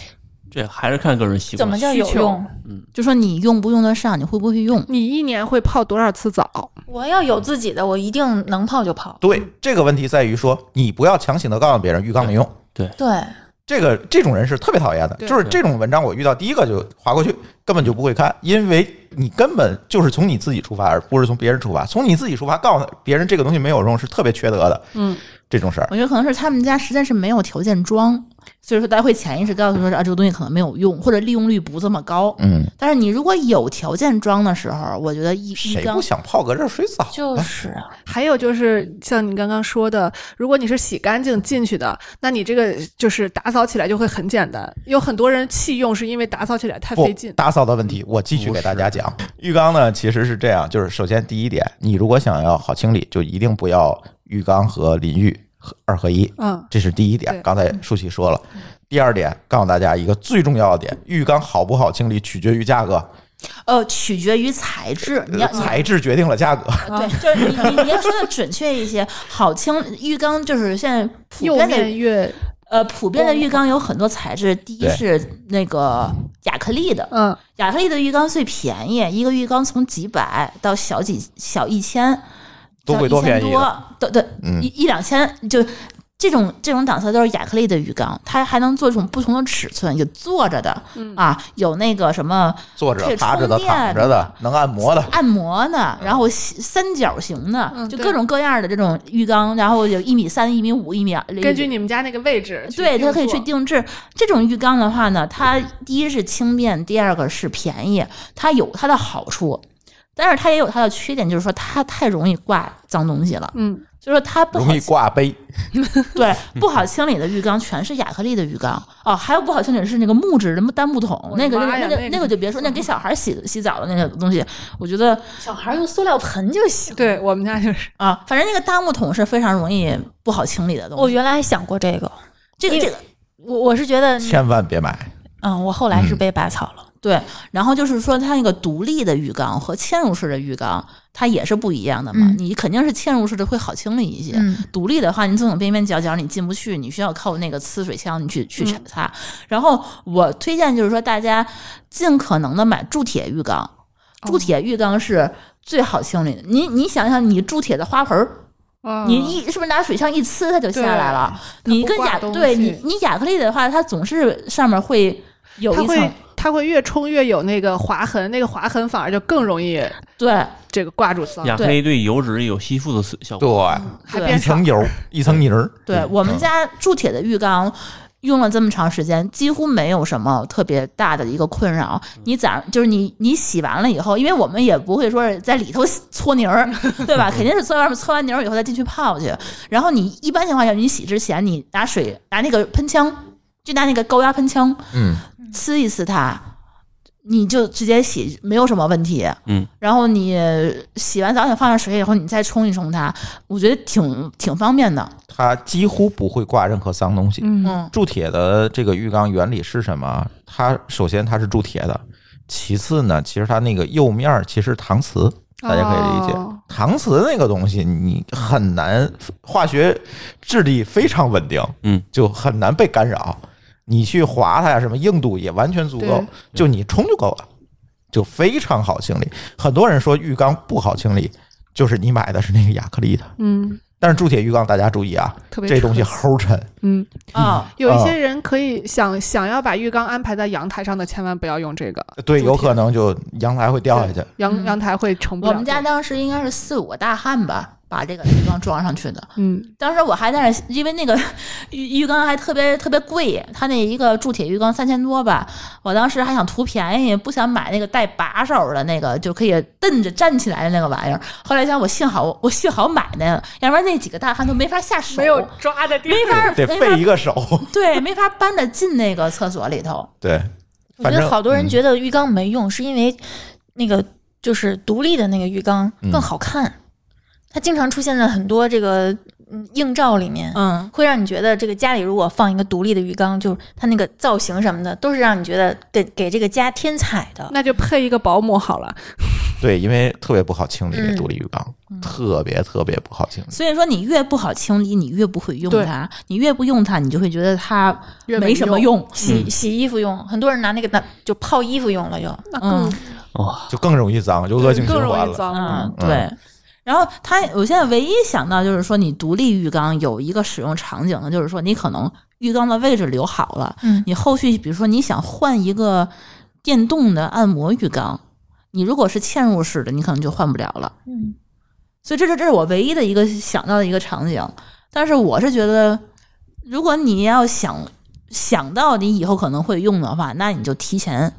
Speaker 3: 这还是看个人习惯。
Speaker 5: 怎么叫有
Speaker 6: 需求
Speaker 5: 用？
Speaker 4: 就说你用不用得上，你会不会用？
Speaker 6: 你一年会泡多少次澡？
Speaker 5: 我要有自己的，我一定能泡就泡。
Speaker 2: 对，这个问题在于说，你不要强行的告诉别人浴缸没用。
Speaker 5: 对，
Speaker 2: 这个这种人是特别讨厌的，
Speaker 6: 对
Speaker 2: 就是这种文章我遇到第一个就划过去，根本就不会看，因为你根本就是从你自己出发，而不是从别人出发。从你自己出发，告诉别人这个东西没有用是特别缺德的
Speaker 6: 嗯，
Speaker 2: 这种事儿。
Speaker 4: 我觉得可能是他们家实在是没有条件装，所以说大家会潜意识告诉说啊这个东西可能没有用，或者利用率不这么高。
Speaker 2: 嗯，
Speaker 4: 但是你如果有条件装的时候，我觉得一一
Speaker 2: 谁
Speaker 4: 缸
Speaker 2: 不想泡个热水澡啊？
Speaker 5: 就是啊，
Speaker 6: 还有就是像你刚刚说的，如果你是洗干净进去的，那你这个就是打扫起来就会很简单。有很多人弃用是因为打扫起来太
Speaker 2: 不
Speaker 6: 费劲。
Speaker 2: 打扫的问题，我继续给大家讲。浴缸呢，其实是这样，就是首先第一点，你如果想要好清理，就一定不要浴缸和淋浴合二合一。
Speaker 6: 嗯，
Speaker 2: 这是第一点
Speaker 6: 对，
Speaker 2: 刚才
Speaker 4: 嗯
Speaker 2: 舒淇说了。第二点，告诉大家一个最重要的点：浴缸好不好清理取决于价格，
Speaker 4: 呃取决于材质，你要你
Speaker 2: 呃材质决定了价格。
Speaker 4: 对，就是你你你 要说的准确一些，好清浴缸就是现在普
Speaker 6: 釉
Speaker 4: 遍
Speaker 6: 面
Speaker 4: 的
Speaker 6: 越
Speaker 4: 呃普遍的浴缸有很多材质，第一
Speaker 2: 对
Speaker 4: 是那个亚克力的，
Speaker 6: 嗯
Speaker 4: 亚克力的浴缸最便宜，一个浴缸从几百到小几小一千，
Speaker 2: 都
Speaker 4: 到
Speaker 2: 会多
Speaker 4: 一千
Speaker 2: 便宜
Speaker 4: 多都对，
Speaker 2: 嗯
Speaker 4: 一一两千就。这种这种档次都是亚克力的浴缸，它还能做成不同的尺寸，有坐着的、
Speaker 6: 嗯
Speaker 4: 啊，有那个什么
Speaker 2: 坐着
Speaker 4: 可以、
Speaker 2: 趴着的、
Speaker 4: 充电嗯
Speaker 2: 躺着的，能按摩的，
Speaker 4: 按摩呢，
Speaker 2: 嗯
Speaker 4: 然后西三角形的，
Speaker 6: 嗯
Speaker 4: 就
Speaker 6: 对
Speaker 4: 各种各样的这种浴缸，然后有一米三、一米五、一米
Speaker 6: 根据你们家那个位置，
Speaker 4: 对它可以去
Speaker 6: 定做。
Speaker 4: 定制。这种浴缸的话呢，它第一是轻便，第二个是便宜，它有它的好处，但是它也有它的缺点，就是说它太容易挂脏东西了，
Speaker 6: 嗯，
Speaker 4: 就是说它不好
Speaker 2: 容易挂杯。
Speaker 4: 对 不好清理的浴缸全是亚克力的浴缸哦，还有不好清理的是那个木质的单木桶，
Speaker 6: 我的
Speaker 4: 那个
Speaker 6: 妈
Speaker 4: 那
Speaker 6: 呀
Speaker 4: 个
Speaker 6: 那个
Speaker 4: 那个就别说，那给小孩洗洗澡的那个东西，我觉得。
Speaker 5: 小孩用塑料盆就行。
Speaker 6: 对我们家就是
Speaker 4: 啊，反正那个大木桶是非常容易不好清理的东
Speaker 5: 我
Speaker 6: 哦
Speaker 4: 西。
Speaker 5: 原来还想过这个，
Speaker 4: 这个
Speaker 5: 因为
Speaker 4: 这个
Speaker 5: 我我是觉得，
Speaker 2: 千万别买，
Speaker 5: 嗯，我后来是被拔草了。
Speaker 4: 对，然后就是说它那个独立的浴缸和嵌入式的浴缸，它也是不一样的嘛。
Speaker 5: 嗯
Speaker 4: 你肯定是嵌入式的会好清理一些，
Speaker 5: 嗯
Speaker 4: 独立的话，你总有边边角角你进不去，你需要靠那个呲水枪你去去
Speaker 6: 嗯
Speaker 4: 铲它。然后我推荐就是说大家尽可能的买铸铁浴缸，
Speaker 6: 哦
Speaker 4: 铸铁浴缸是最好清理的。你你想想，你铸铁的花盆儿。
Speaker 6: 嗯
Speaker 4: 你一是不是拿水枪一呲它就下来了？
Speaker 6: 对
Speaker 4: 你
Speaker 6: 它
Speaker 4: 跟
Speaker 6: 不挂
Speaker 4: 亚
Speaker 6: 东
Speaker 4: 对
Speaker 6: 西
Speaker 4: 你你亚克力的话，它总是上面会有
Speaker 6: 它
Speaker 4: 一层
Speaker 6: 会它会越冲越有那个划痕，那个划痕反而就更容易
Speaker 4: 对
Speaker 6: 这个挂住脏，
Speaker 3: 亚克力对油脂有吸附的效
Speaker 2: 对
Speaker 3: 果。，
Speaker 6: 还
Speaker 4: 对
Speaker 2: 一
Speaker 6: 变少
Speaker 2: 层。油，一层泥儿。
Speaker 4: 对。我们家铸铁的浴缸用了这么长时间，几乎没有什么特别大的一个困扰。你咋就是你你洗完了以后，因为我们也不会说是在里头洗搓泥儿，对吧？肯定是在外面搓完泥儿以后再进去泡去。然后你一般情况下，你洗之前你拿水拿那个喷枪，就拿那个高压喷枪
Speaker 2: 嗯，
Speaker 4: 呲一呲它，你就直接洗，没有什么问题。
Speaker 3: 嗯，
Speaker 4: 然后你洗完澡你放上水以后，你再冲一冲它，我觉得挺挺方便的。
Speaker 2: 它几乎不会挂任何脏东西。
Speaker 6: 嗯
Speaker 4: 嗯
Speaker 2: 铸铁的这个浴缸原理是什么？它首先它是铸铁的，其次呢，其实它那个釉面儿其实是搪瓷，大家可以理解。
Speaker 6: 哦
Speaker 2: 搪瓷那个东西你很难，化学质地非常稳定，
Speaker 3: 嗯，
Speaker 2: 就很难被干扰。你去划它呀，什么硬度也完全足够
Speaker 6: 对，
Speaker 2: 就你冲就够了，就非常好清理。很多人说浴缸不好清理，就是你买的是那个亚克力的，
Speaker 6: 嗯，
Speaker 2: 但是铸铁浴缸大家注意啊，
Speaker 6: 特别
Speaker 2: 这东西
Speaker 6: 沉
Speaker 2: 齁沉。
Speaker 6: 嗯，
Speaker 4: 啊，
Speaker 6: 有一些人可以想想要把浴缸安排在阳台上的，千万不要用这个，
Speaker 2: 呃对，
Speaker 6: 铸
Speaker 2: 有
Speaker 6: 铁
Speaker 2: 可能就阳台会掉下去。
Speaker 6: 阳
Speaker 4: 嗯
Speaker 6: 阳台会承不了。
Speaker 4: 我们家，当时应该是四五个大汉吧，把这个浴缸装上去的。
Speaker 6: 嗯，
Speaker 4: 当时我还在那儿，因为那个 浴浴缸还特别特别贵，它那一个铸铁浴缸三千多吧。我当时还想图便宜，不想买那个带把手的那个，就可以蹬着站起来的那个玩意儿。后来想，我幸好我我幸好买那个，要不然那几个大汉都没法下手，
Speaker 6: 没有抓的地
Speaker 4: 没法
Speaker 2: 得
Speaker 4: 没
Speaker 2: 费一
Speaker 4: 法
Speaker 2: 个手，
Speaker 4: 对没法搬着进那个厕所里头。
Speaker 2: 对，
Speaker 5: 我觉
Speaker 2: 反
Speaker 5: 得
Speaker 2: 正
Speaker 5: 好多人
Speaker 2: 嗯
Speaker 5: 觉得浴缸没用，是因为那个就是独立的那个浴缸
Speaker 2: 嗯
Speaker 5: 更好看，它经常出现在很多这个嗯映照里面，
Speaker 4: 嗯，
Speaker 5: 会让你觉得这个家里如果放一个独立的浴缸，就是它那个造型什么的，都是让你觉得给给这个家添彩的。
Speaker 6: 那就配一个保姆好了。
Speaker 2: 对，因为特别不好清理
Speaker 5: 嗯
Speaker 2: 独立浴缸，特别特别不好清理。
Speaker 4: 所以说你越不好清理，你越不会用
Speaker 6: 对
Speaker 4: 它，你越不用它，你就会觉得它
Speaker 6: 越没
Speaker 4: 没什么用。
Speaker 2: 嗯
Speaker 5: 洗洗衣服用，很多人拿那个拿就泡衣服用了就，
Speaker 6: 那更
Speaker 4: 嗯，
Speaker 2: 就更容易脏，就恶性循
Speaker 6: 更容
Speaker 2: 环
Speaker 6: 易
Speaker 2: 了。
Speaker 6: 脏
Speaker 4: 嗯
Speaker 6: 了。，
Speaker 4: 对。然后它，我现在唯一想到就是说，你独立浴缸有一个使用场景呢，就是说你可能浴缸的位置留好了，
Speaker 5: 嗯，
Speaker 4: 你后续比如说你想换一个电动的按摩浴缸，你如果是嵌入式的，你可能就换不了了。
Speaker 5: 嗯，
Speaker 4: 所以这是这是我唯一的一个想到的一个场景。但是我是觉得，如果你要想想到你以后可能会用的话，那你就提前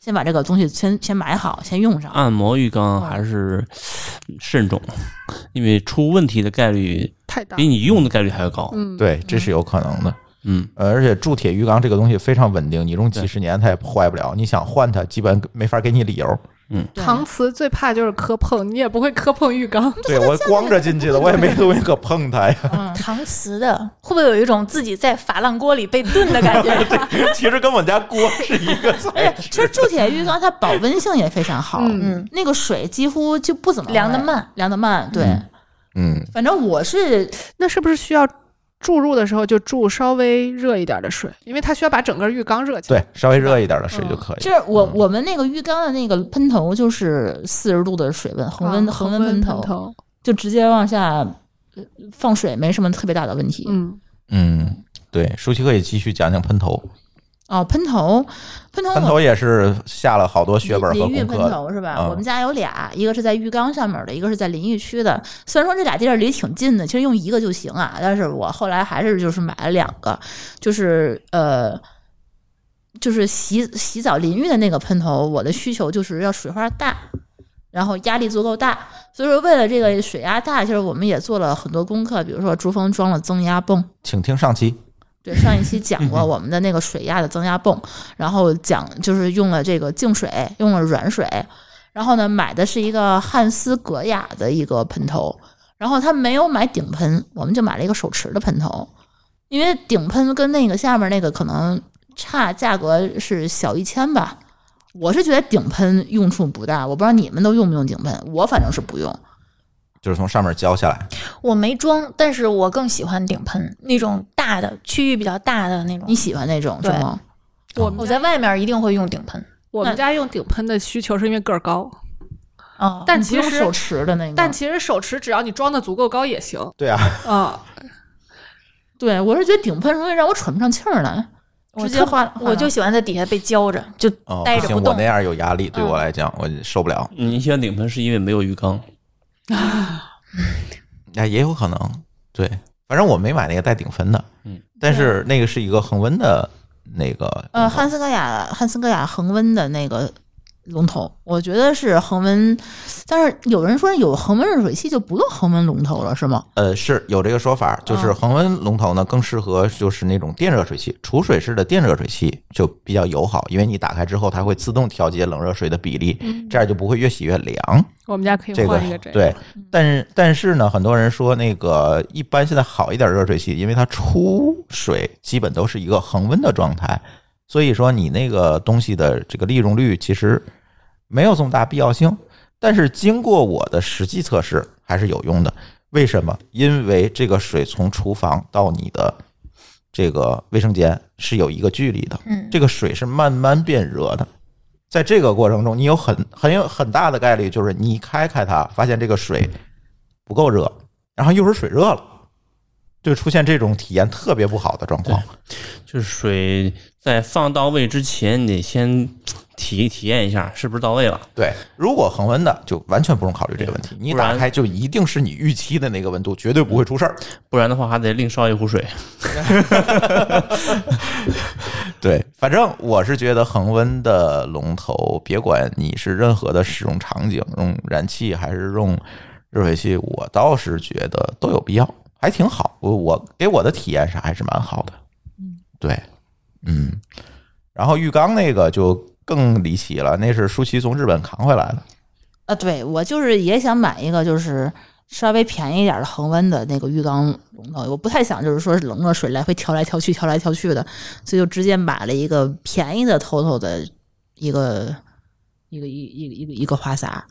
Speaker 4: 先把这个东西先先买好，先用上。
Speaker 3: 按摩浴
Speaker 6: 嗯
Speaker 3: 缸还是慎重，因为出问题的概率
Speaker 6: 太大
Speaker 3: 比。你用的概率还要高。
Speaker 6: 嗯，
Speaker 2: 对，这是有可能的。
Speaker 3: 嗯，
Speaker 2: 呃，而且铸铁浴缸这个东西非常稳定，你用几十年它也坏不了。你想换它，基本没法给你理由。
Speaker 4: 对
Speaker 6: 搪瓷最怕就是磕碰，你也不会磕碰浴缸。
Speaker 2: 对我光着进去 的，我也没东西可碰它呀。
Speaker 4: 嗯
Speaker 5: 搪瓷的会不会有一种自己在珐琅锅里被炖的感觉？
Speaker 2: 其实跟我家锅是一个
Speaker 4: 而
Speaker 5: 哎
Speaker 2: 材
Speaker 4: 且，
Speaker 2: 质。
Speaker 4: 其实铸铁浴缸它保温性也非常好，
Speaker 6: 嗯
Speaker 5: 嗯，
Speaker 4: 那个水几乎就不怎么
Speaker 5: 凉得慢，
Speaker 4: 凉得慢。对，
Speaker 2: 嗯，
Speaker 4: 反正我是
Speaker 6: 那是不是需要注入的时候就注稍微热一点的水？因为它需要把整个浴缸热起来。
Speaker 2: 对，稍微热一点的水就可以。
Speaker 4: 就是我我们那个浴缸的那个喷头就是四十度的水温恒温
Speaker 6: 啊
Speaker 4: 恒
Speaker 6: 恒
Speaker 4: 温
Speaker 6: 喷
Speaker 4: 头，就直接往下呃放水，没什么特别大的问题。
Speaker 6: 嗯，
Speaker 2: 嗯，对，舒淇可以继续讲讲喷头。
Speaker 4: 哦，喷头，喷头我，
Speaker 2: 喷头也是下了好多血本和
Speaker 4: 淋淋浴
Speaker 2: 功
Speaker 4: 喷
Speaker 2: 课。
Speaker 4: 头是吧？
Speaker 2: 嗯
Speaker 4: 我们家有俩，一个是在浴缸上面的，一个是在淋浴区的。虽然说这俩地儿离挺近的，其实用一个就行啊，但是我后来还是就是买了两个，就是呃。就是洗洗澡淋浴的那个喷头，我的需求就是要水花大，然后压力足够大。所以说，为了这个水压大，其实我们也做了很多功课，比如说珠峰装了增压泵，
Speaker 2: 请听上期。
Speaker 4: 对，上一期讲过我们的那个水压的增压泵，然后讲就是用了这个净水，用了软水，然后呢买的是一个汉斯格雅的一个喷头，然后他没有买顶喷，我们就买了一个手持的喷头，因为顶喷跟那个下面那个可能差价格是小一千吧。我是觉得顶喷用处不大，我不知道你们都用不用顶喷，我反正是不用。
Speaker 2: 就是从上面浇下来，
Speaker 5: 我没装，但是我更喜欢顶喷那种大的区域比较大的那种
Speaker 4: 你。喜欢那种是
Speaker 5: 对
Speaker 4: 吗？
Speaker 6: 我们
Speaker 5: 我
Speaker 6: 家
Speaker 5: 在外面一定会用顶喷
Speaker 6: 我们家用顶喷的需求是因为个儿高，
Speaker 5: 啊，
Speaker 6: 但
Speaker 4: 你不
Speaker 6: 其
Speaker 4: 用
Speaker 6: 实
Speaker 4: 手持的那个，
Speaker 6: 但其实手持只要你装的足够高也行
Speaker 2: 嗯对啊，
Speaker 6: 啊。
Speaker 4: 对我是觉得顶喷容易让我喘不上气儿来。
Speaker 5: 我
Speaker 4: 直接
Speaker 5: 特
Speaker 4: 画画
Speaker 5: 我就喜欢在底下被浇着，就
Speaker 2: 哦，
Speaker 5: 待
Speaker 2: 不
Speaker 5: 着不
Speaker 2: 行，我
Speaker 5: 动
Speaker 2: 那。样有压
Speaker 4: 嗯
Speaker 2: 力，对我来讲我受不了。
Speaker 3: 你喜欢顶盆是因为没有浴缸，
Speaker 2: 哎，也有可能，对，反正我没买那个带顶分的，
Speaker 3: 嗯，
Speaker 2: 但是那个是一个恒温的那个，
Speaker 4: 嗯呃，汉斯格雅汉斯格雅恒温的那个龙头，我觉得是恒温，但是有人说有恒温热水器就不用恒温龙头了，是吗？
Speaker 2: 呃，是有这个说法，就是
Speaker 4: 嗯
Speaker 2: 恒温龙头呢更适合就是那种电热水器，储水式的电热水器就比较友好，因为你打开之后它会自动调节冷热水的比例，
Speaker 4: 嗯
Speaker 2: 这样就不会越洗越凉。
Speaker 6: 我们家可以
Speaker 2: 这
Speaker 6: 换一个这嗯个，
Speaker 2: 对，但是但是呢，很多人说那个一般现在好一点热水器，因为它出水基本都是一个恒温的状态，所以说你那个东西的这个利用率其实没有这么大必要性。但是经过我的实际测试还是有用的，为什么？因为这个水从厨房到你的这个卫生间是有一个距离的，
Speaker 5: 嗯，
Speaker 2: 这个水是慢慢变热的。在这个过程中，你有很很有很大的概率就是你一开开它，发现这个水不够热，然后一会儿水热了，就出现这种体验特别不好的状况。
Speaker 3: 就是水在放到位之前，你得先体体验一下是不是到位了。
Speaker 2: 对，如果恒温的就完全不用考虑这个问题，你
Speaker 3: 不然
Speaker 2: 打开就一定是你预期的那个温度，绝对不会出事儿。
Speaker 3: 不然的话还得另烧一壶水。
Speaker 2: 对，反正我是觉得恒温的龙头，别管你是任何的使用场景，用燃气还是用热水器，我倒是觉得都有必要，还挺好。我我给我的体验是还是蛮好的。嗯，对，嗯。然后浴缸那个就更离奇了，那是舒淇从日本扛回来的。
Speaker 4: 啊，对我就是也想买一个，就是稍微便宜一点的恒温的那个浴缸龙头，我不太想就是说是冷热水来回调来调去、调来调去的，所以就直接买了一个便宜的 TOTO 的一个一个一一个一个一个花洒，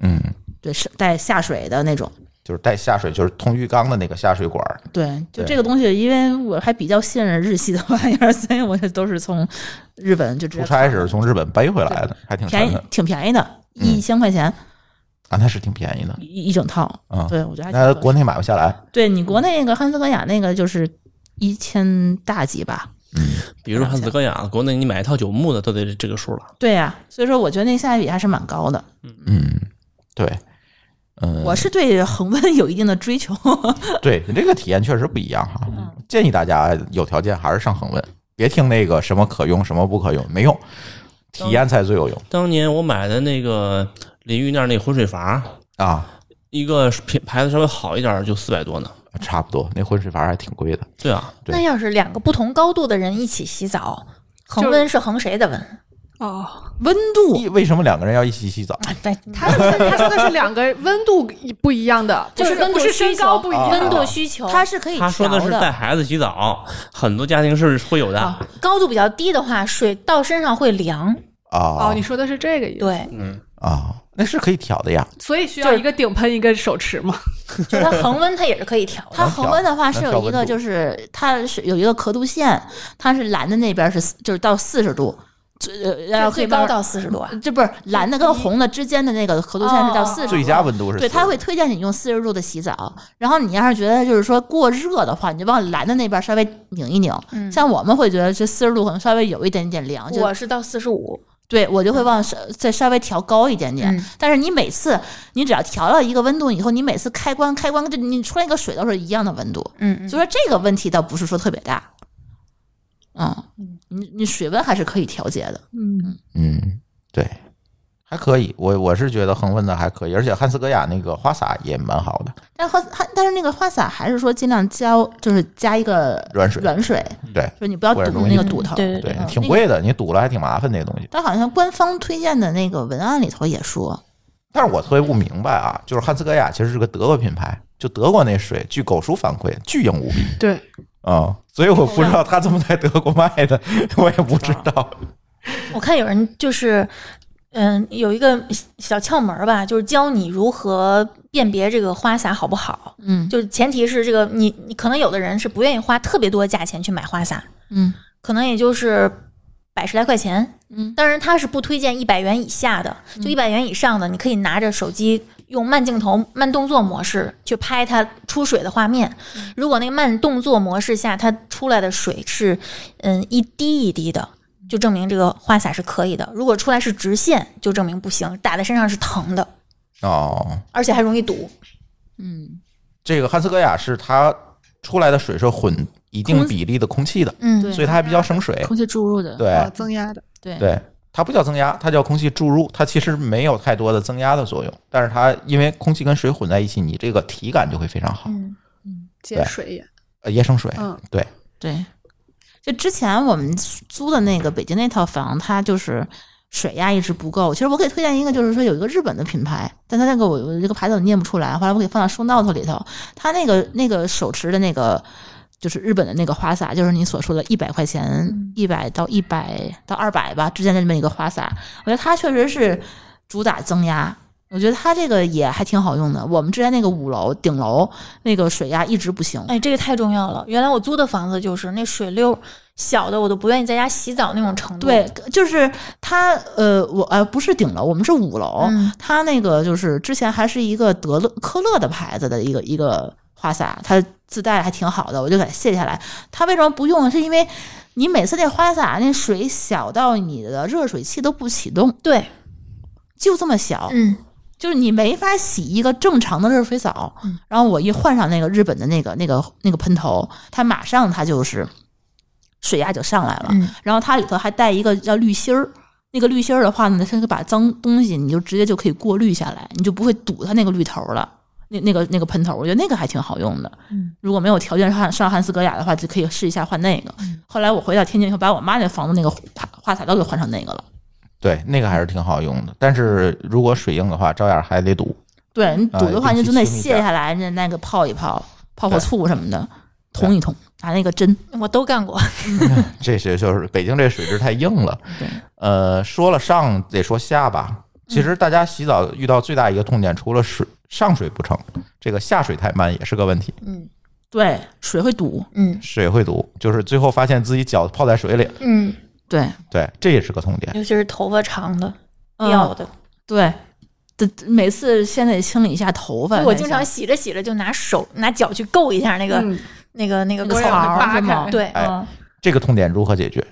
Speaker 2: 嗯，
Speaker 4: 对，是带下水的那种。
Speaker 2: 就是带下水，就是通浴缸的那个下水管儿。
Speaker 4: 对，就
Speaker 2: 对
Speaker 4: 这个东西，因为我还比较信任日系的玩意儿， 所以我就都是从日本就直
Speaker 2: 出
Speaker 4: 接
Speaker 2: 差时从日本背回来的，还挺
Speaker 4: 便
Speaker 2: 沉
Speaker 4: 宜
Speaker 2: 的，
Speaker 4: 挺便宜的，
Speaker 2: 嗯
Speaker 4: 一千块钱
Speaker 2: 啊，那是挺便宜的
Speaker 4: 一一整套。
Speaker 2: 啊。
Speaker 4: 对，我觉得还挺合
Speaker 2: 那
Speaker 4: 适
Speaker 2: 国内买不下来，
Speaker 4: 对你国内那个汉斯格雅那个就是一千大几吧？
Speaker 3: 比如说汉斯格雅，国内你买一套九牧的都得这个数了。
Speaker 4: 对呀、所以说我觉得那个性价比还是蛮高的。
Speaker 2: 嗯，对，嗯，
Speaker 4: 我是对恒温有一定的追求，
Speaker 2: 对你这个体验确实不一样哈。
Speaker 4: 嗯
Speaker 2: 建议大家有条件还是上恒温，别听那个什么可用什么不可用，没用，体验才最有用
Speaker 3: 当年我买的那个淋浴那儿那浑水阀，
Speaker 2: 啊。
Speaker 3: 一个品牌子稍微好一点儿就四百多呢。
Speaker 2: 差不多，那浑水阀还挺贵的。
Speaker 3: 对啊，
Speaker 2: 对
Speaker 5: 那要是两个不同高度的人一起洗澡，恒温是恒谁的温？
Speaker 6: 哦，
Speaker 4: 温度
Speaker 2: 一为什么两个人要一起洗澡？
Speaker 5: 对，
Speaker 6: 他说的他说的是两个温度不一样的，不
Speaker 5: 就是是温
Speaker 6: 不
Speaker 5: 度
Speaker 6: 是
Speaker 5: 需
Speaker 6: 身
Speaker 5: 求
Speaker 6: 高不一样，
Speaker 5: 温度需求。
Speaker 4: 它是可以
Speaker 3: 他说
Speaker 4: 调
Speaker 3: 的是带孩子洗澡，很多家庭是会有的。
Speaker 6: 哦
Speaker 5: 啊，高度比较低的话，水到身上会凉。
Speaker 2: 啊
Speaker 6: 哦，你说的是这个意思，
Speaker 5: 对，
Speaker 3: 嗯
Speaker 2: 啊，那是可以调的呀。
Speaker 6: 所以需要一个顶喷一个手持嘛。
Speaker 5: 就是它恒温它也是可以调的。
Speaker 4: 它恒温的话是
Speaker 2: 能调
Speaker 4: 有一
Speaker 2: 温
Speaker 4: 个，
Speaker 2: 度
Speaker 4: 就是它是有一个刻度线，它是蓝的那边是就是到四十度，最呃然后可以
Speaker 5: 最
Speaker 4: 慢
Speaker 5: 高
Speaker 4: 慢
Speaker 5: 到四十度啊。
Speaker 4: 这不是蓝的跟红的之间的那个刻度线是到
Speaker 5: 哦
Speaker 4: 四十度，
Speaker 2: 最佳温度是
Speaker 4: 对，
Speaker 2: 40
Speaker 4: 他会推荐你用四十度的洗澡，然后你要是觉得就是说过热的话，你就往蓝的那边稍微拧一拧。
Speaker 5: 嗯
Speaker 4: 像我们会觉得这四十度可能稍微有一点点凉，就
Speaker 5: 我是到四十五，
Speaker 4: 对我就会往稍再稍微调高一点点。
Speaker 5: 嗯
Speaker 4: 但是你每次你只要调到一个温度以后，你每次开关开关就你出来一个水都是一样的温度，
Speaker 5: 嗯嗯
Speaker 4: 所以说这个问题倒不是说特别大。嗯，你你水温还是可以调节的。
Speaker 6: 嗯，
Speaker 2: 嗯，对，还可以。我我是觉得恒温的还可以，而且汉斯格雅那个花洒也蛮好的。
Speaker 4: 但花还但是那个花洒还是说尽量加，就是加一个
Speaker 2: 软水
Speaker 4: 软水，
Speaker 2: 对
Speaker 4: 就是你不要
Speaker 2: 不然
Speaker 4: 堵
Speaker 2: 容易
Speaker 4: 嗯那个堵头。
Speaker 5: 对对
Speaker 2: 对，
Speaker 4: 嗯
Speaker 2: 挺贵的，你堵了还挺麻烦那东西。
Speaker 4: 但好像官方推荐的那个文案里头也说，
Speaker 2: 但是我特别不明白啊，就是汉斯格雅其实是个德国品牌，就德国那水，据狗叔反馈巨硬无比
Speaker 6: 对，
Speaker 2: 啊、所以我不知道他怎么在德国卖的， 我也不知道。
Speaker 5: 我看有人就是，嗯，有一个小窍门儿吧，就是教你如何辨别这个花洒好不好。
Speaker 4: 嗯
Speaker 5: 就是前提是这个你你可能有的人是不愿意花特别多的价钱去买花洒，
Speaker 4: 嗯
Speaker 5: 可能也就是百十来块钱。
Speaker 4: 嗯
Speaker 5: 当然它是不推荐一百元以下的，就一百元以上的，你可以拿着手机用慢镜头、慢动作模式去拍它出水的画面。
Speaker 4: 嗯
Speaker 5: 如果那个慢动作模式下它出来的水是嗯一滴一滴的。就证明这个花洒是可以的。如果出来是直线，就证明不行，打在身上是疼的，
Speaker 2: 哦，
Speaker 5: 而且还容易堵。
Speaker 4: 嗯，
Speaker 2: 这个汉斯格雅是它出来的水是混一定比例的空气的，
Speaker 5: 嗯，
Speaker 4: 对
Speaker 2: 所以它还比较省水。
Speaker 4: 空气注入的，
Speaker 2: 对
Speaker 6: 哦增压的，
Speaker 4: 对，
Speaker 2: 对，它不叫增压，它叫空气注入，它其实没有太多的增压的作用，但是它因为空气跟水混在一起，你这个体感就会非常好，
Speaker 5: 嗯，
Speaker 6: 接水也，
Speaker 2: 呃，椰生水，
Speaker 6: 嗯
Speaker 2: 对，
Speaker 4: 对，就之前我们租的那个北京那套房，它就是水压一直不够。其实我可以推荐一个，就是说有一个日本的品牌，但它那个我我这个牌子我念不出来，后来我给放到 show note 里头。它那个那个手持的那个。就是日本的那个花洒，就是你所说的一百块钱，一百到一百到二百吧之间的这么一个花洒，我觉得它确实是主打增压，我觉得它这个也还挺好用的。我们之前那个五楼顶楼那个水压一直不行，
Speaker 5: 哎，这个太重要了。原来我租的房子就是那水溜小的，我都不愿意在家洗澡那种程度。
Speaker 4: 对，就是它，呃，我呃不是顶楼，我们是五楼，
Speaker 5: 嗯
Speaker 4: 它那个就是之前还是一个德勒科勒的牌子的一个一个花洒，它自带还挺好的，我就给它卸下来。它为什么不用？是因为你每次那花洒那水小到你的热水器都不启动，
Speaker 5: 对，
Speaker 4: 就这么小，
Speaker 5: 嗯，
Speaker 4: 就是你没法洗一个正常的热水澡。
Speaker 5: 嗯
Speaker 4: 然后我一换上那个日本的那个那个那个喷头，它马上它就是水压就上来了。
Speaker 5: 嗯
Speaker 4: 然后它里头还带一个叫滤芯儿。那个滤芯儿的话呢，它就把脏东西你就直接就可以过滤下来，你就不会堵它那个滤头了。那那个那个喷头，我觉得那个还挺好用的。
Speaker 5: 嗯，
Speaker 4: 如果没有条件上上汉斯格雅的话，就可以试一下换那个。后来我回到天津以后，把我妈那房子那个花花洒都给换成那个了。
Speaker 2: 对，那个还是挺好用的。但是如果水硬的话，照样还得 堵。
Speaker 4: 对你堵
Speaker 2: 啊
Speaker 4: 的话，
Speaker 2: 一
Speaker 4: 你
Speaker 2: 定
Speaker 4: 就
Speaker 2: 去
Speaker 4: 得
Speaker 2: 清一
Speaker 4: 卸
Speaker 2: 下
Speaker 4: 下来，那那个泡一泡，泡泡
Speaker 2: 对
Speaker 4: 醋什么的，通一通，拿那个针。
Speaker 5: 嗯我都干过。
Speaker 2: 这是就是北京这水质太硬了。
Speaker 4: 对，
Speaker 2: 呃，说了上得说下吧。其实大家洗澡遇到最大一个痛点，除了水上水不成，这个下水太慢也是个问题。
Speaker 5: 嗯
Speaker 4: 对，水会堵。
Speaker 5: 嗯
Speaker 2: 水会堵，就是最后发现自己脚泡在水里，
Speaker 5: 嗯，
Speaker 4: 对，
Speaker 2: 对，这也是个痛点。
Speaker 5: 尤其是头发长的、掉
Speaker 4: 嗯、
Speaker 5: 的，
Speaker 4: 对，这每次先得清理一下头发。
Speaker 5: 我
Speaker 4: 那
Speaker 5: 经
Speaker 4: 些
Speaker 5: 常洗着洗着就拿手拿脚去够一下那个
Speaker 6: 嗯，
Speaker 5: 那个那个
Speaker 4: 那个
Speaker 5: 沟
Speaker 4: 槽
Speaker 5: 儿
Speaker 4: 儿
Speaker 6: 扒
Speaker 4: 是吗
Speaker 6: 开
Speaker 5: 对，
Speaker 2: 哎这个痛点如何解决？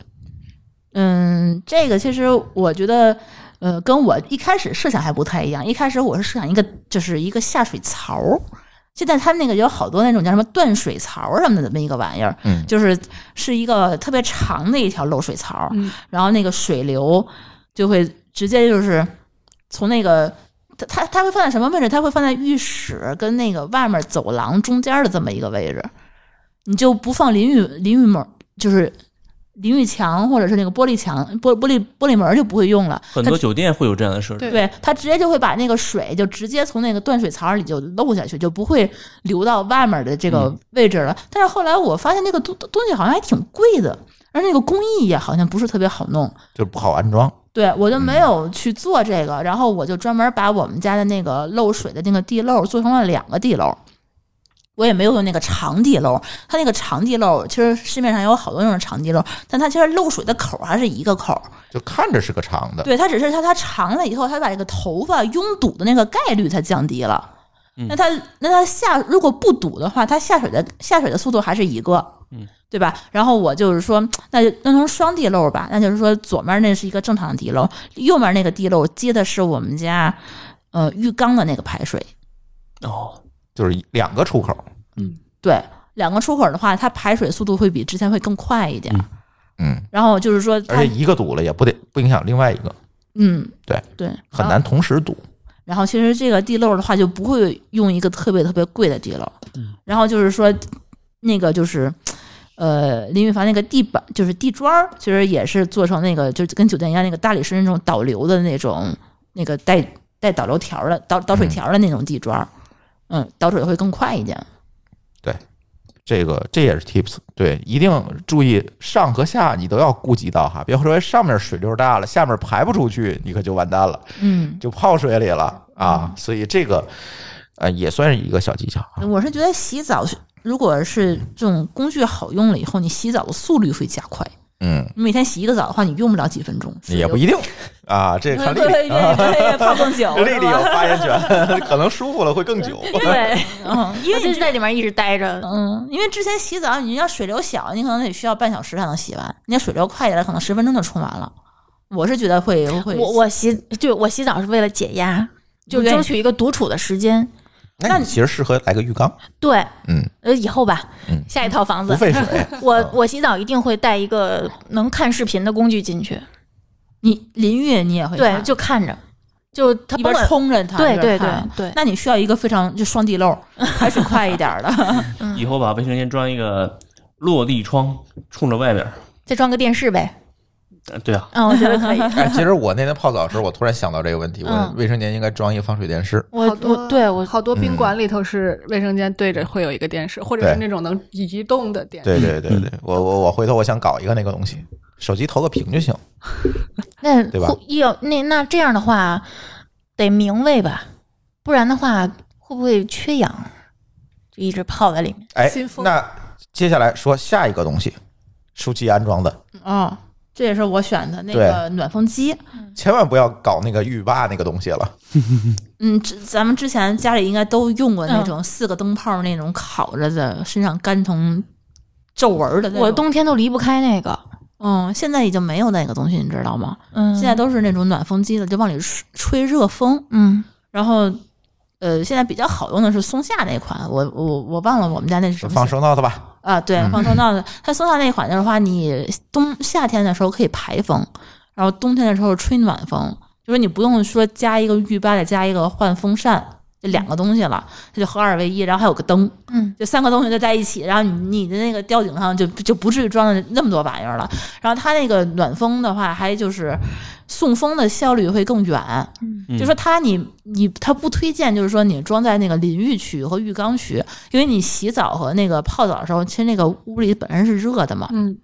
Speaker 4: 嗯，这个其实我觉得，呃，跟我一开始设想还不太一样。一开始我是设想一个，就是一个下水槽儿。现在他们那个有好多那种叫什么断水槽儿什么的这么一个玩意儿，
Speaker 2: 嗯
Speaker 4: 就是是一个特别长的一条漏水槽儿，
Speaker 6: 嗯
Speaker 4: 然后那个水流就会直接就是从那个它它它会放在什么位置？它会放在浴室跟那个外面走廊中间的这么一个位置，你就不放淋浴淋浴门，就是淋浴墙或者是那个玻璃墙玻玻璃玻璃门就不会用了，
Speaker 3: 很多酒店会有这样的设置。
Speaker 6: 对
Speaker 4: 对它直接就会把那个水就直接从那个断水槽里就漏下去，就不会流到外面的这个位置了。但是后来我发现那个东东西好像还挺贵的，而那个工艺也好像不是特别好弄。
Speaker 2: 就不好安装。
Speaker 4: 对我就没有去做这个，然后我就专门把我们家的那个漏水的那个地漏做成了两个地漏。我也没有用那个长地漏，它那个长地漏其实市面上有好多那种长地漏，但它其实漏水的口儿还是一个口儿，
Speaker 2: 就看着是个长的，
Speaker 4: 对，它只是它它长了以后，它把这个头发拥堵的那个概率它降低了。
Speaker 2: 嗯
Speaker 4: 那它那它下如果不堵的话，它下水的下水的速度还是一个，
Speaker 3: 嗯，
Speaker 4: 对吧？然后我就是说，那就弄成双地漏吧，那就是说左面那是一个正常的地漏，右面那个地漏接的是我们家呃浴缸的那个排水，
Speaker 3: 哦，
Speaker 2: 就是两个出口。
Speaker 4: 对，两个出口的话，它排水速度会比之前会更快一点。
Speaker 3: 嗯
Speaker 2: 嗯，
Speaker 4: 然后就是说它，
Speaker 2: 而且一个堵了也不得不影响另外一个，
Speaker 4: 嗯，
Speaker 2: 对
Speaker 4: 对，
Speaker 2: 很难同时堵。
Speaker 4: 然后其实这个地漏的话，就不会用一个特别特别贵的地漏，
Speaker 2: 嗯
Speaker 4: 然后就是说那个就是。呃，淋浴房那个地板就是地砖儿，其实也是做成那个，就跟酒店一样，那个大理石那种导流的那种，那个带带导流条儿的导导水条儿的那种地砖儿，嗯，导水会更快一点。
Speaker 2: 这个这也是 tips，对，一定注意上和下你都要顾及到哈，别说哎上面水流大了，下面排不出去，你可就完蛋了，
Speaker 4: 嗯，
Speaker 2: 就泡水里了啊！所以这个呃也算是一个小技巧啊。
Speaker 4: 嗯我是觉得洗澡是如果是这种工具好用了以后，你洗澡的速率会加快。
Speaker 2: 嗯，
Speaker 4: 你每天洗一个澡的话，你用不了几分钟，
Speaker 2: 也不一定啊，这看丽
Speaker 4: 对 对
Speaker 2: 丽啊，
Speaker 4: 对，泡 更久，
Speaker 2: 丽丽有发言权， 可能舒服了会更久。
Speaker 5: 对，
Speaker 4: 嗯，因
Speaker 5: 我
Speaker 4: 为
Speaker 5: 就
Speaker 4: 你
Speaker 5: 是在里面一直待着。
Speaker 4: 嗯，因为之前洗澡，你要水流小，你可能得需要半小时才能洗完。你要水流快一点，可能十分钟就冲完了。我是觉得会会，
Speaker 5: 我我洗就我洗澡是为了解压，就
Speaker 4: 对
Speaker 5: 争取一个独处的时间。
Speaker 2: 那你其实适合来个浴缸，
Speaker 5: 对，
Speaker 2: 嗯，
Speaker 5: 呃，以后吧，
Speaker 2: 嗯
Speaker 5: 下一套房
Speaker 2: 不啊
Speaker 5: 子，
Speaker 2: 费水。
Speaker 5: 我我洗澡一定会带一个能看视频的工具进去，
Speaker 4: 你淋浴你也会
Speaker 5: 对，
Speaker 4: 看
Speaker 5: 就看着，就他
Speaker 4: 一
Speaker 5: 不
Speaker 4: 边
Speaker 5: 管，
Speaker 4: 冲着它，
Speaker 5: 对
Speaker 4: 一
Speaker 5: 对
Speaker 4: 边
Speaker 5: 对
Speaker 4: 看
Speaker 5: 对，
Speaker 4: 那你需要一个非常就双地 漏，排水快一点儿 的。
Speaker 3: 以后把卫生间装一个落地窗，冲着外边儿。
Speaker 5: 再装个电视呗。
Speaker 3: 呃对啊，
Speaker 5: 嗯，我觉得 可以。
Speaker 2: 哎，其实我那天泡澡的时候，我突然想到这个问题，我
Speaker 5: 嗯
Speaker 2: 卫生间应该装一个防水电视。
Speaker 5: 我
Speaker 6: 好多
Speaker 5: 我对我
Speaker 6: 好多宾
Speaker 2: 嗯
Speaker 6: 馆里头是卫生间对着会有一个电视，或者
Speaker 2: 对
Speaker 6: 是那种能移动的电
Speaker 2: 对
Speaker 6: 视。
Speaker 2: 对对对，我我我回头我想搞一个那个东西，手机投个屏就行。
Speaker 5: 那
Speaker 2: 对吧
Speaker 5: 会要那那这样的话，得明卫吧，不然的话会不会缺氧？就一直泡在里面。
Speaker 2: 哎
Speaker 6: 新，风
Speaker 2: 那接下来说下一个东西，暑期安装的，
Speaker 4: 哦，这也是我选的那个暖风机。
Speaker 2: 千万不要搞那个浴霸那个东西了。
Speaker 4: 嗯，之咱们之前家里应该都用过那种四个灯泡那种烤着的，身上干成皱纹儿的那种。
Speaker 5: 我冬天都离不开那个，
Speaker 4: 嗯，现在已经没有那个东西，你知道吗？
Speaker 5: 嗯，
Speaker 4: 现在都是那种暖风机了，就往里吹吹热风。
Speaker 5: 嗯，
Speaker 4: 然后，呃，现在比较好用的是松下那款，我我我忘了我们家那是什么型
Speaker 2: 放收纳的吧，
Speaker 4: 啊，对，放通道的，它松下那款的话，你冬夏天的时候可以排风，然后冬天的时候吹暖风，就是你不用说加一个浴霸，再加一个换风扇，这两个东西了，它就合二为一，然后还有个灯，
Speaker 5: 嗯，
Speaker 4: 就三个东西都在一起，然后你你的那个吊顶上就就不至于装了那么多玩意儿了。然后它那个暖风的话，还就是送风的效率会更远，
Speaker 3: 嗯
Speaker 4: 就说它你你它不推荐，就是说你装在那个淋浴区和浴缸区，因为你洗澡和那个泡澡的时候，其实那个屋里本身是热的嘛。
Speaker 6: 嗯，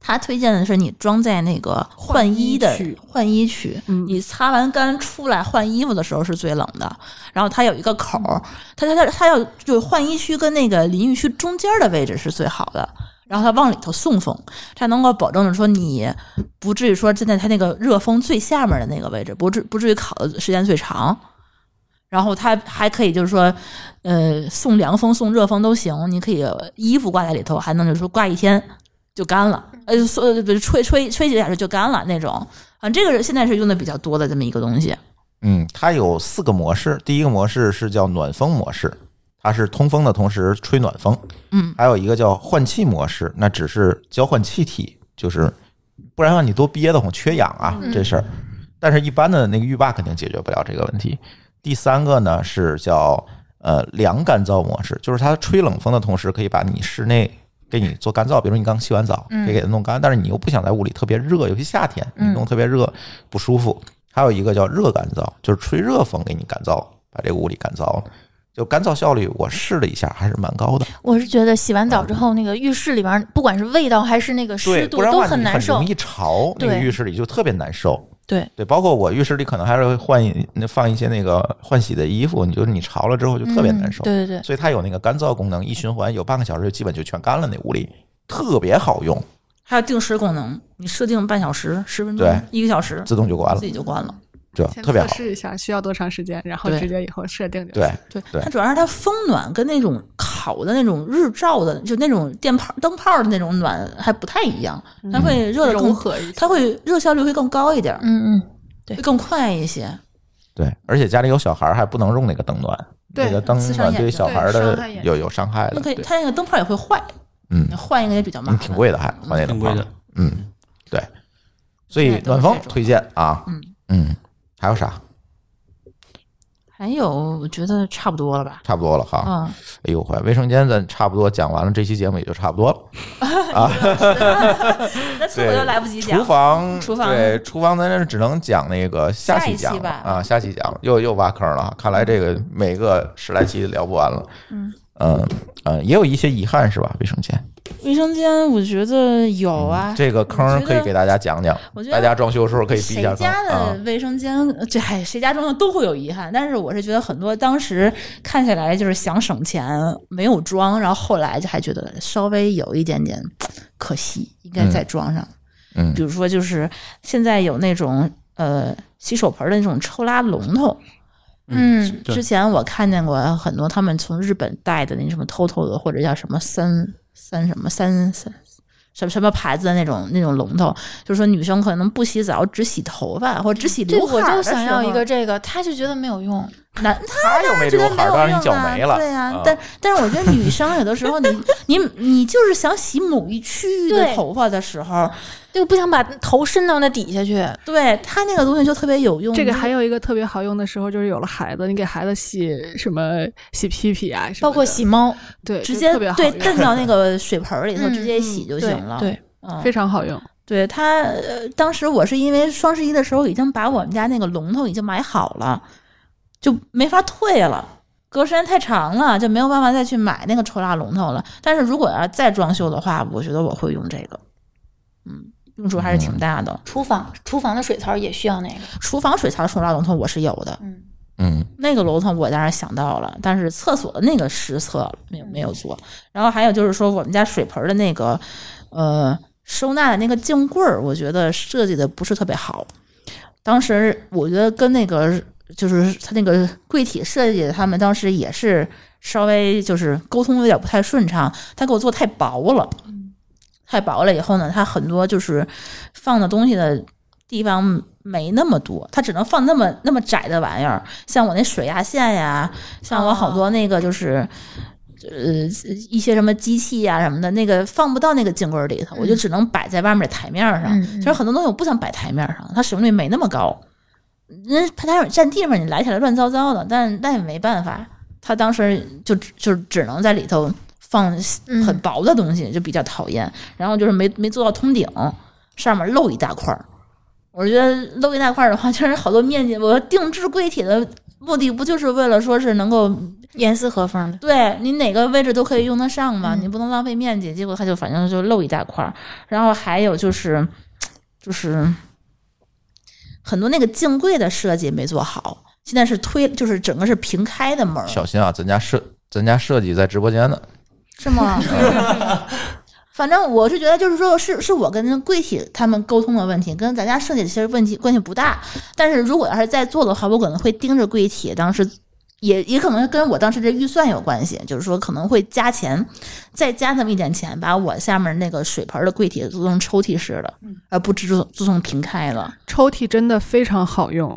Speaker 4: 它推荐的是你装在那个换衣的
Speaker 6: 换衣区
Speaker 4: 换衣区，
Speaker 6: 嗯
Speaker 4: 你擦完干出来换衣服的时候是最冷的。然后它有一个口儿，它它它它要就是换衣区跟那个淋浴区中间的位置是最好的。然后它往里头送风，这样能够保证着说你不至于说站在它那个热风最下面的那个位置，不至不至于烤的时间最长。然后它还可以就是说，呃，送凉风、送热风都行，你可以衣服挂在里头，还能就是说挂一天就干了，呃，就说不是吹吹吹几个小时就干了那种。啊，这个是现在是用的比较多的这么一个东西。
Speaker 2: 嗯，它有四个模式，第一个模式是叫暖风模式，它是通风的同时吹暖风。
Speaker 4: 嗯，
Speaker 2: 还有一个叫换气模式，那只是交换气体，就是不然的话你多憋得慌，缺氧啊
Speaker 5: 嗯
Speaker 2: 这事儿。但是，一般的那个浴霸肯定解决不了这个问题。第三个呢是叫呃凉干燥模式，就是它吹冷风的同时，可以把你室内给你做干燥，比如说你刚洗完澡，
Speaker 5: 嗯
Speaker 2: 可以给它弄干，但是你又不想在屋里特别热，尤其夏天你
Speaker 5: 嗯
Speaker 2: 弄特别热不舒服。还有一个叫热干燥，就是吹热风给你干燥，把这个屋里干燥了。就干燥效率，我试了一下，还是蛮高的。
Speaker 5: 我是觉得洗完澡之后，那个浴室里边，不管是味道还是那个湿
Speaker 2: 对，
Speaker 5: 度，
Speaker 2: 不然的
Speaker 5: 都
Speaker 2: 话你
Speaker 5: 难受
Speaker 2: 容。易潮，那个
Speaker 5: 对
Speaker 2: 浴室里就特别难受。
Speaker 5: 对
Speaker 2: 对，包括我浴室里可能还是会换一那放一些那个换洗的衣服，你就是你潮了之后就特别难受。
Speaker 5: 嗯对对对，
Speaker 2: 所以它有那个干燥功能，一循环有半个小时就基本就全干了，那屋里特别好用，
Speaker 4: 还有定时功能，你设定半小时、十分
Speaker 2: 对
Speaker 4: 钟、一个小时，
Speaker 2: 自动就关了
Speaker 4: 自，己就关了。
Speaker 2: 这
Speaker 6: 先
Speaker 2: 特别
Speaker 6: 测
Speaker 2: 好。
Speaker 6: 试一下需要多长时间，然后
Speaker 4: 对
Speaker 6: 直接以后设定就
Speaker 2: 对，
Speaker 4: 对，
Speaker 2: 对
Speaker 4: 它主要是它风暖跟那种烤的那种日照的，就那种电泡灯泡的那种暖还不太一样，它
Speaker 2: 嗯
Speaker 4: 会热的
Speaker 6: 融
Speaker 4: 更，
Speaker 6: 合一下。
Speaker 4: 它会热效率会更高一点，
Speaker 5: 嗯嗯，
Speaker 4: 会更快一些。
Speaker 2: 对，而且家里有小孩儿还不能用那个灯暖，
Speaker 6: 对
Speaker 2: 那个灯
Speaker 4: 刺伤
Speaker 2: 暖
Speaker 4: 眼
Speaker 2: 对
Speaker 4: 睛
Speaker 2: 小孩儿
Speaker 6: 对
Speaker 2: 的
Speaker 6: 伤害眼睛
Speaker 2: 有有伤害
Speaker 4: 那
Speaker 2: 的，
Speaker 4: 可以，
Speaker 2: 对
Speaker 4: 它那个灯泡也会坏，
Speaker 2: 嗯
Speaker 4: 你，换一个也比较麻
Speaker 2: 嗯
Speaker 4: 烦，
Speaker 2: 挺贵的还换那
Speaker 3: 挺
Speaker 2: 灯
Speaker 3: 贵
Speaker 2: 泡
Speaker 3: 的，。
Speaker 2: 嗯，对，所以
Speaker 4: 现在都
Speaker 2: 暖
Speaker 4: 是
Speaker 2: 风
Speaker 4: 这种
Speaker 2: 推荐啊，
Speaker 4: 嗯
Speaker 2: 嗯，还有啥？
Speaker 4: 还有，我觉得差不多了吧？
Speaker 2: 差不多了哈。
Speaker 4: 嗯，
Speaker 2: 哎呦喂，卫生间咱差不多讲完了，这期节目也就差不多了。
Speaker 4: 那厕所
Speaker 2: 对
Speaker 4: 就来不及讲嗯
Speaker 2: 厨。房，
Speaker 4: 厨房
Speaker 2: 对，厨房咱这只能讲那个下期讲
Speaker 4: 下一期吧
Speaker 2: 啊，下期讲又又挖坑了。看来这个每个十来期聊不完了。嗯嗯、呃也有一些遗憾是吧？卫生间
Speaker 4: 卫生间我觉得有啊，
Speaker 2: 嗯这个坑
Speaker 4: 我觉得
Speaker 2: 可以给大家讲讲
Speaker 4: 我，觉得
Speaker 2: 大家装修的时候可以避一
Speaker 4: 谁
Speaker 2: 下坑
Speaker 4: 家
Speaker 2: 啊
Speaker 4: 的。卫生间，这还谁家装的都会有遗憾。但是我是觉得很多当时看起来就是想省钱没有装，然后后来就还觉得稍微有一点点可惜，应该再装上。
Speaker 2: 嗯
Speaker 4: 比如说就是现在有那种呃洗手盆的那种抽拉龙头，
Speaker 5: 嗯
Speaker 3: 对
Speaker 4: 之前我看见过很多他们从日本带的那什么 TOTO 的，或者叫什么三三什么三三什么什么牌子的那种那种龙头，就是说女生可能不洗澡只洗头发或者只洗
Speaker 5: 对，
Speaker 4: 刘海
Speaker 5: 啊我
Speaker 4: 儿
Speaker 5: 就
Speaker 4: 的
Speaker 5: 想
Speaker 4: 时
Speaker 5: 要一
Speaker 4: 候
Speaker 5: 个这个，他就觉得没有用。
Speaker 4: 男
Speaker 2: 他又没
Speaker 4: 觉
Speaker 2: 留
Speaker 4: 得没
Speaker 2: 孩儿，
Speaker 4: 有
Speaker 2: 当然
Speaker 4: 用
Speaker 2: 你脚
Speaker 4: 啊
Speaker 2: 没了。
Speaker 4: 对啊
Speaker 2: 嗯，
Speaker 4: 但但是我觉得女生有的时候你你你就是想洗某一区域的
Speaker 5: 对
Speaker 4: 头发的时候，
Speaker 5: 就不想把头伸到那底下去。
Speaker 4: 对它那个东西就特别有用。
Speaker 6: 这个
Speaker 4: 就是
Speaker 6: 还有一个特别好用的时候，就是有了孩子，你给孩子洗什么洗屁屁啊，什么
Speaker 5: 包括
Speaker 6: 的
Speaker 5: 洗猫，
Speaker 6: 对，
Speaker 4: 直
Speaker 6: 就
Speaker 4: 接
Speaker 6: 特别好
Speaker 4: 对
Speaker 6: 用
Speaker 4: 蹬到那个水盆儿里头
Speaker 5: 嗯
Speaker 4: 直接洗就行了。
Speaker 6: 对，
Speaker 4: 嗯，
Speaker 6: 非常好用。
Speaker 4: 对它呃，当时我是因为双十一的时候已经把我们家那个龙头已经买好了，就没法退了。隔时间太长了，就没有办法再去买那个抽蜡龙头了。但是如果要再装修的话，我觉得我会用这个，嗯，用处还是挺大的。
Speaker 5: 厨房厨房的水槽也需要那个。
Speaker 4: 厨房水槽抽蜡龙头我是有的，
Speaker 5: 嗯，
Speaker 2: 嗯，
Speaker 4: 那个楼层我当然想到了，但是厕所的那个实测没有没有做。然后还有就是说，我们家水盆的那个呃收纳的那个镜柜儿，我觉得设计的不是特别好。当时我觉得跟那个就是他那个柜体设计，他们当时也是稍微就是沟通有点不太顺畅，他给我做太薄了，太薄了以后呢，他很多就是放的东西的地方没那么多，它只能放那么那么窄的玩意儿，像我那水压线呀，像我好多那个就是。呃，一些什么机器呀、什么的，那个放不到那个镜柜儿里头，我就只能摆在外面的台面儿上。
Speaker 5: 嗯嗯
Speaker 4: 其实很多东西我不想摆台面儿上，它使用率没那么高。人排台占地方，你来起来乱糟糟的，但但也没办法，他当时就只就只能在里头放
Speaker 5: 嗯
Speaker 4: 很薄的东西，就比较讨厌。然后就是没没做到通顶，上面漏一大块儿。我觉得漏一大块儿的话，就是好多面积。我定制柜体的目的不就是为了说是能够
Speaker 5: 严丝合缝的。
Speaker 4: 对你哪个位置都可以用得上嘛，
Speaker 5: 嗯
Speaker 4: 你不能浪费面积。结果它就反正就漏一大块儿，然后还有就是就是很多那个镜柜的设计没做好，现在是推就是整个是平开的门儿，
Speaker 2: 小心啊，咱家设咱家设计在直播间呢。
Speaker 4: 是吗？反正我是觉得，就是说是是我跟柜体他们沟通的问题，跟咱家设计其实问题关系不大。但是如果要是再做的话，我可能会盯着柜体，当时也也可能跟我当时这预算有关系，就是说可能会加钱，再加那么一点钱，把我下面那个水盆的柜体做成抽屉式的，而不只做做成平开的。
Speaker 6: 抽屉真的非常好用，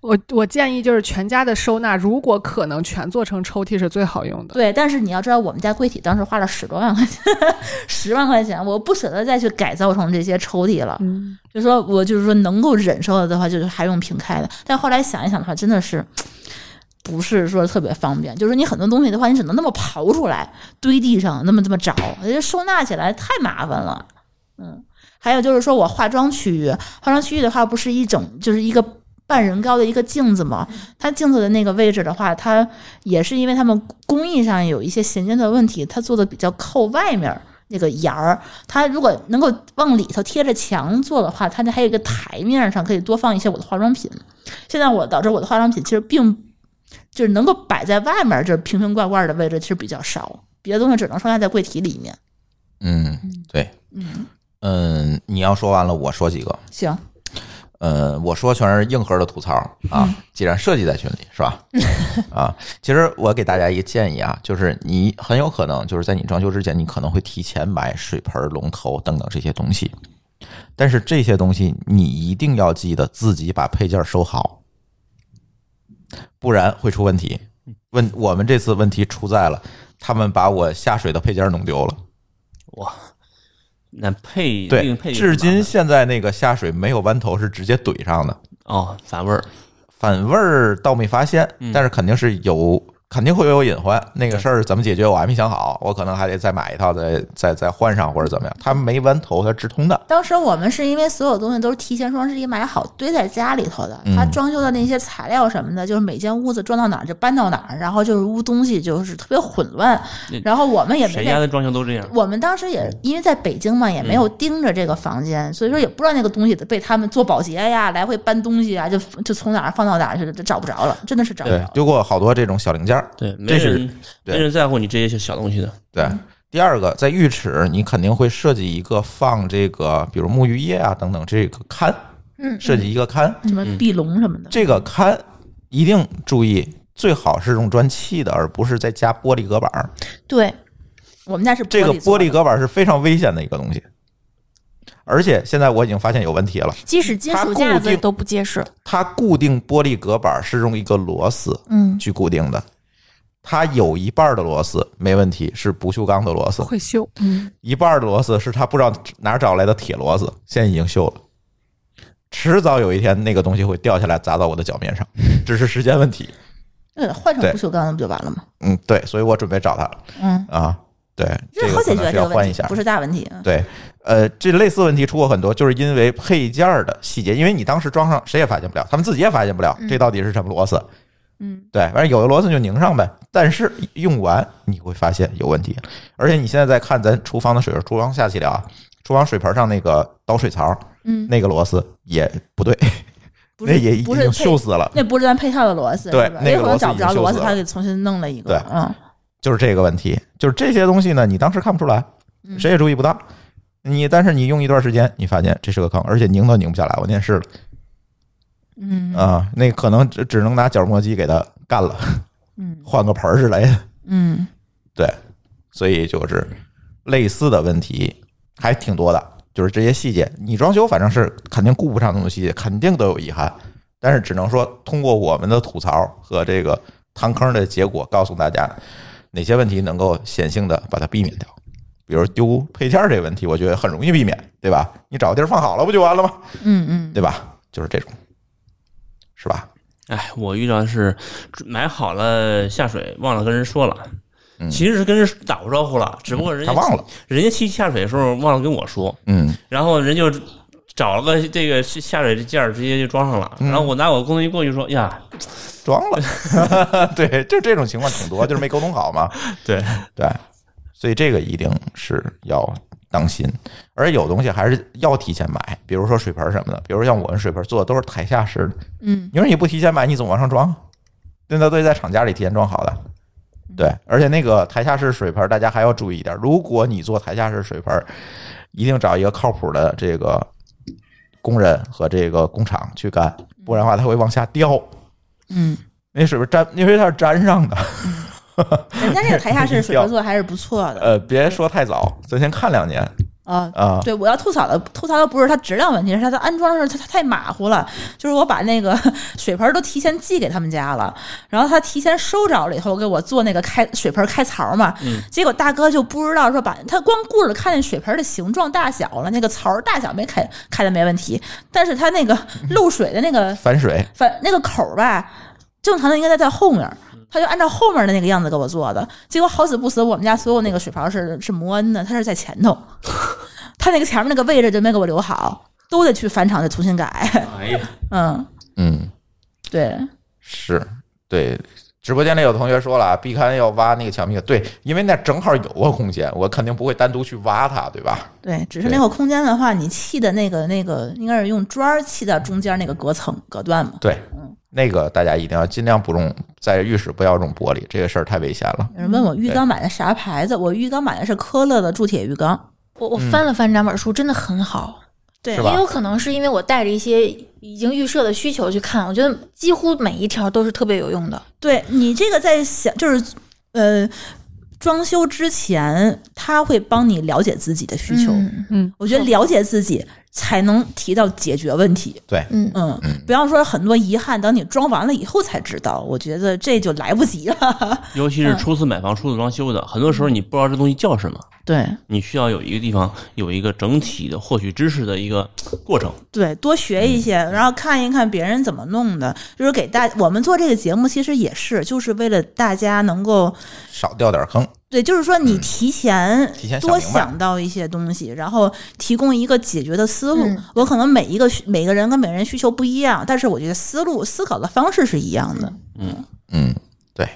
Speaker 6: 我我建议就是全家的收纳，如果可能全做成抽屉是最好用的。
Speaker 4: 对，但是你要知道，我们家柜体当时花了十多万块钱， 十万块钱，我不舍得再去改造成这些抽屉了。
Speaker 6: 嗯，
Speaker 4: 就说我就是说能够忍受的话，就是还用平开的。但后来想一想的话，真的是不是说特别方便。就是你很多东西的话，你只能那么刨出来堆地上，那么这么找，就收纳起来太麻烦了。嗯，还有就是说我化妆区域，化妆区域的话，不是一整就是一个。半人高的一个镜子嘛，它镜子的那个位置的话，它也是因为他们工艺上有一些衔接的问题，它做的比较靠外面儿那个沿儿，它如果能够往里头贴着墙做的话，它那还有一个台面上可以多放一些我的化妆品。现在我导致我的化妆品其实并就是能够摆在外面，就是瓶瓶罐罐的位置其实比较少，别的东西只能收纳在柜体里面。
Speaker 2: 嗯，对，嗯嗯，你要说完了，我说几个。
Speaker 4: 行，
Speaker 2: 呃，我说全是硬核的吐槽啊，既然设计在群里是吧？啊，其实我给大家一个建议啊，就是你很有可能就是在你装修之前，你可能会提前买水盆、龙头等等这些东西，但是这些东西你一定要记得自己把配件收好，不然会出问题。问我们这次问题出在了，他们把我下水的配件弄丢了。
Speaker 3: 哇，那配
Speaker 2: 对
Speaker 3: 另配，
Speaker 2: 至今现在那个下水没有弯头，是直接怼上的。
Speaker 3: 哦，反味儿，
Speaker 2: 反味儿倒没发现，但是肯定是有，肯定会有隐患。那个事儿怎么解决，我还没想好，我可能还得再买一套，再再再换上或者怎么样。它没弯头，它直通的。
Speaker 4: 当时我们是因为所有东西都是提前双十一买好堆在家里头的，它
Speaker 2: 嗯
Speaker 4: 装修的那些材料什么的，就是每间屋子装到哪儿就搬到哪儿，然后就是屋东西就是特别混乱
Speaker 3: 那，
Speaker 4: 然后我们也没
Speaker 3: 谁
Speaker 4: 在
Speaker 3: 家的装修都这样。
Speaker 4: 我们当时也因为在北京嘛，也没有盯着这个房间，所以说也不知道那个东西被他们做保洁呀，来回搬东西啊，就就从哪儿放到哪儿去了，就找不着了，真的是找不着
Speaker 2: 对
Speaker 4: 了，。
Speaker 2: 丢过好多这种小零件儿。
Speaker 3: 对，没
Speaker 2: 这是
Speaker 3: 人
Speaker 2: 对
Speaker 3: 没人在乎你这些小东西的。
Speaker 2: 对，第二个在浴池，你肯定会设计一个放这个，比如沐浴液啊等等这个龛，
Speaker 5: 嗯，
Speaker 2: 设计一个龛。
Speaker 4: 什么壁笼什么的，
Speaker 2: 这个龛一定注意，最好是用砖砌的，而不是再加玻璃隔板儿。
Speaker 5: 对，
Speaker 4: 我们家是
Speaker 2: 这个
Speaker 4: 做
Speaker 2: 玻
Speaker 4: 的
Speaker 2: 璃隔板是非常危险的一个东西。而且现在我已经发现有问题了，
Speaker 5: 即使金属架子都不结实。
Speaker 2: 它固定玻璃隔板是用一个螺丝
Speaker 5: 嗯，
Speaker 2: 去固定的，它有一半的螺丝没问题，是不锈钢的螺丝，
Speaker 6: 会修，
Speaker 2: 一半的螺丝是他不知道哪儿找来的铁螺丝，现在已经锈了。迟早有一天，那个东西会掉下来砸到我的脚面上，只是时间问题。
Speaker 4: 嗯，换成
Speaker 2: 对
Speaker 4: 不锈钢的不就完了吗？
Speaker 2: 嗯，对，所以我准备找他了
Speaker 4: 嗯，
Speaker 2: 啊。对，这个
Speaker 4: 好
Speaker 2: 可
Speaker 4: 解
Speaker 2: 能
Speaker 4: 决
Speaker 2: 是
Speaker 4: 这
Speaker 2: 要
Speaker 4: 个
Speaker 2: 换
Speaker 4: 问
Speaker 2: 一
Speaker 4: 题
Speaker 2: 下，，
Speaker 4: 不是大问题。嗯
Speaker 2: 对，呃，这类似问题出过很多，就是因为配件儿的细节，因为你当时装上，谁也发现不了，他们自己也发现不了，这到底是什么螺丝。
Speaker 4: 嗯，
Speaker 2: 对，反正有的螺丝就拧上呗，但是用完你会发现有问题，而且你现在在看咱厨房的水，厨房下去了啊，厨房水盆上那个导水槽，
Speaker 4: 嗯
Speaker 2: 那个螺丝也不对，
Speaker 4: 不
Speaker 2: 那
Speaker 4: 是
Speaker 2: 也已
Speaker 4: 不是
Speaker 2: 经
Speaker 4: 配
Speaker 2: 锈死了，
Speaker 4: 那不是咱配套的螺丝，
Speaker 2: 对
Speaker 4: 是吧
Speaker 2: 那个
Speaker 4: 有
Speaker 2: 螺丝
Speaker 4: 可能找不着
Speaker 2: 已经
Speaker 4: 螺
Speaker 2: 锈
Speaker 4: 丝，
Speaker 2: 死了
Speaker 4: 他给重新弄了一个。
Speaker 2: 对
Speaker 4: 嗯，
Speaker 2: 就是这个问题，就是这些东西呢，你当时看不出来，
Speaker 4: 嗯
Speaker 2: 谁也注意不到。你但是你用一段时间，你发现这是个坑，而且拧都拧不下来。我那天试了，
Speaker 4: 嗯
Speaker 2: 啊，那可能只只能拿角磨机给它干了，
Speaker 4: 嗯
Speaker 2: 换个盆儿之类的。
Speaker 4: 嗯，
Speaker 2: 所以就是类似的问题还挺多的，就是这些细节，你装修反正是肯定顾不上那么多细节，肯定都有遗憾。但是只能说通过我们的吐槽和这个趟坑的结果，告诉大家哪些问题能够显性的把它避免掉。比如丢配件儿这个问题，我觉得很容易避免，对吧？你找个地儿放好了不就完了吗？
Speaker 4: 嗯嗯，
Speaker 2: 对吧？就是这种，是吧？
Speaker 3: 哎，我遇到的是买好了下水忘了跟人说了
Speaker 2: 嗯。
Speaker 3: 其实是跟人打过招呼了，只不过人家
Speaker 2: 他忘了，
Speaker 3: 人家去下水的时候忘了跟我说，
Speaker 2: 嗯，
Speaker 3: 然后人就找了个这个下水这件儿，直接就装上了。
Speaker 2: 嗯
Speaker 3: 然后我拿我工作一过去说：“呀，
Speaker 2: 装了， 对，就这种情况挺多，就是没沟通好嘛。
Speaker 3: 对
Speaker 2: 对，所以这个一定是要当心，而且有东西还是要提前买，比如说水盆什么的，比如像我们水盆做的都是台下式的，
Speaker 4: 嗯
Speaker 2: 你说你不提前买，你怎么往上装？那都得在厂家里提前装好的。对，而且那个台下式水盆，大家还要注意一点。如果你做台下式水盆，一定找一个靠谱的这个工人和这个工厂去干，不然的话它会往下掉。
Speaker 4: 嗯，
Speaker 2: 那水不是粘，因为它是粘上的。
Speaker 4: 人家这个台下式水合作还是不错的。
Speaker 2: 呃，别说太早，咱先看两年
Speaker 4: 啊，
Speaker 2: 啊。
Speaker 4: 对，我要吐槽的吐槽的不是它质量问题，是它的安装上它它太马虎了。就是我把那个 水盆都提前寄给他们家了，然后他提前收着了以后给我做那个开水盆开槽嘛，
Speaker 3: 嗯
Speaker 4: 结果大哥就不知道说把他光顾着看那水盆的形状大小了，那个槽儿大小没开开的没问题，但是他那个 漏水的那个
Speaker 2: 反水，
Speaker 4: 反那个口儿吧，正常的应该在在后面儿，他就按照后面的那个样子给我做的。结果好死不死，我们家所有那个水槽是是摩恩的，它是在前头，他那个前面那个位置就没给我留好，都得去返厂再重新改。
Speaker 3: 哎呀，
Speaker 4: 嗯，
Speaker 2: 嗯，
Speaker 4: 对，
Speaker 2: 是对。直播间里有同学说了，壁龛要挖那个墙壁，对，因为那正好有个空间，我肯定不会单独去挖它，对吧？
Speaker 4: 对，只是那个空间的话，你砌的那个那个应该是用砖儿砌到中间那个隔层隔断嘛。
Speaker 2: 对，那个大家一定要尽量不用在浴室不要用玻璃，这个事儿太危险了。
Speaker 4: 有人问我浴缸买的啥牌子，我浴缸买的是科勒的铸铁浴缸。
Speaker 5: 我我翻了翻这两本书，真的很好。
Speaker 4: 对
Speaker 2: 嗯是吧
Speaker 5: 也有可能是因为我带着一些已经预设的需求去看，我觉得几乎每一条都是特别有用的。
Speaker 4: 对你这个在想，就是呃，装修之前，他会帮你了解自己的需求。
Speaker 5: 嗯
Speaker 6: 嗯，
Speaker 4: 我觉得了解自己才能提到解决问题。
Speaker 2: 对，
Speaker 5: 嗯，
Speaker 4: 嗯，不要说很多遗憾，等你装完了以后才知道，我觉得这就来不及了。
Speaker 3: 尤其是初次买房、初次装修的，很多时候你不知道这东西叫什么，
Speaker 4: 对
Speaker 3: 你需要有一个地方有一个整体的获取知识的一个过程。
Speaker 4: 对，多学一些，然后看一看别人怎么弄的，就是给大我们做这个节目，其实也是就是为了大家能够
Speaker 2: 少掉点坑。
Speaker 4: 对，就是说你提前
Speaker 2: 嗯提前想
Speaker 4: 多
Speaker 2: 明白
Speaker 4: 想到一些东西，然后提供一个解决的思路。
Speaker 5: 嗯
Speaker 4: 我可能每一个需每个人跟每个人需求不一样，但是我觉得思路思考的方式是一样的。
Speaker 2: 嗯，对，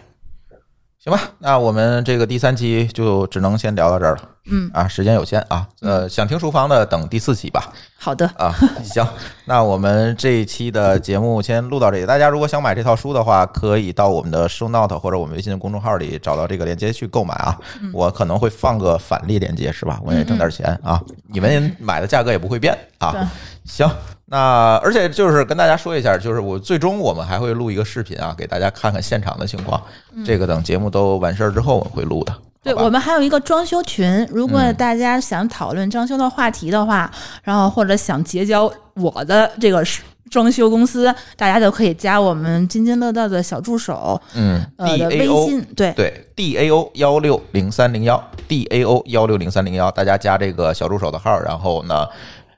Speaker 2: 行吧，那我们这个第三期就只能先聊到这儿了。
Speaker 4: 嗯
Speaker 2: 啊，时间有限啊，呃，想听厨房的等第四期吧。
Speaker 4: 好的，
Speaker 2: 啊， 行，那我们这一期的节目先录到这里。大家如果想买这套书的话，可以到我们的 show note 或者我们微信的公众号里找到这个链接去购买啊。
Speaker 4: 嗯
Speaker 2: 我可能会放个返利链接，是吧？我也挣点钱啊。你们买的价格也不会变
Speaker 4: 对
Speaker 2: 啊。行，那而且就是跟大家说一下，就是我最终我们还会
Speaker 4: 嗯
Speaker 2: 录一个视频啊，给大家看看现场的情况。这个等节目都完事儿之后我们会录的，
Speaker 4: 对
Speaker 2: 好吧嗯
Speaker 4: 我们还有一个装修群，如果大家想讨论装修的话题的话，然后或者想结交我的这个是装修公司，大家就可以加我们津津乐道的小助手
Speaker 2: 嗯
Speaker 4: 呃
Speaker 2: ，D
Speaker 4: 的
Speaker 2: A
Speaker 4: 微
Speaker 2: O
Speaker 4: 信，对
Speaker 2: 对 D A O 幺六零三零幺 D A O 幺六零三零幺，大家加这个小助手的号，然后呢，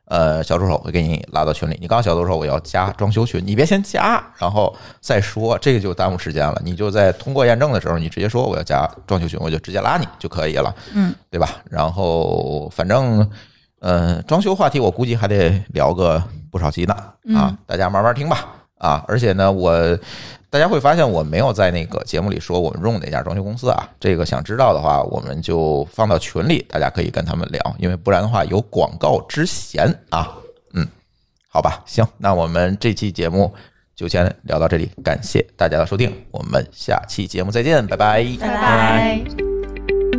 Speaker 2: 呃，小助手会给你拉到群里。你刚小助手，我要加装修群，你别先加，然后再说，这个就耽误时间了。你就在通过验证的时候，你直接说我要加装修群，我就直接拉你就可以了，
Speaker 4: 嗯，
Speaker 2: 对吧？然后反正。呃，装修话题我估计还得聊个不少集呢啊，
Speaker 4: 嗯
Speaker 2: 大家慢慢听吧啊！而且呢，我大家会发现我没有在那个节目里说我们用哪家装修公司啊，这个想知道的话，我们就放到群里，大家可以跟他们聊，因为不然的话有广告之嫌啊。嗯，好吧，行，那我们这期节目就先聊到这里，感谢大家的收听，我们下期节目再见，拜拜。
Speaker 5: 拜
Speaker 3: 拜